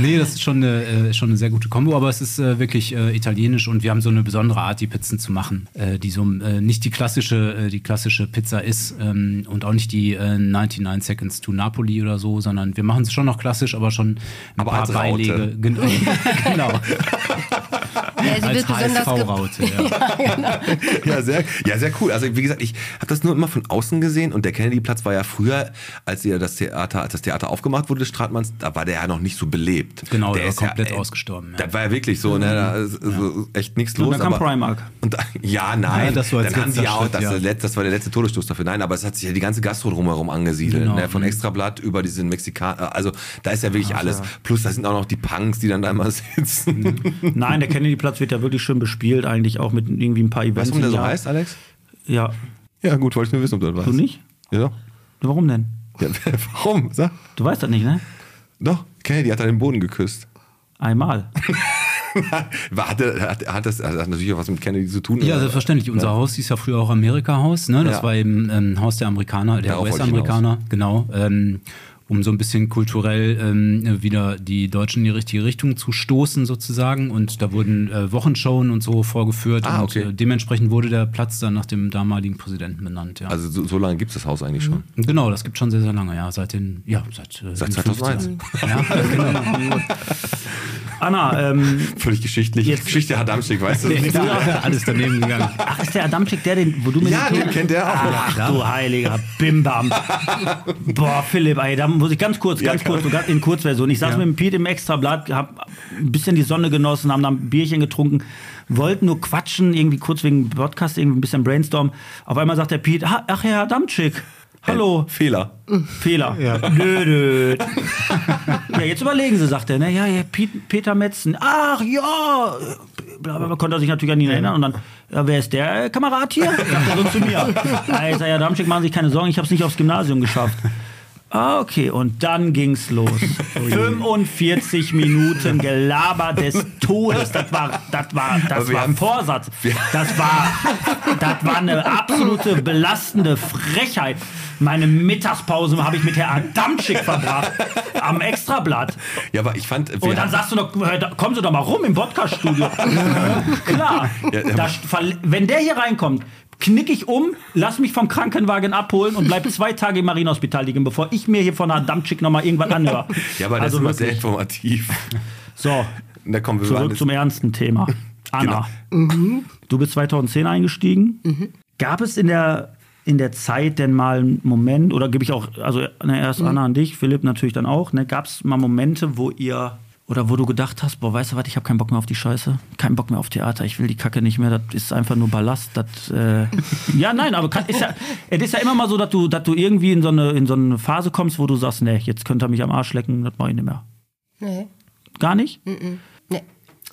Speaker 5: Nee, das ist schon eine, äh, schon eine sehr gute Kombo, aber es ist äh, wirklich äh, italienisch und wir haben so eine besondere Art, die Pizzen zu machen, äh, die so äh, nicht die klassische, äh, die klassische Pizza ist ähm, und auch nicht die äh, 99 Seconds to Napoli oder so, sondern wir machen es schon noch klassisch, aber schon ein
Speaker 2: Aber
Speaker 5: paar
Speaker 2: als Raute.
Speaker 5: Beilege. Genau. genau.
Speaker 7: Ja, sie
Speaker 5: Als
Speaker 7: Also wird besonders ge-
Speaker 5: HSV-Raute, ja.
Speaker 2: Ja, sehr, ja, sehr cool. Also wie gesagt, ich habe das nur immer von außen gesehen und der Kennedy-Platz war ja früher, als ihr das Theater, als das Theater aufgemacht wurde, des Stratmanns, da war der ja noch nicht so belebt.
Speaker 5: Genau,
Speaker 2: der
Speaker 5: der war komplett ausgestorben, ja. Mhm.
Speaker 2: Da war ja wirklich so, ne, da ist so echt nichts los.
Speaker 3: Und dann kam
Speaker 2: aber-
Speaker 3: Primark.
Speaker 2: Und da, ja, nein,
Speaker 5: Ja, das so als
Speaker 2: dann haben die ja
Speaker 5: letzter
Speaker 2: auch,
Speaker 5: Schritt,
Speaker 2: das,
Speaker 5: ja.
Speaker 2: der let- das war der letzte Todesstoß dafür. Nein, aber es hat sich ja die ganze Gastro drumherum angesiedelt,
Speaker 5: Genau.
Speaker 2: ne, von Extrablatt über diesen Mexikaner, also da ist ja wirklich alles. Plus da sind auch noch die Punks, die dann da immer sitzen.
Speaker 5: Mhm.
Speaker 3: Nein, der Kennedy-Platz wird ja wirklich schön bespielt, eigentlich auch mit irgendwie ein paar Events.
Speaker 2: Weißt du, warum der
Speaker 3: im
Speaker 2: so
Speaker 3: Jahr.
Speaker 2: heißt, Alex?
Speaker 3: Ja.
Speaker 2: Ja, gut, wollte ich nur wissen, ob du das weißt.
Speaker 3: Du nicht?
Speaker 2: Ja.
Speaker 3: Warum denn?
Speaker 2: Ja, warum? Sag.
Speaker 3: Du weißt das nicht, ne?
Speaker 2: Doch, Kennedy hat er den Boden geküsst.
Speaker 3: Einmal.
Speaker 2: War, hat, er- hat, hat das also hat natürlich auch was mit Kennedy zu tun?
Speaker 5: ja,
Speaker 2: oder?
Speaker 5: selbstverständlich. Unser Haus hieß ja früher auch Amerika-Haus. Ne? Das
Speaker 2: Ja.
Speaker 5: war eben ähm, Haus der Amerikaner, der
Speaker 2: Darauf wollte ich
Speaker 5: US-Amerikaner, genau. Ähm, um so ein bisschen kulturell ähm, wieder die Deutschen in die richtige Richtung zu stoßen sozusagen. Und da wurden äh, Wochenshowen und so vorgeführt
Speaker 2: Ah,
Speaker 5: und
Speaker 2: okay.
Speaker 5: äh, dementsprechend wurde der Platz dann nach dem damaligen Präsidenten benannt. Ja.
Speaker 2: Also so, so lange gibt es das Haus eigentlich schon.
Speaker 5: Genau, das gibt schon sehr, sehr lange, ja. Seit den, ja, seit, äh,
Speaker 2: Seit
Speaker 5: den
Speaker 2: 2001.
Speaker 5: 50ern. Ja, genau.
Speaker 3: Anna,
Speaker 5: Mhm.
Speaker 3: ähm,
Speaker 2: Völlig geschichtlich.
Speaker 3: Jetzt-
Speaker 2: Geschichte hat Amstieg, weißt du?
Speaker 5: ja, alles daneben gegangen.
Speaker 3: ach, ist der Adamczyk der, den, wo du mir
Speaker 2: Ja,
Speaker 3: den
Speaker 2: den kennt er auch.
Speaker 3: Ach du heiliger Bimbam. Boah, Philipp, ey, da muss ich ganz kurz, ganz kurz, so ganz in Kurzversion. Ich saß mit dem Piet im Extrablatt, hab ein bisschen die Sonne genossen, haben da ein Bierchen getrunken, wollten nur quatschen, irgendwie kurz wegen Podcast, irgendwie ein bisschen brainstormen. Auf einmal sagt der Piet, "Ah, ach Herr Adamczyk, hallo.
Speaker 2: Fehler.
Speaker 3: Fehler. Nö, nö. ja, jetzt überlegen Sie, sagt er. Ne? Ja, ja, Piet, Peter Metzen. Ach ja. Blablabla, konnte er sich natürlich an ihn erinnern. Und dann, ja, wer ist der äh, Kamerad hier? Sagt er so zu mir. Ah, Ich sag, ja, Damschick, machen Sie sich keine Sorgen, ich habe es nicht aufs Gymnasium geschafft. Ah, okay. Und dann ging's los.
Speaker 2: Oh
Speaker 3: 45 Minuten Gelaber des Todes. Das war, das war, das
Speaker 2: Aber Also wir
Speaker 3: war
Speaker 2: haben-
Speaker 3: Vorsatz. Das war, das war eine absolute belastende Frechheit. Meine Mittagspause habe ich mit Herrn Adamczyk verbracht. Am Extrablatt.
Speaker 2: Ja, aber ich fand. wir
Speaker 3: Und dann
Speaker 2: haben-
Speaker 3: sagst du noch, hör, da- kommen Sie doch mal rum im Podcast-Studio. Klar.
Speaker 2: Ja, ja, aber-
Speaker 3: Da st- verl- wenn der hier reinkommt, knick ich um, lass mich vom Krankenwagen abholen und bleib zwei Tage im Marienhospital liegen, bevor ich mir hier von Adamczyk noch mal irgendwas anhöre.
Speaker 2: ja, aber das
Speaker 3: also
Speaker 2: ist immer sehr
Speaker 3: wirklich.
Speaker 2: informativ.
Speaker 3: So,
Speaker 2: Da kommen wir Genau.
Speaker 3: zurück
Speaker 2: mal-
Speaker 3: zum ernsten Thema. Anna, du bist 2010 eingestiegen. Gab es in der, in der Zeit denn mal einen Moment, oder gebe ich auch, also ne, erst Anna an dich, Philipp natürlich dann auch, ne, gab es mal Momente, wo ihr oder wo du gedacht hast, boah, weißt du was, ich habe keinen Bock mehr auf die Scheiße, keinen Bock mehr auf Theater, ich will die Kacke nicht mehr, das ist einfach nur Ballast. Das, äh, ja, nein, aber kann, ist ja, es ist ja immer mal so, dass du, dass du irgendwie in so, eine, in so eine Phase kommst, wo du sagst, nee, jetzt könnt ihr mich am Arsch lecken, das mache ich nicht mehr.
Speaker 7: Nee.
Speaker 3: Gar nicht?
Speaker 7: Nee.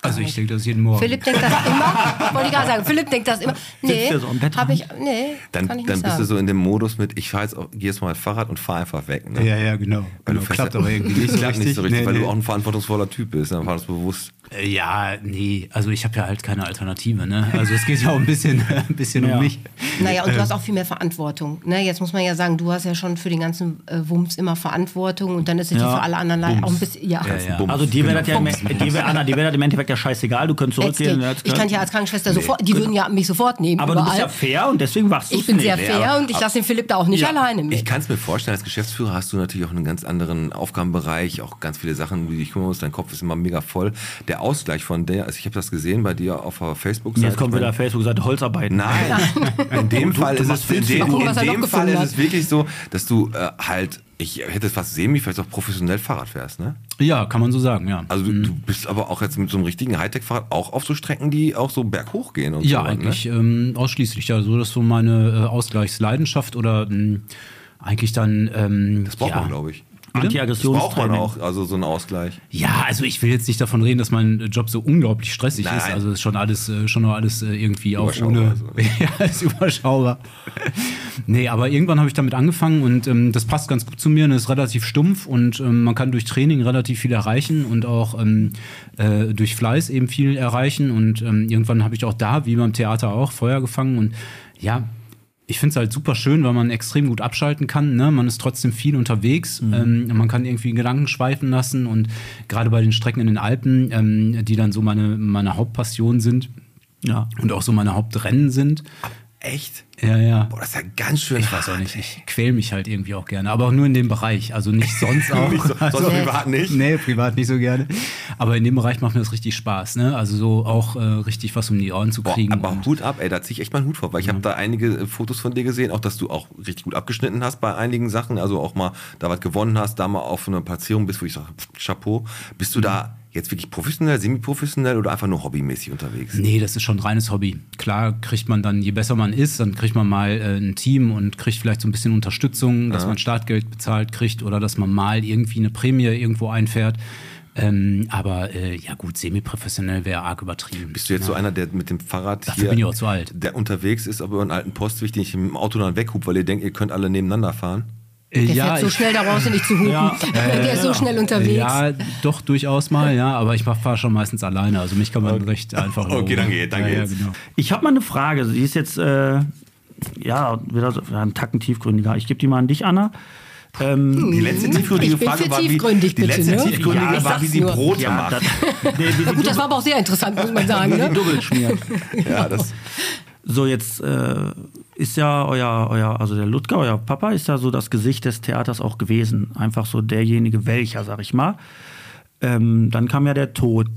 Speaker 5: Also ich denke das jeden Morgen.
Speaker 7: Philipp denkt das immer. Wollte ich gerade sagen. Philipp denkt das immer. Nee.
Speaker 3: der so am Bett
Speaker 7: hab
Speaker 3: dran?
Speaker 7: ich, nee.
Speaker 2: Dann,
Speaker 7: kann ich
Speaker 2: dann
Speaker 7: nicht
Speaker 2: bist
Speaker 7: sagen.
Speaker 2: du so in dem Modus mit, ich fahr jetzt, auch- geh jetzt mal Fahrrad und fahr einfach weg. Ne?
Speaker 5: Ja, ja, genau.
Speaker 2: Weil du
Speaker 5: genau.
Speaker 2: fährst
Speaker 5: Klappt
Speaker 2: ja-
Speaker 5: aber irgendwie nicht so
Speaker 2: klappt
Speaker 5: richtig.
Speaker 2: nicht so richtig,
Speaker 5: Nee,
Speaker 2: weil
Speaker 5: nee.
Speaker 2: du auch ein verantwortungsvoller Typ bist. Dann war das bewusst.
Speaker 5: Äh, Ja, nee, also ich habe ja halt keine Alternative, ne? Also es geht ja auch ein bisschen, ein bisschen
Speaker 3: Ja.
Speaker 5: um mich.
Speaker 7: Naja,
Speaker 3: Äh.
Speaker 7: und du hast auch viel mehr Verantwortung. Ne? Jetzt muss man ja sagen, du hast ja schon für den ganzen äh, Wumms immer Verantwortung und dann ist es
Speaker 3: Ja.
Speaker 7: die für alle anderen leider auch ein bisschen. Ja,
Speaker 5: Ja, ja.
Speaker 2: Bumm.
Speaker 3: Also dir wäre das ja, im-
Speaker 2: Genau.
Speaker 3: dir wär, Anna, dir wäre das im Endeffekt ja scheißegal, du könntest
Speaker 7: Jetzt
Speaker 3: zurückgehen.
Speaker 7: geht.
Speaker 3: jetzt
Speaker 7: Ich kann ja als Krankenschwester sofort, die würden ja mich sofort nehmen.
Speaker 3: genau. aber du
Speaker 7: überall.
Speaker 3: bist ja fair und deswegen warst du
Speaker 7: ich bin
Speaker 3: nicht.
Speaker 7: sehr
Speaker 2: Nee,
Speaker 7: fair
Speaker 2: aber-
Speaker 7: und ich lasse den Philipp da auch nicht alleine mit.
Speaker 2: Ich kann es mir vorstellen, als Geschäftsführer hast du natürlich auch einen ganz anderen Aufgabenbereich, auch ganz viele Sachen, um die du dich kümmern musst. Dein Kopf ist immer mega voll. Der Ausgleich von der, also ich habe das gesehen bei dir auf der Facebook-Seite.
Speaker 3: Jetzt kommt
Speaker 2: Ich mein,
Speaker 3: wieder Facebook-Seite Holzarbeiten.
Speaker 2: Nein, in dem Fall ist es, in
Speaker 7: Mal
Speaker 2: dem,
Speaker 7: gucken,
Speaker 2: in
Speaker 7: was er noch
Speaker 2: dem Fall
Speaker 7: gefunden
Speaker 2: ist
Speaker 7: hat.
Speaker 2: es wirklich so, dass du äh, halt, ich hätte es fast semi, vielleicht auch professionell Fahrrad fährst, ne?
Speaker 5: Ja, kann man so sagen, ja.
Speaker 2: Also du- du bist aber auch jetzt mit so einem richtigen Hightech-Fahrrad auch auf so Strecken, die auch so berghoch gehen und
Speaker 5: Ja,
Speaker 2: so. ne?
Speaker 5: eigentlich ähm, ausschließlich. Ja, so dass so meine äh, Ausgleichsleidenschaft oder mh, eigentlich dann. Ähm,
Speaker 2: Das braucht
Speaker 5: ja.
Speaker 2: man, glaube ich. Das braucht man
Speaker 3: Anti-Aggressionstraining.
Speaker 2: auch, also so einen Ausgleich.
Speaker 5: Ja, also ich will jetzt nicht davon reden, dass mein Job so unglaublich stressig
Speaker 2: Nein.
Speaker 5: ist. Also ist schon alles, äh, schon noch alles äh, irgendwie auch
Speaker 2: Überschaubar,
Speaker 5: ohne.
Speaker 2: also.
Speaker 5: ja, ist überschaubar. nee, aber irgendwann habe ich damit angefangen und ähm, das passt ganz gut zu mir und ist relativ stumpf und ähm, man kann durch Training relativ viel erreichen und auch ähm, äh, durch Fleiß eben viel erreichen. Und ähm, irgendwann habe ich auch da, wie beim Theater auch, Feuer gefangen und ja. Ich finde es halt super schön, weil man extrem gut abschalten kann. Ne? Man ist trotzdem viel unterwegs. Ähm, man kann irgendwie Gedanken schweifen lassen. Und gerade bei den Strecken in den Alpen, ähm, die dann so meine, meine Hauptpassion sind
Speaker 3: Ja.
Speaker 5: und auch so meine Hauptrennen sind.
Speaker 2: Echt?
Speaker 5: Ja, ja.
Speaker 2: Boah, das ist ja ganz schön.
Speaker 5: Ich weiß auch nicht, ich quäl mich halt irgendwie auch gerne, aber auch nur in dem Bereich, also nicht sonst auch.
Speaker 2: Nicht so- sonst
Speaker 5: also,
Speaker 2: privat nicht?
Speaker 5: Nee, privat nicht so gerne. Aber in dem Bereich macht mir das richtig Spaß, ne? Also so auch äh, richtig was um die Ohren zu
Speaker 2: Boah,
Speaker 5: kriegen.
Speaker 2: aber
Speaker 5: und-
Speaker 2: Hut ab, ey, da ziehe ich echt mal einen Hut vor, weil ich habe da einige äh, Fotos von dir gesehen, auch dass du auch richtig gut abgeschnitten hast bei einigen Sachen, also auch mal da was gewonnen hast, da mal auf einer Platzierung bist, wo ich sage, Chapeau. Bist du
Speaker 5: Mhm.
Speaker 2: da jetzt wirklich professionell, semi-professionell oder einfach nur hobbymäßig unterwegs?
Speaker 5: Nee, das ist schon reines Hobby. Klar kriegt man dann, je besser man ist, dann kriegt man mal äh, ein Team und kriegt vielleicht so ein bisschen Unterstützung, dass man Startgeld bezahlt kriegt oder dass man mal irgendwie eine Prämie irgendwo einfährt. Ähm, aber äh, ja gut, semi-professionell wäre arg übertrieben.
Speaker 2: Bist du jetzt so einer, der mit dem Fahrrad
Speaker 5: Dafür
Speaker 2: hier,
Speaker 5: bin ich auch zu alt.
Speaker 2: der unterwegs ist, aber über einen alten Postweg, den ich mit dem Auto dann weghupt, weil ihr denkt, ihr könnt alle nebeneinander fahren?
Speaker 6: Mhm.
Speaker 5: Äh,
Speaker 7: der fährt so
Speaker 5: ich-
Speaker 7: schnell, da brauchst du nicht zu hupen.
Speaker 3: Ja.
Speaker 7: der ist so schnell unterwegs.
Speaker 5: Äh, Ja, doch, durchaus mal, ja, aber ich fahre schon meistens alleine. Also mich kann man recht einfach.
Speaker 2: Okay,
Speaker 5: überholen.
Speaker 2: dann geht, dann
Speaker 5: ja, ja,
Speaker 2: geht's.
Speaker 5: genau.
Speaker 3: Ich habe mal eine Frage, die ist jetzt äh, ja wieder so, ja, einen Tacken tiefgründiger. Ich gebe die mal an dich, Anna. Ähm,
Speaker 2: Die letzte tiefgründige
Speaker 6: Ich bin
Speaker 2: Frage
Speaker 6: für
Speaker 2: war, wie,
Speaker 6: tiefgründig,
Speaker 2: die
Speaker 6: bitte,
Speaker 2: letzte
Speaker 6: ne?
Speaker 2: tiefgründige
Speaker 3: Ja, ich
Speaker 2: war,
Speaker 6: sag's
Speaker 2: wie sie
Speaker 6: nur.
Speaker 2: Brot
Speaker 3: ja,
Speaker 2: macht.
Speaker 3: das, nee, wir sind
Speaker 6: Gut, das war aber auch sehr interessant, muss man sagen. Ne?
Speaker 3: doppelt schmieren.
Speaker 2: Ja, das,
Speaker 3: So, jetzt äh, ist ja euer, euer, also der Ludger, euer Papa, ist ja so das Gesicht des Theaters auch gewesen. Einfach so derjenige, welcher, sag ich mal. Ähm, dann kam ja der Tod.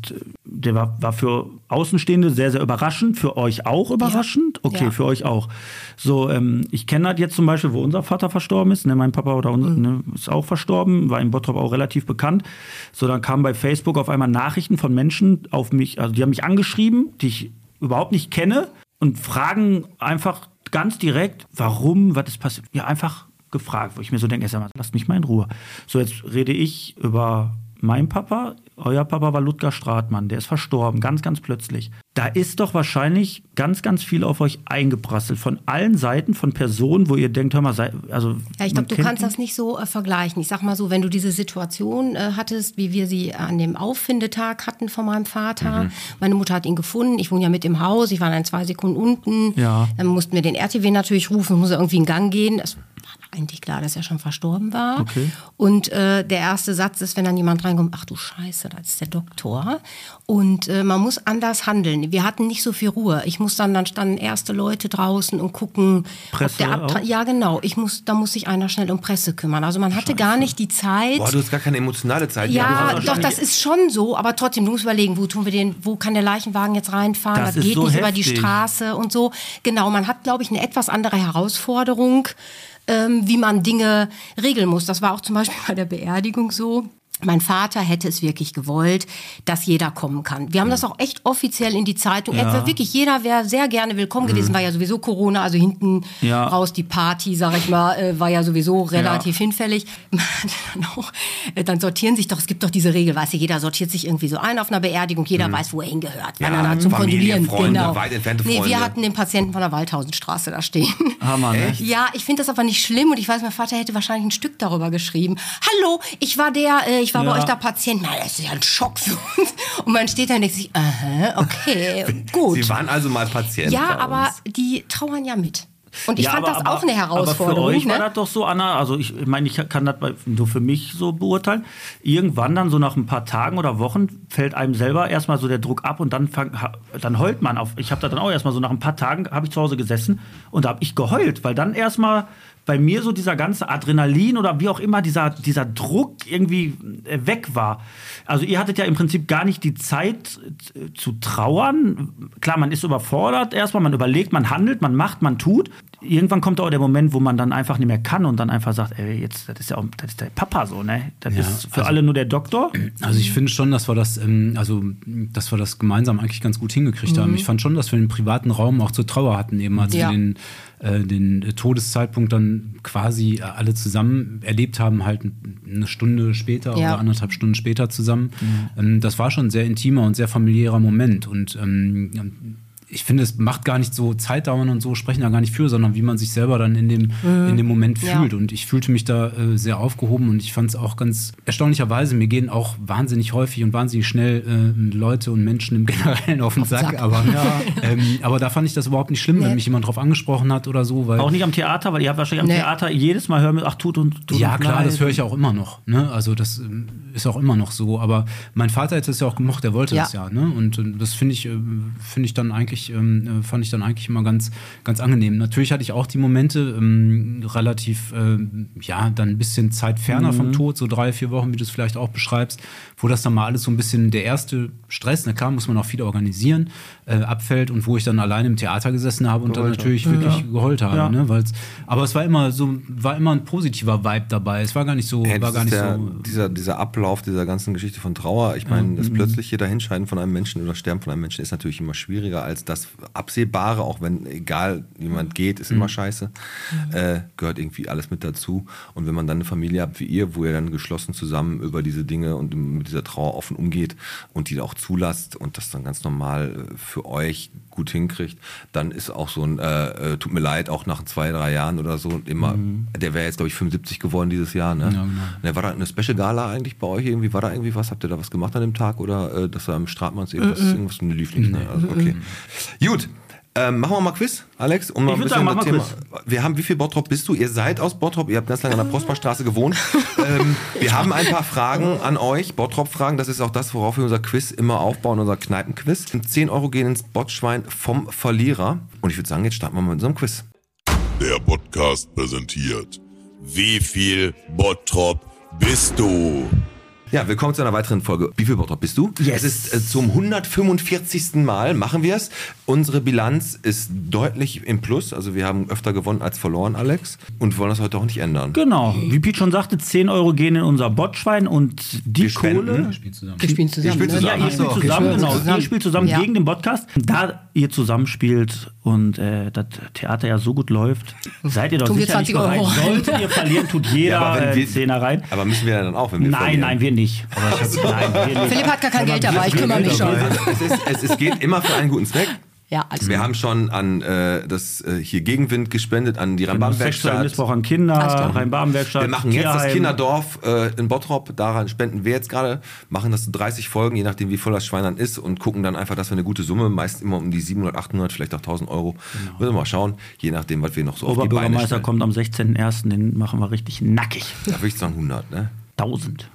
Speaker 3: Der war, war für Außenstehende sehr, sehr überraschend. Für euch auch überraschend? Okay,
Speaker 6: Ja.
Speaker 3: für euch auch. So, ähm, ich kenne halt jetzt zum Beispiel, wo unser Vater verstorben ist. Ne, mein Papa oder unser,
Speaker 6: Mhm.
Speaker 3: ne, ist auch verstorben, war in Bottrop auch relativ bekannt. So, dann kamen bei Facebook auf einmal Nachrichten von Menschen auf mich, also die haben mich angeschrieben, die ich überhaupt nicht kenne und fragen einfach ganz direkt, warum, was ist passiert. Ja, einfach gefragt, wo ich mir so denke, erstmal, lasst mich mal in Ruhe. So, jetzt rede ich über mein Papa, euer Papa war Ludger Stratmann, der ist verstorben, ganz, ganz plötzlich. Da ist doch wahrscheinlich ganz, ganz viel auf euch eingeprasselt, von allen Seiten, von Personen, wo ihr denkt, hör mal, sei, also.
Speaker 7: Ja, ich
Speaker 3: man
Speaker 7: glaube, du
Speaker 3: kennt
Speaker 7: kannst
Speaker 3: ihn.
Speaker 7: das nicht so äh, vergleichen. Ich sag mal so, wenn du diese Situation äh, hattest, wie wir sie an dem Auffindetag hatten von meinem Vater.
Speaker 3: Mhm.
Speaker 7: Meine Mutter hat ihn gefunden. Ich wohne ja mit im Haus. Ich war dann zwei Sekunden unten.
Speaker 3: Ja.
Speaker 7: Dann mussten wir den RTW natürlich rufen, muss irgendwie in Gang gehen. Das war eigentlich klar, dass er schon verstorben war.
Speaker 3: Okay.
Speaker 7: Und äh, der erste Satz ist, wenn dann jemand reinkommt, ach du Scheiße, das ist der Doktor. Und äh, man muss anders handeln. Wir hatten nicht so viel Ruhe. Ich muss dann, dann standen erste Leute draußen und gucken,
Speaker 3: Presse
Speaker 7: ob der Abtra
Speaker 3: auch?
Speaker 7: ja, genau. Ich muss, da muss sich einer schnell um Presse kümmern. Also man hatte gar nicht die Zeit.
Speaker 2: boah, du hast gar keine emotionale Zeit.
Speaker 7: ja,
Speaker 2: du hast
Speaker 7: doch,
Speaker 2: wahrscheinlich-
Speaker 7: das ist schon so, aber trotzdem, du musst überlegen, wo tun wir den, wo kann der Leichenwagen jetzt reinfahren,
Speaker 3: Das
Speaker 7: das,
Speaker 3: ist
Speaker 7: geht
Speaker 3: so
Speaker 7: nicht über die
Speaker 3: heftig.
Speaker 7: Straße und so. Genau, man hat, glaube ich, eine etwas andere Herausforderung, ähm, wie man Dinge regeln muss. Das war auch zum Beispiel bei der Beerdigung so. Mein Vater hätte es wirklich gewollt, dass jeder kommen kann. Wir haben das auch echt offiziell in die Zeitung. Etwa wirklich jeder wäre sehr gerne willkommen gewesen, war ja sowieso Corona, also hinten
Speaker 3: Ja.
Speaker 7: raus die Party, sag ich mal, äh, war ja sowieso relativ hinfällig. Man hat dann, auch, äh, dann sortieren sich doch, es gibt doch diese Regel, weißt du, jeder sortiert sich irgendwie so ein auf einer Beerdigung, jeder weiß, wo er hingehört.
Speaker 2: Mhm. Ja,
Speaker 7: Wann er da zum
Speaker 2: Familie,
Speaker 7: Kondolieren.
Speaker 2: Freunde,
Speaker 7: genau.
Speaker 2: weit entfernte
Speaker 7: nee,
Speaker 2: Freunde.
Speaker 7: wir hatten den Patienten von der Waldhausenstraße da stehen.
Speaker 3: Hammer, ne?
Speaker 7: Ja, ich finde das aber nicht schlimm und ich weiß, mein Vater hätte wahrscheinlich ein Stück darüber geschrieben. Hallo, ich war der, äh, ich war
Speaker 3: Ja.
Speaker 7: bei euch der Patient. Na, das ist ja ein Schock für uns. Und man steht da und denkt sich, aha, okay, gut.
Speaker 2: Sie waren also mal Patient.
Speaker 7: Ja,
Speaker 2: bei
Speaker 7: aber
Speaker 2: uns.
Speaker 7: die trauern ja mit. Und ich
Speaker 3: Ja,
Speaker 7: fand
Speaker 3: aber-
Speaker 7: das
Speaker 3: aber-
Speaker 7: auch eine Herausforderung.
Speaker 3: Aber für euch war
Speaker 7: ne?
Speaker 3: das doch so, Anna, also ich meine, ich kann das bei- nur für mich so beurteilen. Irgendwann dann so nach ein paar Tagen oder Wochen fällt einem selber erstmal so der Druck ab und dann, fang, ha- dann heult man auf. Ich habe da dann auch erstmal so nach ein paar Tagen habe ich zu Hause gesessen und da habe ich geheult, weil dann erstmal bei mir so dieser ganze Adrenalin oder wie auch immer dieser, dieser Druck irgendwie äh, weg war. Also ihr hattet ja im Prinzip gar nicht die Zeit äh, zu trauern. Klar, man ist überfordert erstmal, man überlegt, man handelt, man macht, man tut. Irgendwann kommt auch der Moment, wo man dann einfach nicht mehr kann und dann einfach sagt, ey, jetzt, das ist ja auch, das ist der Papa so, ne? Das ist für alle nur der Doktor.
Speaker 5: Also ich finde schon, dass wir das, ähm, also dass wir das gemeinsam eigentlich ganz gut hingekriegt haben. Ich fand schon, dass wir den privaten Raum auch zur Trauer hatten, eben als
Speaker 7: Mhm. Ja.
Speaker 5: wir den, äh, den Todeszeitpunkt dann quasi äh, alle zusammen erlebt haben, halt eine Stunde später
Speaker 7: Ja.
Speaker 5: oder anderthalb Stunden später zusammen. Ähm, das war schon ein sehr intimer und sehr familiärer Moment. Und ähm, ich finde, es macht gar nicht so Zeitdauern und so sprechen da gar nicht für, sondern wie man sich selber dann in dem, in dem Moment
Speaker 7: Ja.
Speaker 5: fühlt. Und ich fühlte mich da äh, sehr aufgehoben und ich fand es auch ganz erstaunlicherweise. Mir gehen auch wahnsinnig häufig und wahnsinnig schnell äh, Leute und Menschen im Generellen auf den Sack.
Speaker 7: Sack.
Speaker 5: Aber, ähm, aber da fand ich das überhaupt nicht schlimm, wenn mich jemand drauf angesprochen hat oder so. Weil
Speaker 3: Auch nicht am Theater, weil ihr habt wahrscheinlich am
Speaker 7: Nee.
Speaker 3: Theater jedes Mal hören müssen, ach, tut und tut
Speaker 5: ja,
Speaker 3: uns
Speaker 5: klar,
Speaker 3: leid.
Speaker 5: das höre ich auch immer noch. Ne? Also das ähm, ist auch immer noch so. Aber mein Vater hätte es ja auch gemocht, er wollte
Speaker 7: Ja.
Speaker 5: das ja. Ne? Und ähm, das finde ich, ähm, finde ich dann eigentlich, ähm, äh, fand ich dann eigentlich immer ganz, ganz angenehm. Natürlich hatte ich auch die Momente ähm, relativ, ähm, ja, dann ein bisschen Zeit ferner vom Tod, so drei, vier Wochen, wie du es vielleicht auch beschreibst, wo das dann mal alles so ein bisschen der erste Stress, na klar, muss man auch viel organisieren, äh, abfällt und wo ich dann alleine im Theater gesessen habe und dann natürlich wirklich geheult habe.
Speaker 3: Ja.
Speaker 5: Ne? Weil's, aber es war immer so, war immer ein positiver Vibe dabei. Es war gar nicht so,
Speaker 2: Hey,
Speaker 5: war
Speaker 2: das
Speaker 5: gar
Speaker 2: ist
Speaker 5: nicht
Speaker 2: der,
Speaker 5: so.
Speaker 2: dieser, dieser Ablauf dieser ganzen Geschichte von Trauer, ich meine, das plötzliche Dahinscheiden von einem Menschen oder Sterben von einem Menschen ist natürlich immer schwieriger als das Absehbare, auch wenn egal jemand geht, ist immer scheiße. Äh, gehört irgendwie alles mit dazu. Und wenn man dann eine Familie hat wie ihr, wo ihr dann geschlossen zusammen über diese Dinge und mit dieser Trauer offen umgeht und die auch zulasst und das dann ganz normal äh, für euch gut hinkriegt, dann ist auch so ein äh, äh, tut mir leid, auch nach zwei, drei Jahren oder so immer,
Speaker 3: Mhm.
Speaker 2: der wäre jetzt glaube ich 75 geworden dieses Jahr, ne?
Speaker 3: genau.
Speaker 2: Ne, War da eine Special Gala eigentlich bei euch irgendwie? War da irgendwie was? Habt ihr da was
Speaker 3: Äh,
Speaker 2: gemacht an dem Tag oder äh, dass da im Stratmanns irgendwas, irgendwas lief nicht? Ne? Also, okay. Gut. Ähm, machen wir mal Quiz, Alex. Um mal
Speaker 3: Mhm. Ich würd sagen, mach
Speaker 2: das
Speaker 3: mal
Speaker 2: Thema- Wir haben, wie viel Bottrop bist du? Ihr seid aus Bottrop, ihr habt ganz lange an der Prosperstraße gewohnt. ähm, wir haben ein paar Fragen an euch, Bottrop-Fragen. Das ist auch das, worauf wir unser Quiz immer aufbauen, unser Kneipenquiz. 10 Euro gehen ins Botschwein vom Verlierer. Und ich würde sagen, jetzt starten wir mit unserem Quiz.
Speaker 9: Der Podcast präsentiert. Wie viel Bottrop bist du?
Speaker 2: Ja, willkommen zu einer weiteren Folge. Wie viel Bottrop bist du? Yes. Es ist äh, zum 145. Mal machen wir es. Unsere Bilanz ist deutlich im Plus. Also wir haben öfter gewonnen als verloren, Alex. Und wollen das heute auch nicht ändern.
Speaker 3: Genau, wie Pete schon sagte, 10 Euro gehen in unser Botschwein und die
Speaker 2: Wir spenden.
Speaker 3: Kohle.
Speaker 7: Wir spielen zusammen.
Speaker 2: spielen
Speaker 7: ne?
Speaker 3: Ja, ihr
Speaker 2: Ach so, okay.
Speaker 3: spielt zusammen,
Speaker 7: Spielen
Speaker 3: genau.
Speaker 7: zusammen.
Speaker 3: Ihr spielt zusammen
Speaker 7: Ja.
Speaker 3: gegen den Podcast. Da ihr zusammenspielt und äh, das Theater ja so gut läuft, seid ihr doch
Speaker 6: Tun wir
Speaker 3: sicherlich
Speaker 6: 20 Euro
Speaker 3: bereit.
Speaker 6: rein.
Speaker 3: Solltet ihr verlieren, tut jeder
Speaker 2: Ja, aber wenn
Speaker 3: äh,
Speaker 2: wir-
Speaker 3: Zehner rein.
Speaker 2: Aber müssen wir dann auch, wenn wir
Speaker 3: Nein,
Speaker 2: verlieren?
Speaker 3: nein, wir nicht. nein, wir nicht.
Speaker 6: Philipp hat gar kein Geld dabei, ich kümmere mich schon.
Speaker 2: Es, ist, es, es geht immer für einen guten Zweck.
Speaker 6: Ja, alles
Speaker 7: also,
Speaker 2: Wir
Speaker 6: gut.
Speaker 2: haben schon an äh, das äh, hier Gegenwind gespendet, an die
Speaker 3: Sexuellen
Speaker 2: Rambam-Werkstatt.
Speaker 3: Missbrauch an Kinder, Rhein-Baden-Werkstatt.
Speaker 2: Wir machen jetzt das
Speaker 3: Tierheim.
Speaker 2: Kinderdorf äh, in Bottrop, daran spenden wir jetzt gerade, machen das 30 Folgen, je nachdem wie voll das Schwein dann ist und gucken dann einfach, dass wir eine gute Summe, meist immer um die 700, 800, vielleicht auch 1000 Euro. Müssen wir mal schauen, je nachdem, was wir noch so auf die Beine
Speaker 3: Oberbürgermeister
Speaker 2: stellen.
Speaker 3: kommt am 16.01., den machen wir richtig nackig.
Speaker 2: Da würde ich sagen 100, ne?
Speaker 3: 1000.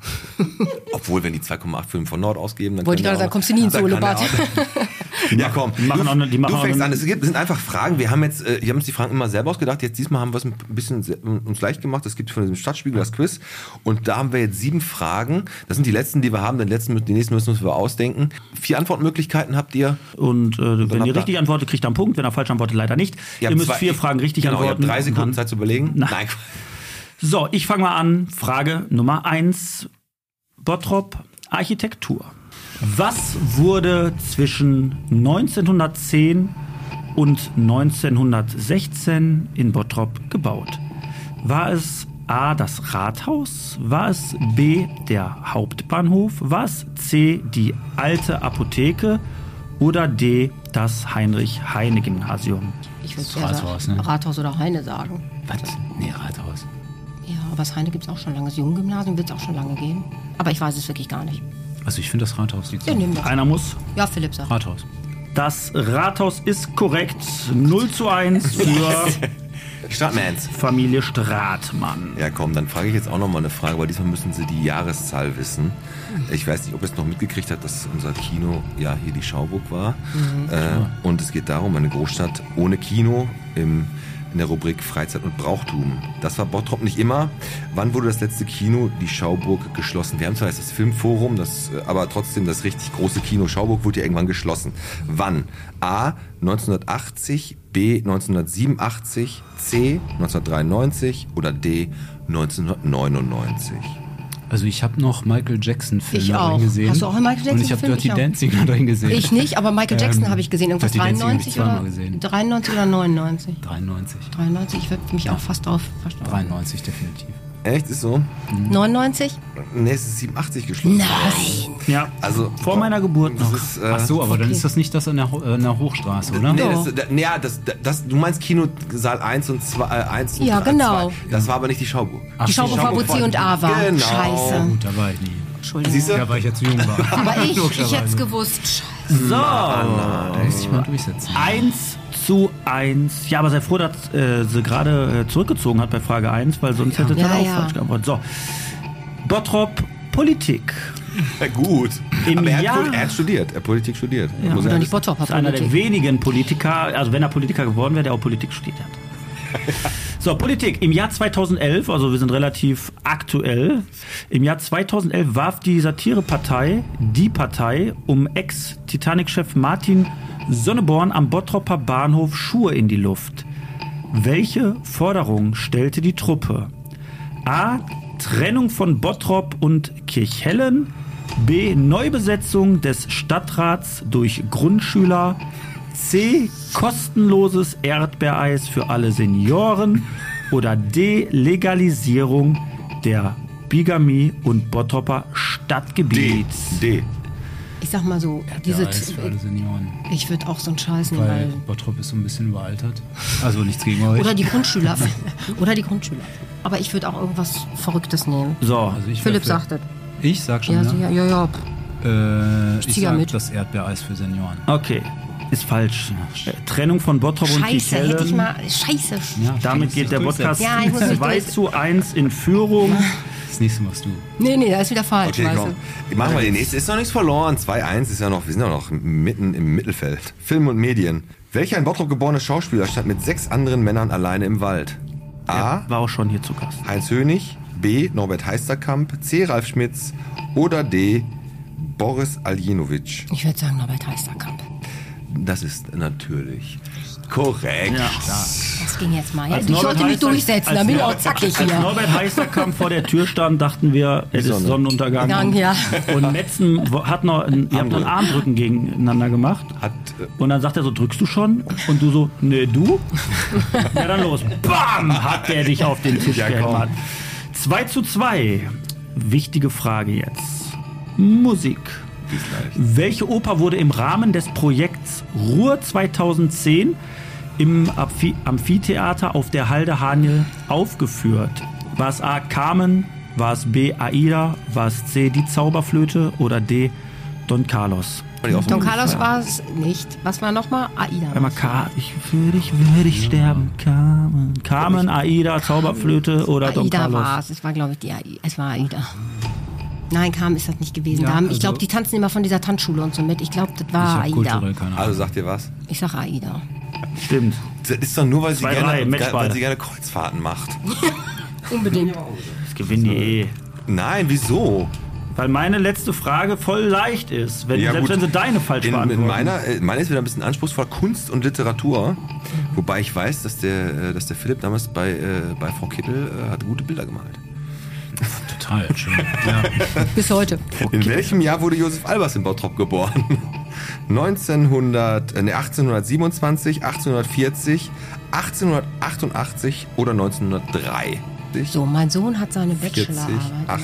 Speaker 2: Obwohl, wenn die 2,85 von Nord ausgeben, dann
Speaker 6: Wollte
Speaker 2: kann
Speaker 6: ich
Speaker 2: der
Speaker 6: gerade sagen,
Speaker 2: auch-
Speaker 6: kommst du nie ins
Speaker 2: dann genau. kann der
Speaker 6: Solobad.
Speaker 2: auch- Ja, komm.
Speaker 3: Die machen
Speaker 2: du,
Speaker 3: auch ne- die machen
Speaker 2: du
Speaker 3: auch
Speaker 2: fängst
Speaker 3: ne-
Speaker 2: an. Es gibt, es sind einfach Fragen. Wir haben jetzt, äh, wir haben uns die Fragen immer selber ausgedacht. Jetzt diesmal haben wir es ein bisschen se- uns leicht gemacht. Es gibt von diesem Stadtspiegel das Quiz. Und da haben wir jetzt sieben Fragen. Das sind die letzten, die wir haben. Den letzten, mü- die nächsten müssen wir ausdenken. Vier Antwortmöglichkeiten habt ihr.
Speaker 3: Und äh, wenn
Speaker 2: habt
Speaker 3: ihr
Speaker 2: ihr-
Speaker 3: richtig antwortet, kriegt ihr einen Punkt. Wenn ihr falsch antwortet, leider nicht. Ihr,
Speaker 2: habt
Speaker 3: müsst
Speaker 2: zwei-
Speaker 3: vier Fragen richtig
Speaker 2: genau,
Speaker 3: antworten.
Speaker 2: Ihr habt drei
Speaker 3: und
Speaker 2: Sekunden
Speaker 3: dann-
Speaker 2: Zeit zu überlegen.
Speaker 3: Nein.
Speaker 2: Nein.
Speaker 3: So, ich fange mal an. Frage Nummer 1. Bottrop Architektur. Was wurde zwischen 1910 und 1916 in Bottrop gebaut? War es A das Rathaus? War es B der Hauptbahnhof? War es C die alte Apotheke? Oder D das Heinrich-Heine-Gymnasium?
Speaker 7: Ich würde
Speaker 5: Das
Speaker 7: eher
Speaker 5: Rathaus,
Speaker 7: sagen,
Speaker 5: ne?
Speaker 7: Rathaus oder Heine sagen.
Speaker 5: Was? Nee, Rathaus.
Speaker 7: Ja, aber das Heine gibt es auch schon lange. Das Junggymnasium wird es auch schon lange geben. Aber ich weiß es wirklich gar nicht.
Speaker 5: Also ich finde das Rathaus liegt
Speaker 7: Wir
Speaker 5: so.
Speaker 7: nehmen das.
Speaker 3: Einer muss.
Speaker 7: Ja, Philipp sagt.
Speaker 5: Rathaus.
Speaker 3: Das Rathaus ist korrekt. 0 zu 1 für
Speaker 2: Stadtmans.
Speaker 3: Familie Stratmann.
Speaker 2: Ja, komm, dann frage ich jetzt auch nochmal eine Frage, aber diesmal müssen Sie die Jahreszahl wissen. Ich weiß nicht, ob ihr es noch mitgekriegt habt, dass unser Kino ja hier die Schauburg war. äh, und es geht darum, eine Großstadt ohne Kino im, in der Rubrik Freizeit und Brauchtum. Das war Bottrop nicht immer. Wann wurde das letzte Kino, die Schauburg, geschlossen? Wir haben zwar jetzt das Filmforum, das, äh, aber trotzdem das richtig große Kino Schauburg wurde ja irgendwann geschlossen. Wann? A. 1980, B 1987, C 1993 oder D 1999.
Speaker 5: Also ich habe noch Michael Jackson Filme
Speaker 7: Ich auch.
Speaker 5: darin gesehen.
Speaker 7: Hast du auch einen Michael Jackson
Speaker 5: Und ich habe
Speaker 7: Film?
Speaker 5: Dirty
Speaker 7: Ich auch.
Speaker 5: Dancing darin gesehen.
Speaker 7: Ich nicht, aber Michael Jackson
Speaker 5: Ähm,
Speaker 7: habe ich gesehen. Irgendwas
Speaker 5: Dirty Dancing habe ich
Speaker 7: 93 oder,
Speaker 5: zweimal gesehen.
Speaker 7: 93 oder 99?
Speaker 5: 93.
Speaker 7: 93, ich würde mich auch fast drauf verstehen.
Speaker 5: 93 definitiv.
Speaker 2: Echt ist so?
Speaker 7: 99?
Speaker 2: Ne, es ist 87 geschlossen.
Speaker 3: Ja,
Speaker 2: Also
Speaker 3: vor meiner Geburt
Speaker 2: Das
Speaker 3: noch.
Speaker 2: ist, äh,
Speaker 5: Ach so, aber dann ist das nicht das an der, Ho- äh, an der Hochstraße, oder?
Speaker 2: Nee,
Speaker 7: Doch.
Speaker 2: das, da- nee, ja, das, das, du meinst Kinosaal 1 und 2. Äh, 1 und
Speaker 7: Ja,
Speaker 2: drei-
Speaker 7: genau.
Speaker 2: zwei. Das war aber nicht die Schauburg.
Speaker 5: Ach,
Speaker 7: Die Schauburg war, wo C und A war.
Speaker 2: Genau.
Speaker 7: Scheiße.
Speaker 5: Gut, da war ich nie.
Speaker 7: Entschuldigung.
Speaker 2: Siehst du?
Speaker 5: Da war ich ja zu jung war.
Speaker 7: Aber ich, ich
Speaker 5: Logischerweise.
Speaker 7: hätte es gewusst. Scheiße.
Speaker 3: So,
Speaker 5: Da muss ich mal durchsetzen.
Speaker 3: 1 zu 1. Ja, aber sei froh, dass äh, sie gerade äh, zurückgezogen hat bei Frage 1, weil sonst hätte sie
Speaker 7: Ja,
Speaker 3: dann auch
Speaker 7: ja.
Speaker 3: falsch geantwortet. So, Bottrop Politik.
Speaker 2: Ja, Äh, gut.
Speaker 3: Im
Speaker 2: aber er,
Speaker 3: Jahr-
Speaker 2: hat, Pol- er hat studiert, er hat Politik studiert. Muss
Speaker 7: Oder
Speaker 2: er
Speaker 7: nicht Bottrop,
Speaker 3: Das ist einer der wenigen Politiker, also wenn er Politiker geworden wäre, der auch Politik studiert hat. So, Politik. Im Jahr 2011, also wir sind relativ aktuell, im Jahr 2011 warf die Satirepartei, die Partei, um Ex-Titanic-Chef Martin Sonneborn am Bottroper Bahnhof Schuhe in die Luft. Welche Forderung stellte die Truppe? A. Trennung von Bottrop und Kirchhellen. B. Neubesetzung des Stadtrats durch Grundschüler. C. Kostenloses Erdbeereis für alle Senioren. Oder D. Legalisierung der Bigamie und Bottroper
Speaker 2: D.
Speaker 3: Stadtgebiet.
Speaker 2: D.
Speaker 7: Ich sag mal so, diese.
Speaker 5: ja, ist für alle Senioren.
Speaker 7: Ich würde auch so einen Scheiß nehmen,
Speaker 5: Weil
Speaker 7: Also weil.
Speaker 5: Bottrop ist so ein bisschen überaltert. Also nichts gegen euch.
Speaker 7: Oder die Grundschüler. Oder die Grundschüler. Aber ich würde auch irgendwas Verrücktes nehmen.
Speaker 3: So,
Speaker 5: also ich wär
Speaker 7: Philipp
Speaker 5: für-
Speaker 7: sagt das.
Speaker 5: Ich sag schon,
Speaker 7: Ja,
Speaker 5: ja.
Speaker 7: so, ja, ja, ja.
Speaker 5: Äh, ich
Speaker 7: zieh ja
Speaker 5: sag
Speaker 7: mit.
Speaker 5: das Erdbeereis für Senioren.
Speaker 3: okay. Ist falsch. Äh, Trennung von Bottrop und
Speaker 7: Scheiße,
Speaker 3: Kikellen.
Speaker 7: hätte ich mal. Scheiße.
Speaker 5: Ja,
Speaker 3: Damit
Speaker 5: stimmt,
Speaker 3: geht der
Speaker 5: du bist
Speaker 3: Podcast
Speaker 7: Ja, ich muss mich
Speaker 3: 2
Speaker 7: durch-
Speaker 3: zu 1 in Führung.
Speaker 5: Das nächste machst du.
Speaker 7: Nee, nee, da ist wieder falsch.
Speaker 2: Okay,
Speaker 7: weißt
Speaker 2: komm.
Speaker 7: du.
Speaker 2: Machen wir den nächsten. Ist noch nichts verloren. 2-1 ist ja noch, wir sind ja noch mitten im Mittelfeld. Film und Medien. Welcher in Bottrop geborene Schauspieler stand mit sechs anderen Männern alleine im Wald? A.
Speaker 3: War auch schon hier zu Gast.
Speaker 2: Heinz Hönig, B. Norbert Heisterkamp, C. Ralf Schmitz oder D. Boris Aljenovic.
Speaker 7: Ich würde sagen, Norbert Heisterkamp.
Speaker 2: Das ist natürlich korrekt.
Speaker 7: Das ging jetzt mal.
Speaker 3: Als
Speaker 7: ich
Speaker 3: Norbert
Speaker 7: sollte mich
Speaker 3: Heister-
Speaker 7: durchsetzen,
Speaker 3: als
Speaker 7: dann bin ich auch
Speaker 3: Norbert-
Speaker 7: zackig
Speaker 3: Als
Speaker 7: hier.
Speaker 3: Norbert Heisterkamp vor der Tür stand, dachten wir, es ist
Speaker 2: Sonne.
Speaker 3: Sonnenuntergang.
Speaker 7: Dann, ja.
Speaker 3: Und Metzen wo- hat noch, ein, ihr habt noch einen Armdrücken gegeneinander gemacht.
Speaker 2: Hat, äh,
Speaker 3: Und dann sagt er so, drückst du schon? Und du so, nee, du? ja, dann los. Bam! Hat der dich auf den Tisch
Speaker 2: Ja, komm.
Speaker 3: gehämmert. 2 zu 2. Wichtige Frage jetzt. Musik. Welche Oper wurde im Rahmen des Projekts Ruhr 2010 im Amphi Amphitheater auf der Halde Haniel aufgeführt? War es A. Carmen? War es B. Aida? War es C. Die Zauberflöte? Oder D. Don Carlos?
Speaker 7: Don Carlos war es nicht. Was war nochmal? Aida.
Speaker 3: Einmal Ka ich würde ich würde ich sterben. Carmen, Carmen, Aida, Zauberflöte oder Don
Speaker 7: Aida war
Speaker 3: Carlos.
Speaker 7: es. Es war, glaube ich, die Aida. Es war Aida. Nein, Kam ist das nicht gewesen. da haben, ich
Speaker 5: also-
Speaker 7: glaube, die tanzen immer von dieser Tanzschule und so mit. Ich glaube, das war
Speaker 5: ich hab
Speaker 7: Aida.
Speaker 5: kulturell keine Ahnung.
Speaker 2: also sagt ihr was?
Speaker 7: Ich sag Aida.
Speaker 3: Stimmt.
Speaker 2: Das ist doch nur, weil sie,
Speaker 3: Zwei, drei,
Speaker 2: gerne,
Speaker 3: Matchball.
Speaker 2: weil sie gerne Kreuzfahrten macht.
Speaker 7: Unbedingt.
Speaker 3: Das gewinnen die eh.
Speaker 2: Nein, wieso?
Speaker 3: Weil meine letzte Frage voll leicht ist, wenn,
Speaker 2: Ja,
Speaker 3: selbst
Speaker 2: gut.
Speaker 3: wenn sie deine falsch
Speaker 2: In,
Speaker 3: beantworten.
Speaker 2: in meiner, äh, meine ist wieder ein bisschen anspruchsvoll, Kunst und Literatur. Wobei ich weiß, dass der, äh, dass der Philipp damals bei, äh, bei Frau Kittel äh, hat gute Bilder gemalt.
Speaker 5: Total schön. Ja.
Speaker 7: Bis heute.
Speaker 2: In welchem Jahr wurde Josef Albers in Bottrop geboren? 1900, äh, nee, 1827, 1840, 1888 oder 1903?
Speaker 7: So, mein Sohn hat seine
Speaker 2: 40,
Speaker 7: Bachelorarbeit.
Speaker 2: 8.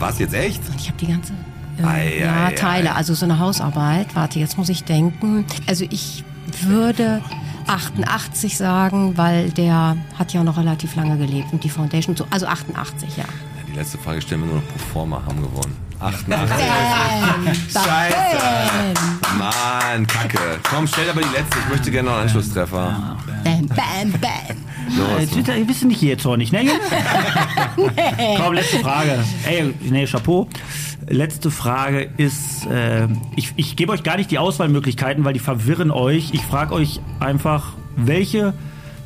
Speaker 2: Was jetzt echt?
Speaker 7: Ich habe die ganze. Äh,
Speaker 2: Ei,
Speaker 7: ja,
Speaker 2: ei,
Speaker 7: Teile. Also so eine Hausarbeit. Warte, jetzt muss ich denken. Also ich würde 88 sagen, weil der hat ja noch relativ lange gelebt und die Foundation so. Also 88, ja.
Speaker 2: Ja, Die letzte Frage stellen wir nur noch pro forma, haben gewonnen. 88. Scheiße! Mann, Kacke. Komm, stell aber die letzte. Ich möchte gerne noch einen Anschlusstreffer.
Speaker 7: Bam, bam, bam.
Speaker 3: Äh,
Speaker 2: Los.
Speaker 3: Twitter, ihr wisst nicht hier zornig, ne? Jungs? Komm, letzte Frage. Ey, nee, Chapeau. Letzte Frage ist, äh, ich, ich gebe euch gar nicht die Auswahlmöglichkeiten, weil die verwirren euch. Ich frage euch einfach, welche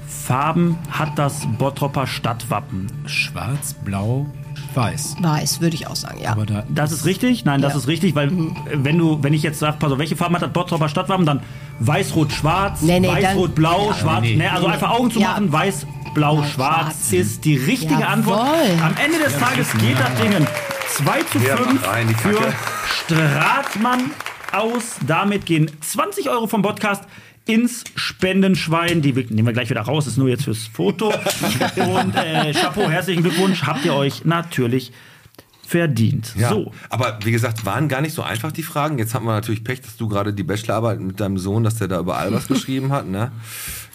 Speaker 3: Farben hat das Bottropper Stadtwappen?
Speaker 5: Schwarz, blau, weiß.
Speaker 7: Weiß, würde ich auch sagen, ja.
Speaker 5: Aber da
Speaker 3: Das ist richtig? Nein, das
Speaker 7: Ja. Mhm.
Speaker 3: ist richtig, weil äh, wenn du, wenn ich jetzt sage, pass auf, welche Farben hat das Bottropper Stadtwappen, dann weiß, rot, schwarz,
Speaker 7: Nee, nee,
Speaker 3: weiß,
Speaker 7: dann-
Speaker 3: rot, blau, schwarz.
Speaker 5: nee.
Speaker 3: Ne, also
Speaker 7: Nee, nee.
Speaker 3: einfach Augen zu
Speaker 7: Ja.
Speaker 3: machen, weiß, blau,
Speaker 7: Blau,
Speaker 3: schwarz
Speaker 7: schwarz.
Speaker 3: ist die richtige
Speaker 7: Jawohl.
Speaker 3: Antwort. Am Ende des Tages geht das Ding 2 zu
Speaker 2: Ja,
Speaker 3: 5
Speaker 2: rein die Kacke.
Speaker 3: für Stratmann aus. Damit gehen 20 Euro vom Podcast ins Spendenschwein. Die wir- nehmen wir gleich wieder raus, ist nur jetzt fürs Foto. Und äh, Chapeau, herzlichen Glückwunsch. Habt ihr euch natürlich verdient.
Speaker 2: Ja.
Speaker 3: So.
Speaker 2: Aber wie gesagt, waren gar nicht so einfach die Fragen. Jetzt haben wir natürlich Pech, dass du gerade die Bachelorarbeit mit deinem Sohn, dass der da über Albers geschrieben hat. Ne?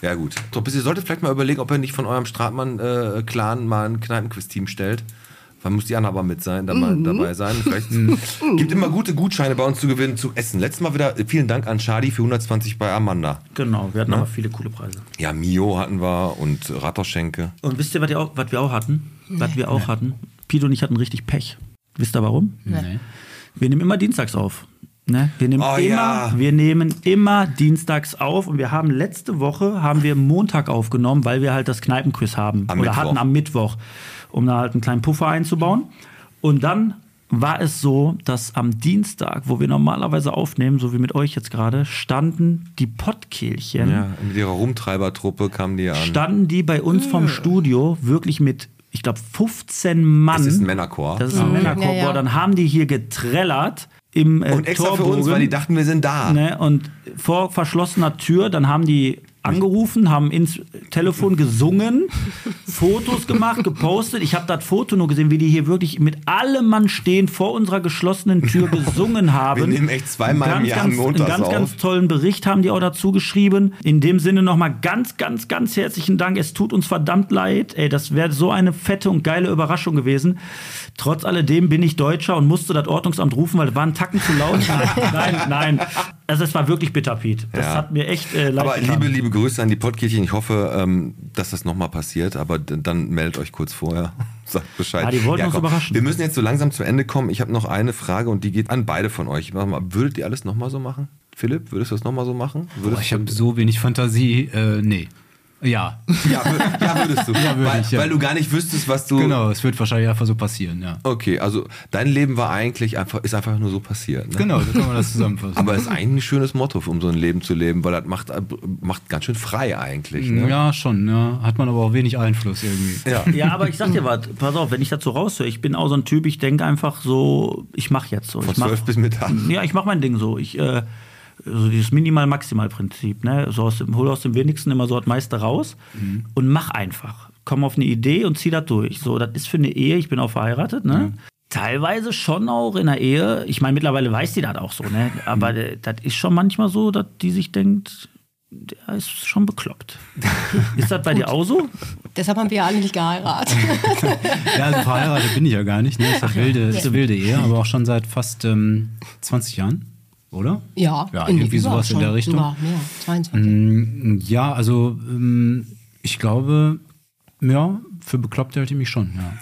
Speaker 2: Ja gut. Toppis, ihr solltet vielleicht mal überlegen, ob ihr nicht von eurem Stratmann-Clan mal ein Kneipenquiz-Team stellt. Dann muss die Anna aber mit sein, dabei,
Speaker 3: Mhm.
Speaker 2: dabei sein. Vielleicht gibt immer gute Gutscheine bei uns zu gewinnen zu essen. Letztes Mal wieder äh, vielen Dank an Shadi für 120 bei Amanda.
Speaker 3: Genau, wir hatten aber viele coole Preise.
Speaker 2: Ja, Mio hatten wir und Ratterschenke.
Speaker 3: Und wisst ihr, was, ihr auch, was wir auch hatten? Was wir auch hatten? Pete und ich hatten richtig Pech. Wisst ihr warum?
Speaker 5: Nee.
Speaker 3: Wir nehmen immer dienstags auf. Ne? Wir, nehmen
Speaker 2: Oh,
Speaker 3: immer,
Speaker 2: ja.
Speaker 3: wir nehmen immer dienstags auf und wir haben letzte Woche haben wir Montag aufgenommen, weil wir halt das Kneipenquiz haben
Speaker 2: Am
Speaker 3: oder
Speaker 2: Mittwoch.
Speaker 3: hatten am Mittwoch, um da halt einen kleinen Puffer einzubauen. Und dann war es so, dass am Dienstag, wo wir normalerweise aufnehmen, so wie mit euch jetzt gerade, standen die Pottkehlchen
Speaker 2: Ja, mit ihrer Rumtreibertruppe kamen die an.
Speaker 3: standen die bei uns vom
Speaker 7: Hm.
Speaker 3: Studio wirklich mit, ich glaube, 15 Mann.
Speaker 2: Das ist ein Männerchor.
Speaker 3: Das ist ein Männerchor.
Speaker 7: Ja, ja.
Speaker 3: Boah, dann haben die hier getrellert im äh,
Speaker 2: und extra für uns,
Speaker 3: Torbogen.
Speaker 2: weil die dachten, wir sind da.
Speaker 3: ne, und vor verschlossener Tür, dann haben die angerufen, haben ins Telefon gesungen, Fotos gemacht, gepostet. Ich habe das Foto nur gesehen, wie die hier wirklich mit allem Mann stehen vor unserer geschlossenen Tür gesungen haben.
Speaker 2: Wir nehmen echt zweimal im
Speaker 3: Ganz,
Speaker 2: Jahr einen
Speaker 3: ganz-
Speaker 2: Montags
Speaker 3: Einen ganz, ganz
Speaker 2: auf.
Speaker 3: tollen Bericht haben die auch dazu geschrieben. In dem Sinne nochmal ganz, ganz, ganz herzlichen Dank. Es tut uns verdammt leid. Ey, das wäre so eine fette und geile Überraschung gewesen. Trotz alledem bin ich Deutscher und musste das Ordnungsamt rufen, weil das war ein Tacken zu laut. nein, nein. Also es war wirklich bitter, Pete. Das
Speaker 2: Ja.
Speaker 3: hat mir echt äh, leid
Speaker 2: Aber
Speaker 3: getan.
Speaker 2: liebe, liebe Grüße an die Pottkirchen. Ich hoffe, ähm, dass das nochmal passiert, aber d- dann meldet euch kurz vorher. Sagt Bescheid.
Speaker 3: Ah, die wollten uns
Speaker 2: komm.
Speaker 3: überraschen.
Speaker 2: Wir müssen jetzt so langsam zum Ende kommen. Ich habe noch eine Frage und die geht an beide von euch. Warte mal, Würdet ihr alles nochmal so machen? Philipp, würdest du das nochmal so machen? Würdest
Speaker 5: Boah, ich habe so wenig Fantasie. Äh, nee. Ja.
Speaker 2: du, ja, wür- ja, würdest du.
Speaker 5: würde
Speaker 2: weil,
Speaker 5: ich, ja.
Speaker 2: weil du gar nicht wüsstest, was du.
Speaker 5: Genau, es wird wahrscheinlich einfach so passieren, ja.
Speaker 2: Okay, also dein Leben war eigentlich einfach, ist einfach nur so passiert. Ne?
Speaker 5: Genau, so kann man das zusammenfassen.
Speaker 2: Aber ist eigentlich ein schönes Motto, um so ein Leben zu leben, weil das macht, äh, macht ganz schön frei eigentlich. Ne?
Speaker 5: ja, schon, ja. Hat man aber auch wenig Einfluss irgendwie.
Speaker 2: Ja.
Speaker 3: Ja, aber ich sag dir was, pass auf, wenn ich dazu raushöre, ich bin auch so ein Typ, ich denke einfach so, ich mach jetzt so.
Speaker 2: Von
Speaker 3: ich mach,
Speaker 2: 12 bis Mittag.
Speaker 3: Ja, ich mach mein Ding so. Ich, äh, so dieses Minimal-Maximal-Prinzip, ne? So aus dem, hol aus dem wenigsten immer so das meiste raus und mach einfach. Komm auf eine Idee und zieh das durch. So, das ist für eine Ehe, ich bin auch verheiratet, ne? Teilweise schon auch in der Ehe. Ich meine, mittlerweile weiß die das auch so, ne? Aber äh, das ist schon manchmal so, dass die sich denkt, der ist schon bekloppt. ist das bei dir auch so?
Speaker 6: Deshalb haben wir ja alle nicht geheiratet.
Speaker 5: Ja, also verheiratet bin ich ja gar nicht. Ne? Ist eine wilde, ist eine wilde Ehe, aber auch schon seit fast ähm, 20 Jahren, oder?
Speaker 6: Ja,
Speaker 5: Ja,
Speaker 6: in-
Speaker 5: irgendwie
Speaker 6: überall
Speaker 5: sowas in
Speaker 6: schon,
Speaker 5: der Richtung.
Speaker 6: Sogar mehr, 22.
Speaker 5: Ja, also ähm, ich glaube, ja, für bekloppt hält ich mich schon, ja.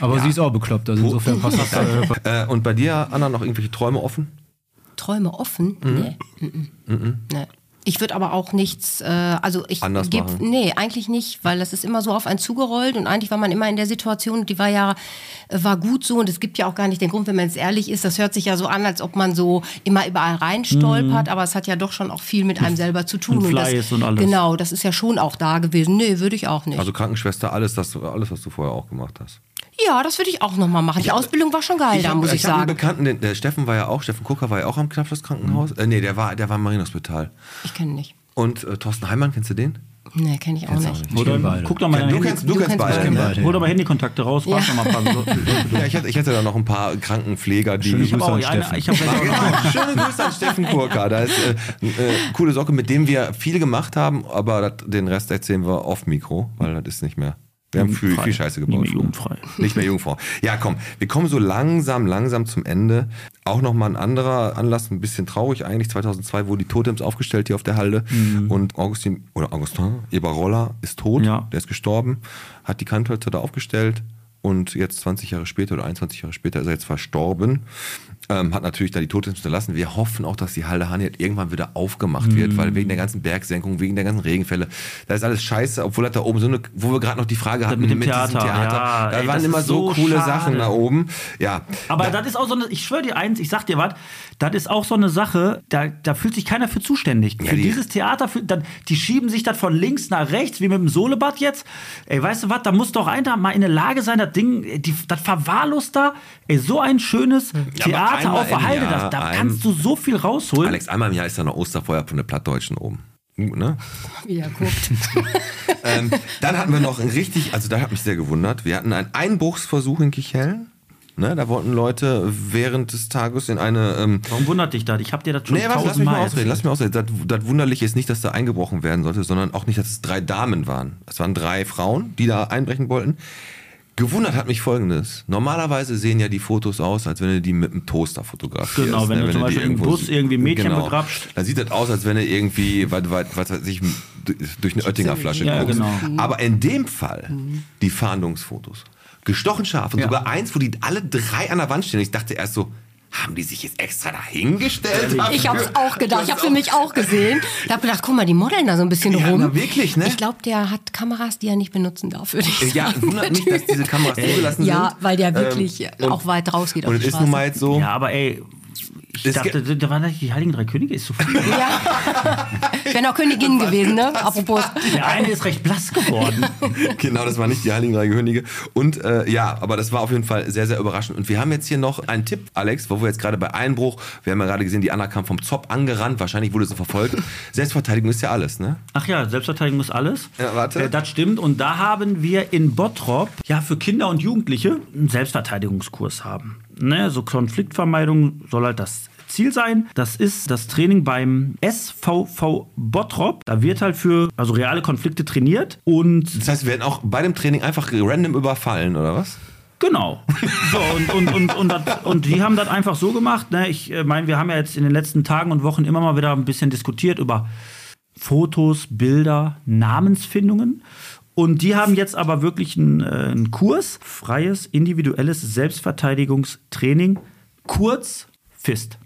Speaker 5: Aber sie ist auch bekloppt, also insofern passt das. Äh,
Speaker 2: Äh, und bei dir, Anna, noch irgendwelche Träume offen?
Speaker 7: Träume offen? Nee. Mhm. nee. Ich würde aber auch nichts, äh, also ich
Speaker 2: Anders
Speaker 7: geb-
Speaker 2: machen.
Speaker 7: nee, eigentlich nicht, weil das ist immer so auf einen zugerollt und eigentlich war man immer in der Situation, die war ja, äh, war gut so und es gibt ja auch gar nicht den Grund, wenn man jetzt ehrlich ist, das hört sich ja so an, als ob man so immer überall reinstolpert, aber es hat ja doch schon auch viel mit einem selber zu tun.
Speaker 3: und
Speaker 7: das,
Speaker 3: Fleiß und alles.
Speaker 7: Genau, das ist ja schon auch da gewesen. Nee, würde ich auch nicht.
Speaker 2: Also Krankenschwester, alles, das, alles, was du vorher auch gemacht hast.
Speaker 7: ja, das würde ich auch nochmal machen. Die Ausbildung war schon geil da,
Speaker 2: hab-
Speaker 7: muss ich,
Speaker 2: hab einen
Speaker 7: sagen.
Speaker 2: Bekannten, den- der Steffen war ja auch, Steffen Kucker war ja auch am Knapfers Krankenhaus. Äh, nee, der war, der war im Marienhospital.
Speaker 7: Ich kenne nicht.
Speaker 2: Und äh, Thorsten Heimann, kennst du den?
Speaker 7: Nee, kenne ich auch
Speaker 2: Kennst du
Speaker 7: nicht.
Speaker 2: auch
Speaker 3: Oder
Speaker 5: beide.
Speaker 3: guck doch mal
Speaker 2: Du
Speaker 3: deine
Speaker 2: kennst, du
Speaker 7: du
Speaker 2: kennst
Speaker 7: kennst
Speaker 2: beide.
Speaker 7: beide,
Speaker 2: Ne?
Speaker 5: beide.
Speaker 3: Hol doch mal Handykontakte raus, frag doch mal ein paar Leute.
Speaker 2: Ja, ich hätte, ich hätte da noch ein paar Krankenpfleger, die.
Speaker 5: Schöne
Speaker 3: Ich habe
Speaker 5: Grüße
Speaker 3: auch
Speaker 5: an
Speaker 3: ja, eine,
Speaker 5: Steffen.
Speaker 3: ich hab gleich auch noch.
Speaker 2: Genau, schöne Grüße an Steffen Kurka. Da ist äh, äh, coole Socke, mit dem wir viel gemacht haben, aber das, den Rest erzählen wir off Mikro, weil das ist nicht mehr. Wir haben viel,
Speaker 3: Jugendfrei.
Speaker 2: viel Scheiße gebaut.
Speaker 3: Nicht mehr jugendfrei.
Speaker 2: Nicht mehr Jungfrau. Ja, komm, wir kommen so langsam, langsam zum Ende. Auch nochmal ein anderer Anlass, ein bisschen traurig eigentlich. 2002 wurden die Totems aufgestellt hier auf der Halde. Und Augustin, oder Augustin Eberroller ist tot.
Speaker 3: Ja.
Speaker 2: Der ist gestorben, hat die Kanthölzer da aufgestellt. Und jetzt 20 Jahre später oder 21 Jahre später ist er jetzt verstorben. Ähm, hat natürlich da die Totems hinterlassen. Wir hoffen auch, dass die Halde Haniert irgendwann wieder aufgemacht wird, weil wegen der ganzen Bergsenkung, wegen der ganzen Regenfälle, da ist alles scheiße, obwohl das da oben so eine, wo wir gerade noch die Frage hatten
Speaker 3: mit dem
Speaker 2: diesem
Speaker 3: Theater, ja,
Speaker 2: da
Speaker 3: ey,
Speaker 2: waren
Speaker 3: das
Speaker 2: immer
Speaker 3: ist
Speaker 2: so,
Speaker 3: so
Speaker 2: coole
Speaker 3: schade.
Speaker 2: Sachen da oben. Ja,
Speaker 3: Aber
Speaker 2: da,
Speaker 3: das ist auch so eine, ich schwöre dir eins, ich sag dir was, das ist auch so eine Sache, da, da fühlt sich keiner für zuständig. für
Speaker 2: die-
Speaker 3: dieses Theater, für, dann, die schieben sich das von links nach rechts, wie mit dem Solebad jetzt. Ey, weißt du was, da muss doch einer mal in der Lage sein, das Ding, äh, die, das verwahrlost da, ey, so ein schönes Theater
Speaker 2: einmal
Speaker 3: auf der
Speaker 2: im
Speaker 3: Heide,
Speaker 2: Jahr,
Speaker 3: da, da
Speaker 2: ein-
Speaker 3: kannst du so viel rausholen.
Speaker 2: Alex, einmal im Jahr ist da noch Osterfeuer von der Plattdeutschen oben. Gut, ne?
Speaker 6: Wie er guckt.
Speaker 2: ähm, dann hatten wir noch ein richtig, also da hat mich sehr gewundert, wir hatten einen Einbruchsversuch in Kichellen. Ne, da wollten Leute während des Tages in eine ähm,
Speaker 3: Warum wundert dich das? Ich hab dir das schon
Speaker 2: Nee, was, lass mich
Speaker 3: tausendmal
Speaker 2: mal ausreden.
Speaker 3: erzählt.
Speaker 2: Lass mich ausreden. Das, das Wunderliche ist nicht, dass da eingebrochen werden sollte, sondern auch nicht, dass es drei Damen waren. Es waren drei Frauen, die da einbrechen wollten. Gewundert hat mich Folgendes. Normalerweise sehen ja die Fotos aus, als wenn du die mit einem Toaster fotografierst. ne,
Speaker 3: Genau, wenn du zum
Speaker 2: die
Speaker 3: Beispiel im
Speaker 2: irgendwo- Genau.
Speaker 3: Bus irgendwie ein Mädchen begrapscht.
Speaker 2: Dann sieht das aus, als wenn du irgendwie, was, was, was weiß ich, durch eine Oettinger-Flasche
Speaker 3: Ja,
Speaker 2: guckst.
Speaker 3: genau.
Speaker 2: Aber in dem Fall die Fahndungsfotos. Gestochen scharf und sogar eins, wo die alle drei an der Wand stehen. Ich dachte erst so, haben die sich jetzt extra dahingestellt?
Speaker 6: Ich habe es auch gedacht. Ich habe es nämlich auch gesehen.
Speaker 7: Ich habe gedacht, guck mal, die modeln da so ein bisschen
Speaker 2: Ja,
Speaker 7: rum.
Speaker 2: aber wirklich, ne? Äh,
Speaker 7: Ich glaube, der hat Kameras, die er nicht benutzen darf, würde ich
Speaker 2: Ja,
Speaker 7: sagen.
Speaker 2: wundert mich, dass diese Kameras zugelassen sind. Ähm,
Speaker 6: Ja, weil der wirklich
Speaker 2: und-
Speaker 6: auch weit rausgeht auf
Speaker 2: Und
Speaker 6: die
Speaker 2: es ist
Speaker 6: Straße.
Speaker 2: nun mal jetzt so,
Speaker 3: Ja, aber ey, ich Ich dachte, da waren die Heiligen Drei Könige, ist so viel.
Speaker 7: Ja. Ich wäre noch Königin gewesen, ne? Apropos.
Speaker 3: Der eine ist recht blass geworden.
Speaker 2: Genau, das waren nicht die Heiligen Drei Könige. Und äh, ja, aber das war auf jeden Fall sehr, sehr überraschend. Und wir haben jetzt hier noch einen Tipp, Alex, wo wir jetzt gerade bei Einbruch, wir haben ja gerade gesehen, die Anna kam vom Zopf angerannt, wahrscheinlich wurde sie verfolgt. Selbstverteidigung ist ja alles, ne?
Speaker 3: Ach ja, Selbstverteidigung ist alles.
Speaker 2: Ja, warte.
Speaker 3: Äh, das stimmt. Und da haben wir in Bottrop ja für Kinder und Jugendliche einen Selbstverteidigungskurs haben. Ne, so Konfliktvermeidung soll halt das Ziel sein. Das ist das Training beim SVV Bottrop. Da wird halt für also reale Konflikte trainiert und
Speaker 2: Das heißt, wir werden auch bei dem Training einfach random überfallen, oder was?
Speaker 3: Genau. So, und, und, und, und, das, und die haben das einfach so gemacht. Ne? Ich äh, meine, wir haben ja jetzt in den letzten Tagen und Wochen immer mal wieder ein bisschen diskutiert über Fotos, Bilder, Namensfindungen. Und die haben jetzt aber wirklich einen, äh, einen Kurs, freies, individuelles Selbstverteidigungstraining, kurz Fist.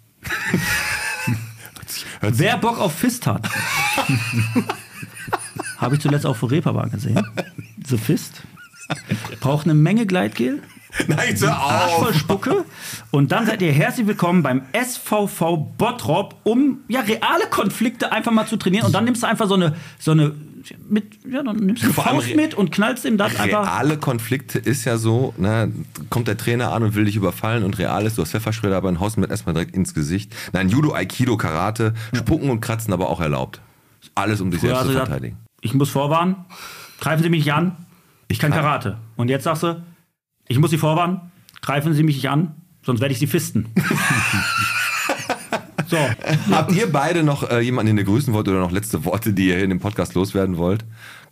Speaker 3: Wer Bock auf Fist hat, habe ich zuletzt auch vor Reeperbahn gesehen. The Fist. Braucht eine Menge Gleitgel.
Speaker 2: Nein, hör
Speaker 3: Arsch voll Spucke. Und dann seid ihr herzlich willkommen beim SVV Bottrop, um ja reale Konflikte einfach mal zu trainieren. Und dann nimmst du einfach so eine, so eine, mit, ja, dann nimmst du
Speaker 2: Vor allem
Speaker 3: Faust
Speaker 2: re-
Speaker 3: mit und knallst ihm das einfach.
Speaker 2: Reale Konflikte ist ja so, ne, kommt der Trainer an und will dich überfallen und real ist, du hast Pfefferschredder, aber ein Hausmittel erstmal direkt ins Gesicht. Nein, Judo, Aikido, Karate, Spucken und Kratzen aber auch erlaubt. Alles, um dich
Speaker 3: Früher
Speaker 2: selbst
Speaker 3: hast
Speaker 2: zu
Speaker 3: du gesagt,
Speaker 2: verteidigen.
Speaker 3: also Ich muss vorwarnen. Greifen Sie mich nicht an. Ich kann Karate. Und jetzt sagst du, ich muss Sie vorwarnen. Greifen Sie mich nicht an, sonst werde ich Sie fisten. so.
Speaker 2: Habt ihr beide noch äh, jemanden, den ihr grüßen wollt oder noch letzte Worte, die ihr hier in dem Podcast loswerden wollt?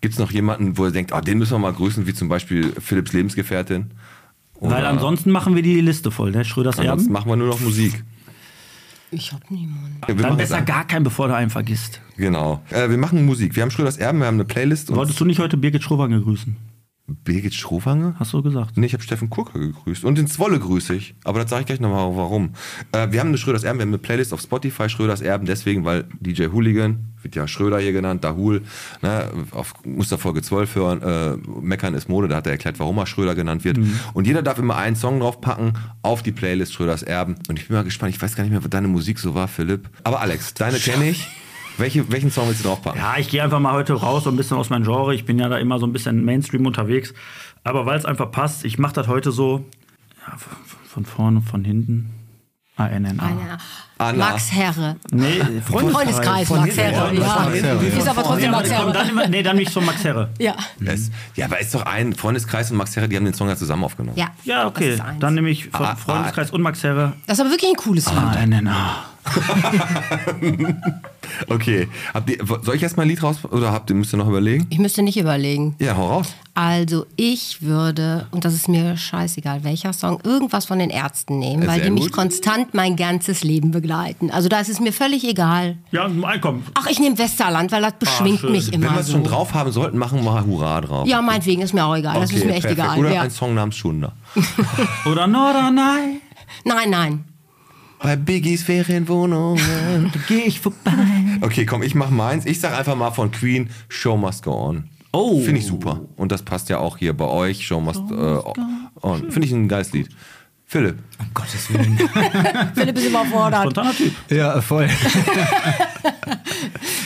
Speaker 2: Gibt es noch jemanden, wo ihr denkt, ah, den müssen wir mal grüßen, wie zum Beispiel Philipps Lebensgefährtin? Oder
Speaker 3: Weil ansonsten machen wir die Liste voll, ne? Schröders
Speaker 2: ansonsten
Speaker 3: Erben.
Speaker 2: machen wir nur noch Musik.
Speaker 7: Ich hab niemanden.
Speaker 2: Ja, wir
Speaker 3: Dann
Speaker 2: machen
Speaker 3: besser
Speaker 2: das-
Speaker 3: gar keinen, bevor du einen vergisst.
Speaker 2: Genau. Äh, wir machen Musik. Wir haben Schröders Erben, wir haben eine Playlist. Und
Speaker 3: Wolltest du nicht heute Birgit Schrowange grüßen?
Speaker 2: Birgit Schrowange?
Speaker 3: Hast du gesagt?
Speaker 2: Nee, ich habe Steffen Kurka gegrüßt. Und den Zwolle grüße ich. Aber das sage ich gleich nochmal, warum. Äh, wir haben eine Schröders Erben, wir haben eine Playlist auf Spotify, Schröders Erben, deswegen, weil DJ Hooligan, wird ja Schröder hier genannt, Dahul, ne, auf Musterfolge 12 hören, äh, Meckern ist Mode, da hat er erklärt, warum er Schröder genannt wird. Und jeder darf immer einen Song draufpacken auf die Playlist Schröders Erben. Und ich bin mal gespannt, ich weiß gar nicht mehr, was deine Musik so war, Philipp. Aber Alex, deine kenne ich. Welche, welchen Song willst du draufpacken?
Speaker 3: Ja, ich gehe einfach mal heute raus, so ein bisschen aus meinem Genre. Ich bin ja da immer so ein bisschen Mainstream unterwegs. Aber weil es einfach passt, ich mache das heute so ja, von- von vorne, von hinten. Ah, NNA.
Speaker 7: Anna.
Speaker 2: Anna.
Speaker 7: Max Herre.
Speaker 3: Nee,
Speaker 7: Freundeskreis, Max Herre. Ja. Ist aber trotzdem
Speaker 3: Ja,
Speaker 7: Max
Speaker 3: komm,
Speaker 7: Herre.
Speaker 3: dann, nee, dann nicht von Max Herre.
Speaker 7: Ja.
Speaker 2: Yes. Ja, aber ist doch ein Freundeskreis und Max Herre, die haben den Song ja zusammen aufgenommen.
Speaker 7: Ja.
Speaker 3: Ja,
Speaker 7: Das
Speaker 3: okay.
Speaker 7: ist eins.
Speaker 3: Dann nehme ich
Speaker 2: Ah, ah.
Speaker 3: von Freundeskreis und Max Herre.
Speaker 7: Das ist aber wirklich ein cooles Lied.
Speaker 5: Ah, NNA.
Speaker 2: Okay. Habt ihr, soll ich erstmal ein Lied raus oder habt ihr müsst ihr noch überlegen?
Speaker 7: Ich müsste nicht überlegen.
Speaker 2: Ja, hau raus.
Speaker 7: Also ich würde, und das ist mir scheißegal, welcher Song, irgendwas von den Ärzten nehmen,
Speaker 2: Ja,
Speaker 7: weil
Speaker 2: Äh, sehr
Speaker 7: die mich
Speaker 2: gut.
Speaker 7: konstant mein ganzes Leben begleiten. Also da ist es mir völlig egal.
Speaker 3: Ja, ein Einkommen.
Speaker 7: Ach, ich nehme Westerland, weil das beschwingt
Speaker 3: schön.
Speaker 7: mich immer
Speaker 2: Wenn wir es
Speaker 7: so.
Speaker 2: schon drauf haben sollten, machen wir mal Hurra drauf.
Speaker 7: Also- ja, meinetwegen ist mir auch egal. das ist mir echt
Speaker 2: perfekt.
Speaker 7: egal.
Speaker 2: Oder
Speaker 7: Ja.
Speaker 2: ein Song namens Schunder.
Speaker 3: Oder no, oder nein,
Speaker 7: Nein, nein.
Speaker 2: Bei Biggies Ferienwohnung.
Speaker 3: da gehe ich vorbei.
Speaker 2: Okay, komm, ich mach meins. Ich sag einfach mal von Queen, Show Must Go On.
Speaker 3: Oh.
Speaker 2: Finde ich super. Und das passt ja auch hier bei euch, Show Must äh, On. Finde ich ein geiles Lied. Philipp,
Speaker 5: Um Gottes Willen.
Speaker 7: Philipp ist überfordert.
Speaker 3: Spontaner Typ.
Speaker 5: ja, voll.
Speaker 7: Ich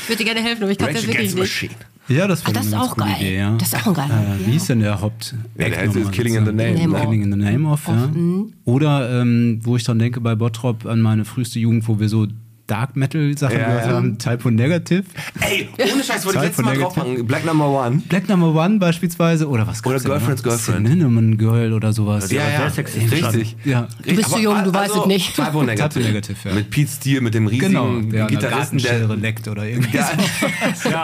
Speaker 7: würde dir gerne helfen, aber ich kann das
Speaker 2: Rage Against
Speaker 7: wirklich
Speaker 2: the
Speaker 7: nicht.
Speaker 2: Machine.
Speaker 5: Ja, das,
Speaker 7: Ach,
Speaker 5: wäre
Speaker 7: Ah, das ist
Speaker 5: eine ganz
Speaker 7: auch
Speaker 5: coole
Speaker 7: geil.
Speaker 5: Idee, ja.
Speaker 7: Das ist auch ein geiler
Speaker 5: Äh,
Speaker 7: Hit,
Speaker 5: wie
Speaker 7: ja.
Speaker 5: ist denn der Haupt?
Speaker 2: Ja, der
Speaker 5: Act
Speaker 2: heißt
Speaker 5: nochmal
Speaker 2: Killing in the
Speaker 5: sozusagen?
Speaker 2: Name
Speaker 7: off.
Speaker 5: Killing in the Name of, ja.
Speaker 7: mhm.
Speaker 5: Oder ähm, wo ich dann denke bei Bottrop an meine früheste Jugend, wo wir so Dark Metal Sachen
Speaker 2: Ja,
Speaker 5: gehört
Speaker 2: ja.
Speaker 5: haben, Typo Negative,
Speaker 2: Ey, ohne Scheiß wollte ich letztes
Speaker 5: Zeit von
Speaker 2: Mal
Speaker 5: der
Speaker 2: draufmachen. Black Number One.
Speaker 5: Black Number One beispielsweise oder was
Speaker 2: Oder
Speaker 5: gab's denn noch?
Speaker 2: Girlfriend's Girlfriend.
Speaker 5: Cinnamon Girl oder sowas.
Speaker 3: Ja, ja. sehr sexistisch
Speaker 2: richtig. also
Speaker 5: Ja.
Speaker 2: Du
Speaker 7: bist zu jung, du weißt es nicht.
Speaker 2: Turbo Negative.
Speaker 5: Turbo Negative, ja.
Speaker 2: Mit Pete Steele, mit dem riesigen
Speaker 5: Genau, der an der
Speaker 2: Gitarristen,
Speaker 5: Gartenschere
Speaker 2: der.
Speaker 5: leckt oder irgendwie.
Speaker 2: Ja.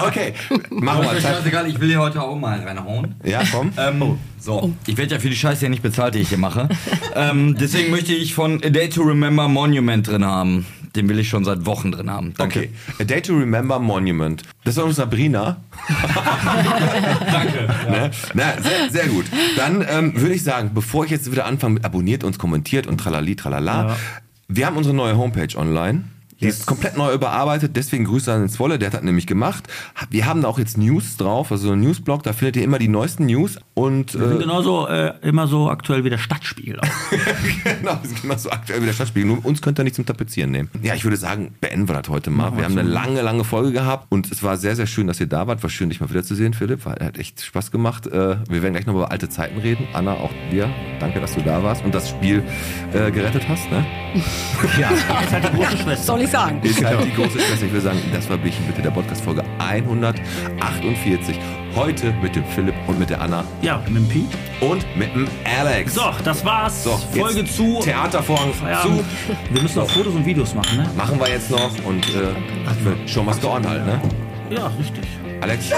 Speaker 2: Okay, machen wir
Speaker 10: Aber ist
Speaker 2: mal.
Speaker 10: euch
Speaker 2: Zeit.
Speaker 10: scheißegal, ich will hier heute auch mal reinhauen.
Speaker 2: Ja, komm.
Speaker 10: Ähm, So, ich werde ja für die Scheiße ja nicht bezahlt, die ich hier mache. ähm, deswegen möchte ich von A Day to Remember Monument drin haben. Den will ich schon seit Wochen drin haben. Danke.
Speaker 2: Okay, A Day to Remember Monument. Das war unsere Sabrina. Danke. Ne? Na, sehr, sehr gut. Dann ähm, würde ich sagen, bevor ich jetzt wieder anfange mit abonniert uns, kommentiert und tralali, tralala. Wir haben unsere neue Homepage online. Die ist komplett neu überarbeitet, deswegen Grüße an den Zwolle, der hat das nämlich gemacht. Wir haben da auch jetzt News drauf, also so einen Newsblog, da findet ihr immer die neuesten News und
Speaker 3: Wir sind
Speaker 2: äh,
Speaker 3: genauso äh, immer so aktuell wie der Stadtspiegel. auch.
Speaker 2: genau, wir sind immer so aktuell wie der Stadtspiegel. Nur uns könnt ihr nicht zum Tapezieren nehmen. Ja, ich würde sagen, beenden wir das heute mal. wir haben eine lange, lange Folge gehabt und es war sehr, sehr schön, dass ihr da wart. War schön, dich mal wiederzusehen, Philipp. War, hat echt Spaß gemacht. Äh, wir werden gleich noch über alte Zeiten reden. Anna, auch dir. Danke, dass du da warst und das Spiel äh, gerettet hast. Ne?
Speaker 6: Soll ich sagen?
Speaker 2: Ist
Speaker 3: Genau.
Speaker 2: halt die große Schwester. Ich will sagen, das war Bierchen bitte der Podcast-Folge 148. Heute mit dem Philipp und mit der Anna
Speaker 3: ja, mit dem Pi.
Speaker 2: und mit dem Alex.
Speaker 3: So, das war's.
Speaker 2: So, jetzt
Speaker 3: Folge zu.
Speaker 2: Theatervorhang
Speaker 3: Feierabend.
Speaker 2: zu.
Speaker 3: Wir müssen auch Fotos und Videos machen, ne?
Speaker 2: Machen wir jetzt noch und äh, schon was geordnet halt, ne?
Speaker 3: Ja, richtig.
Speaker 2: Alex?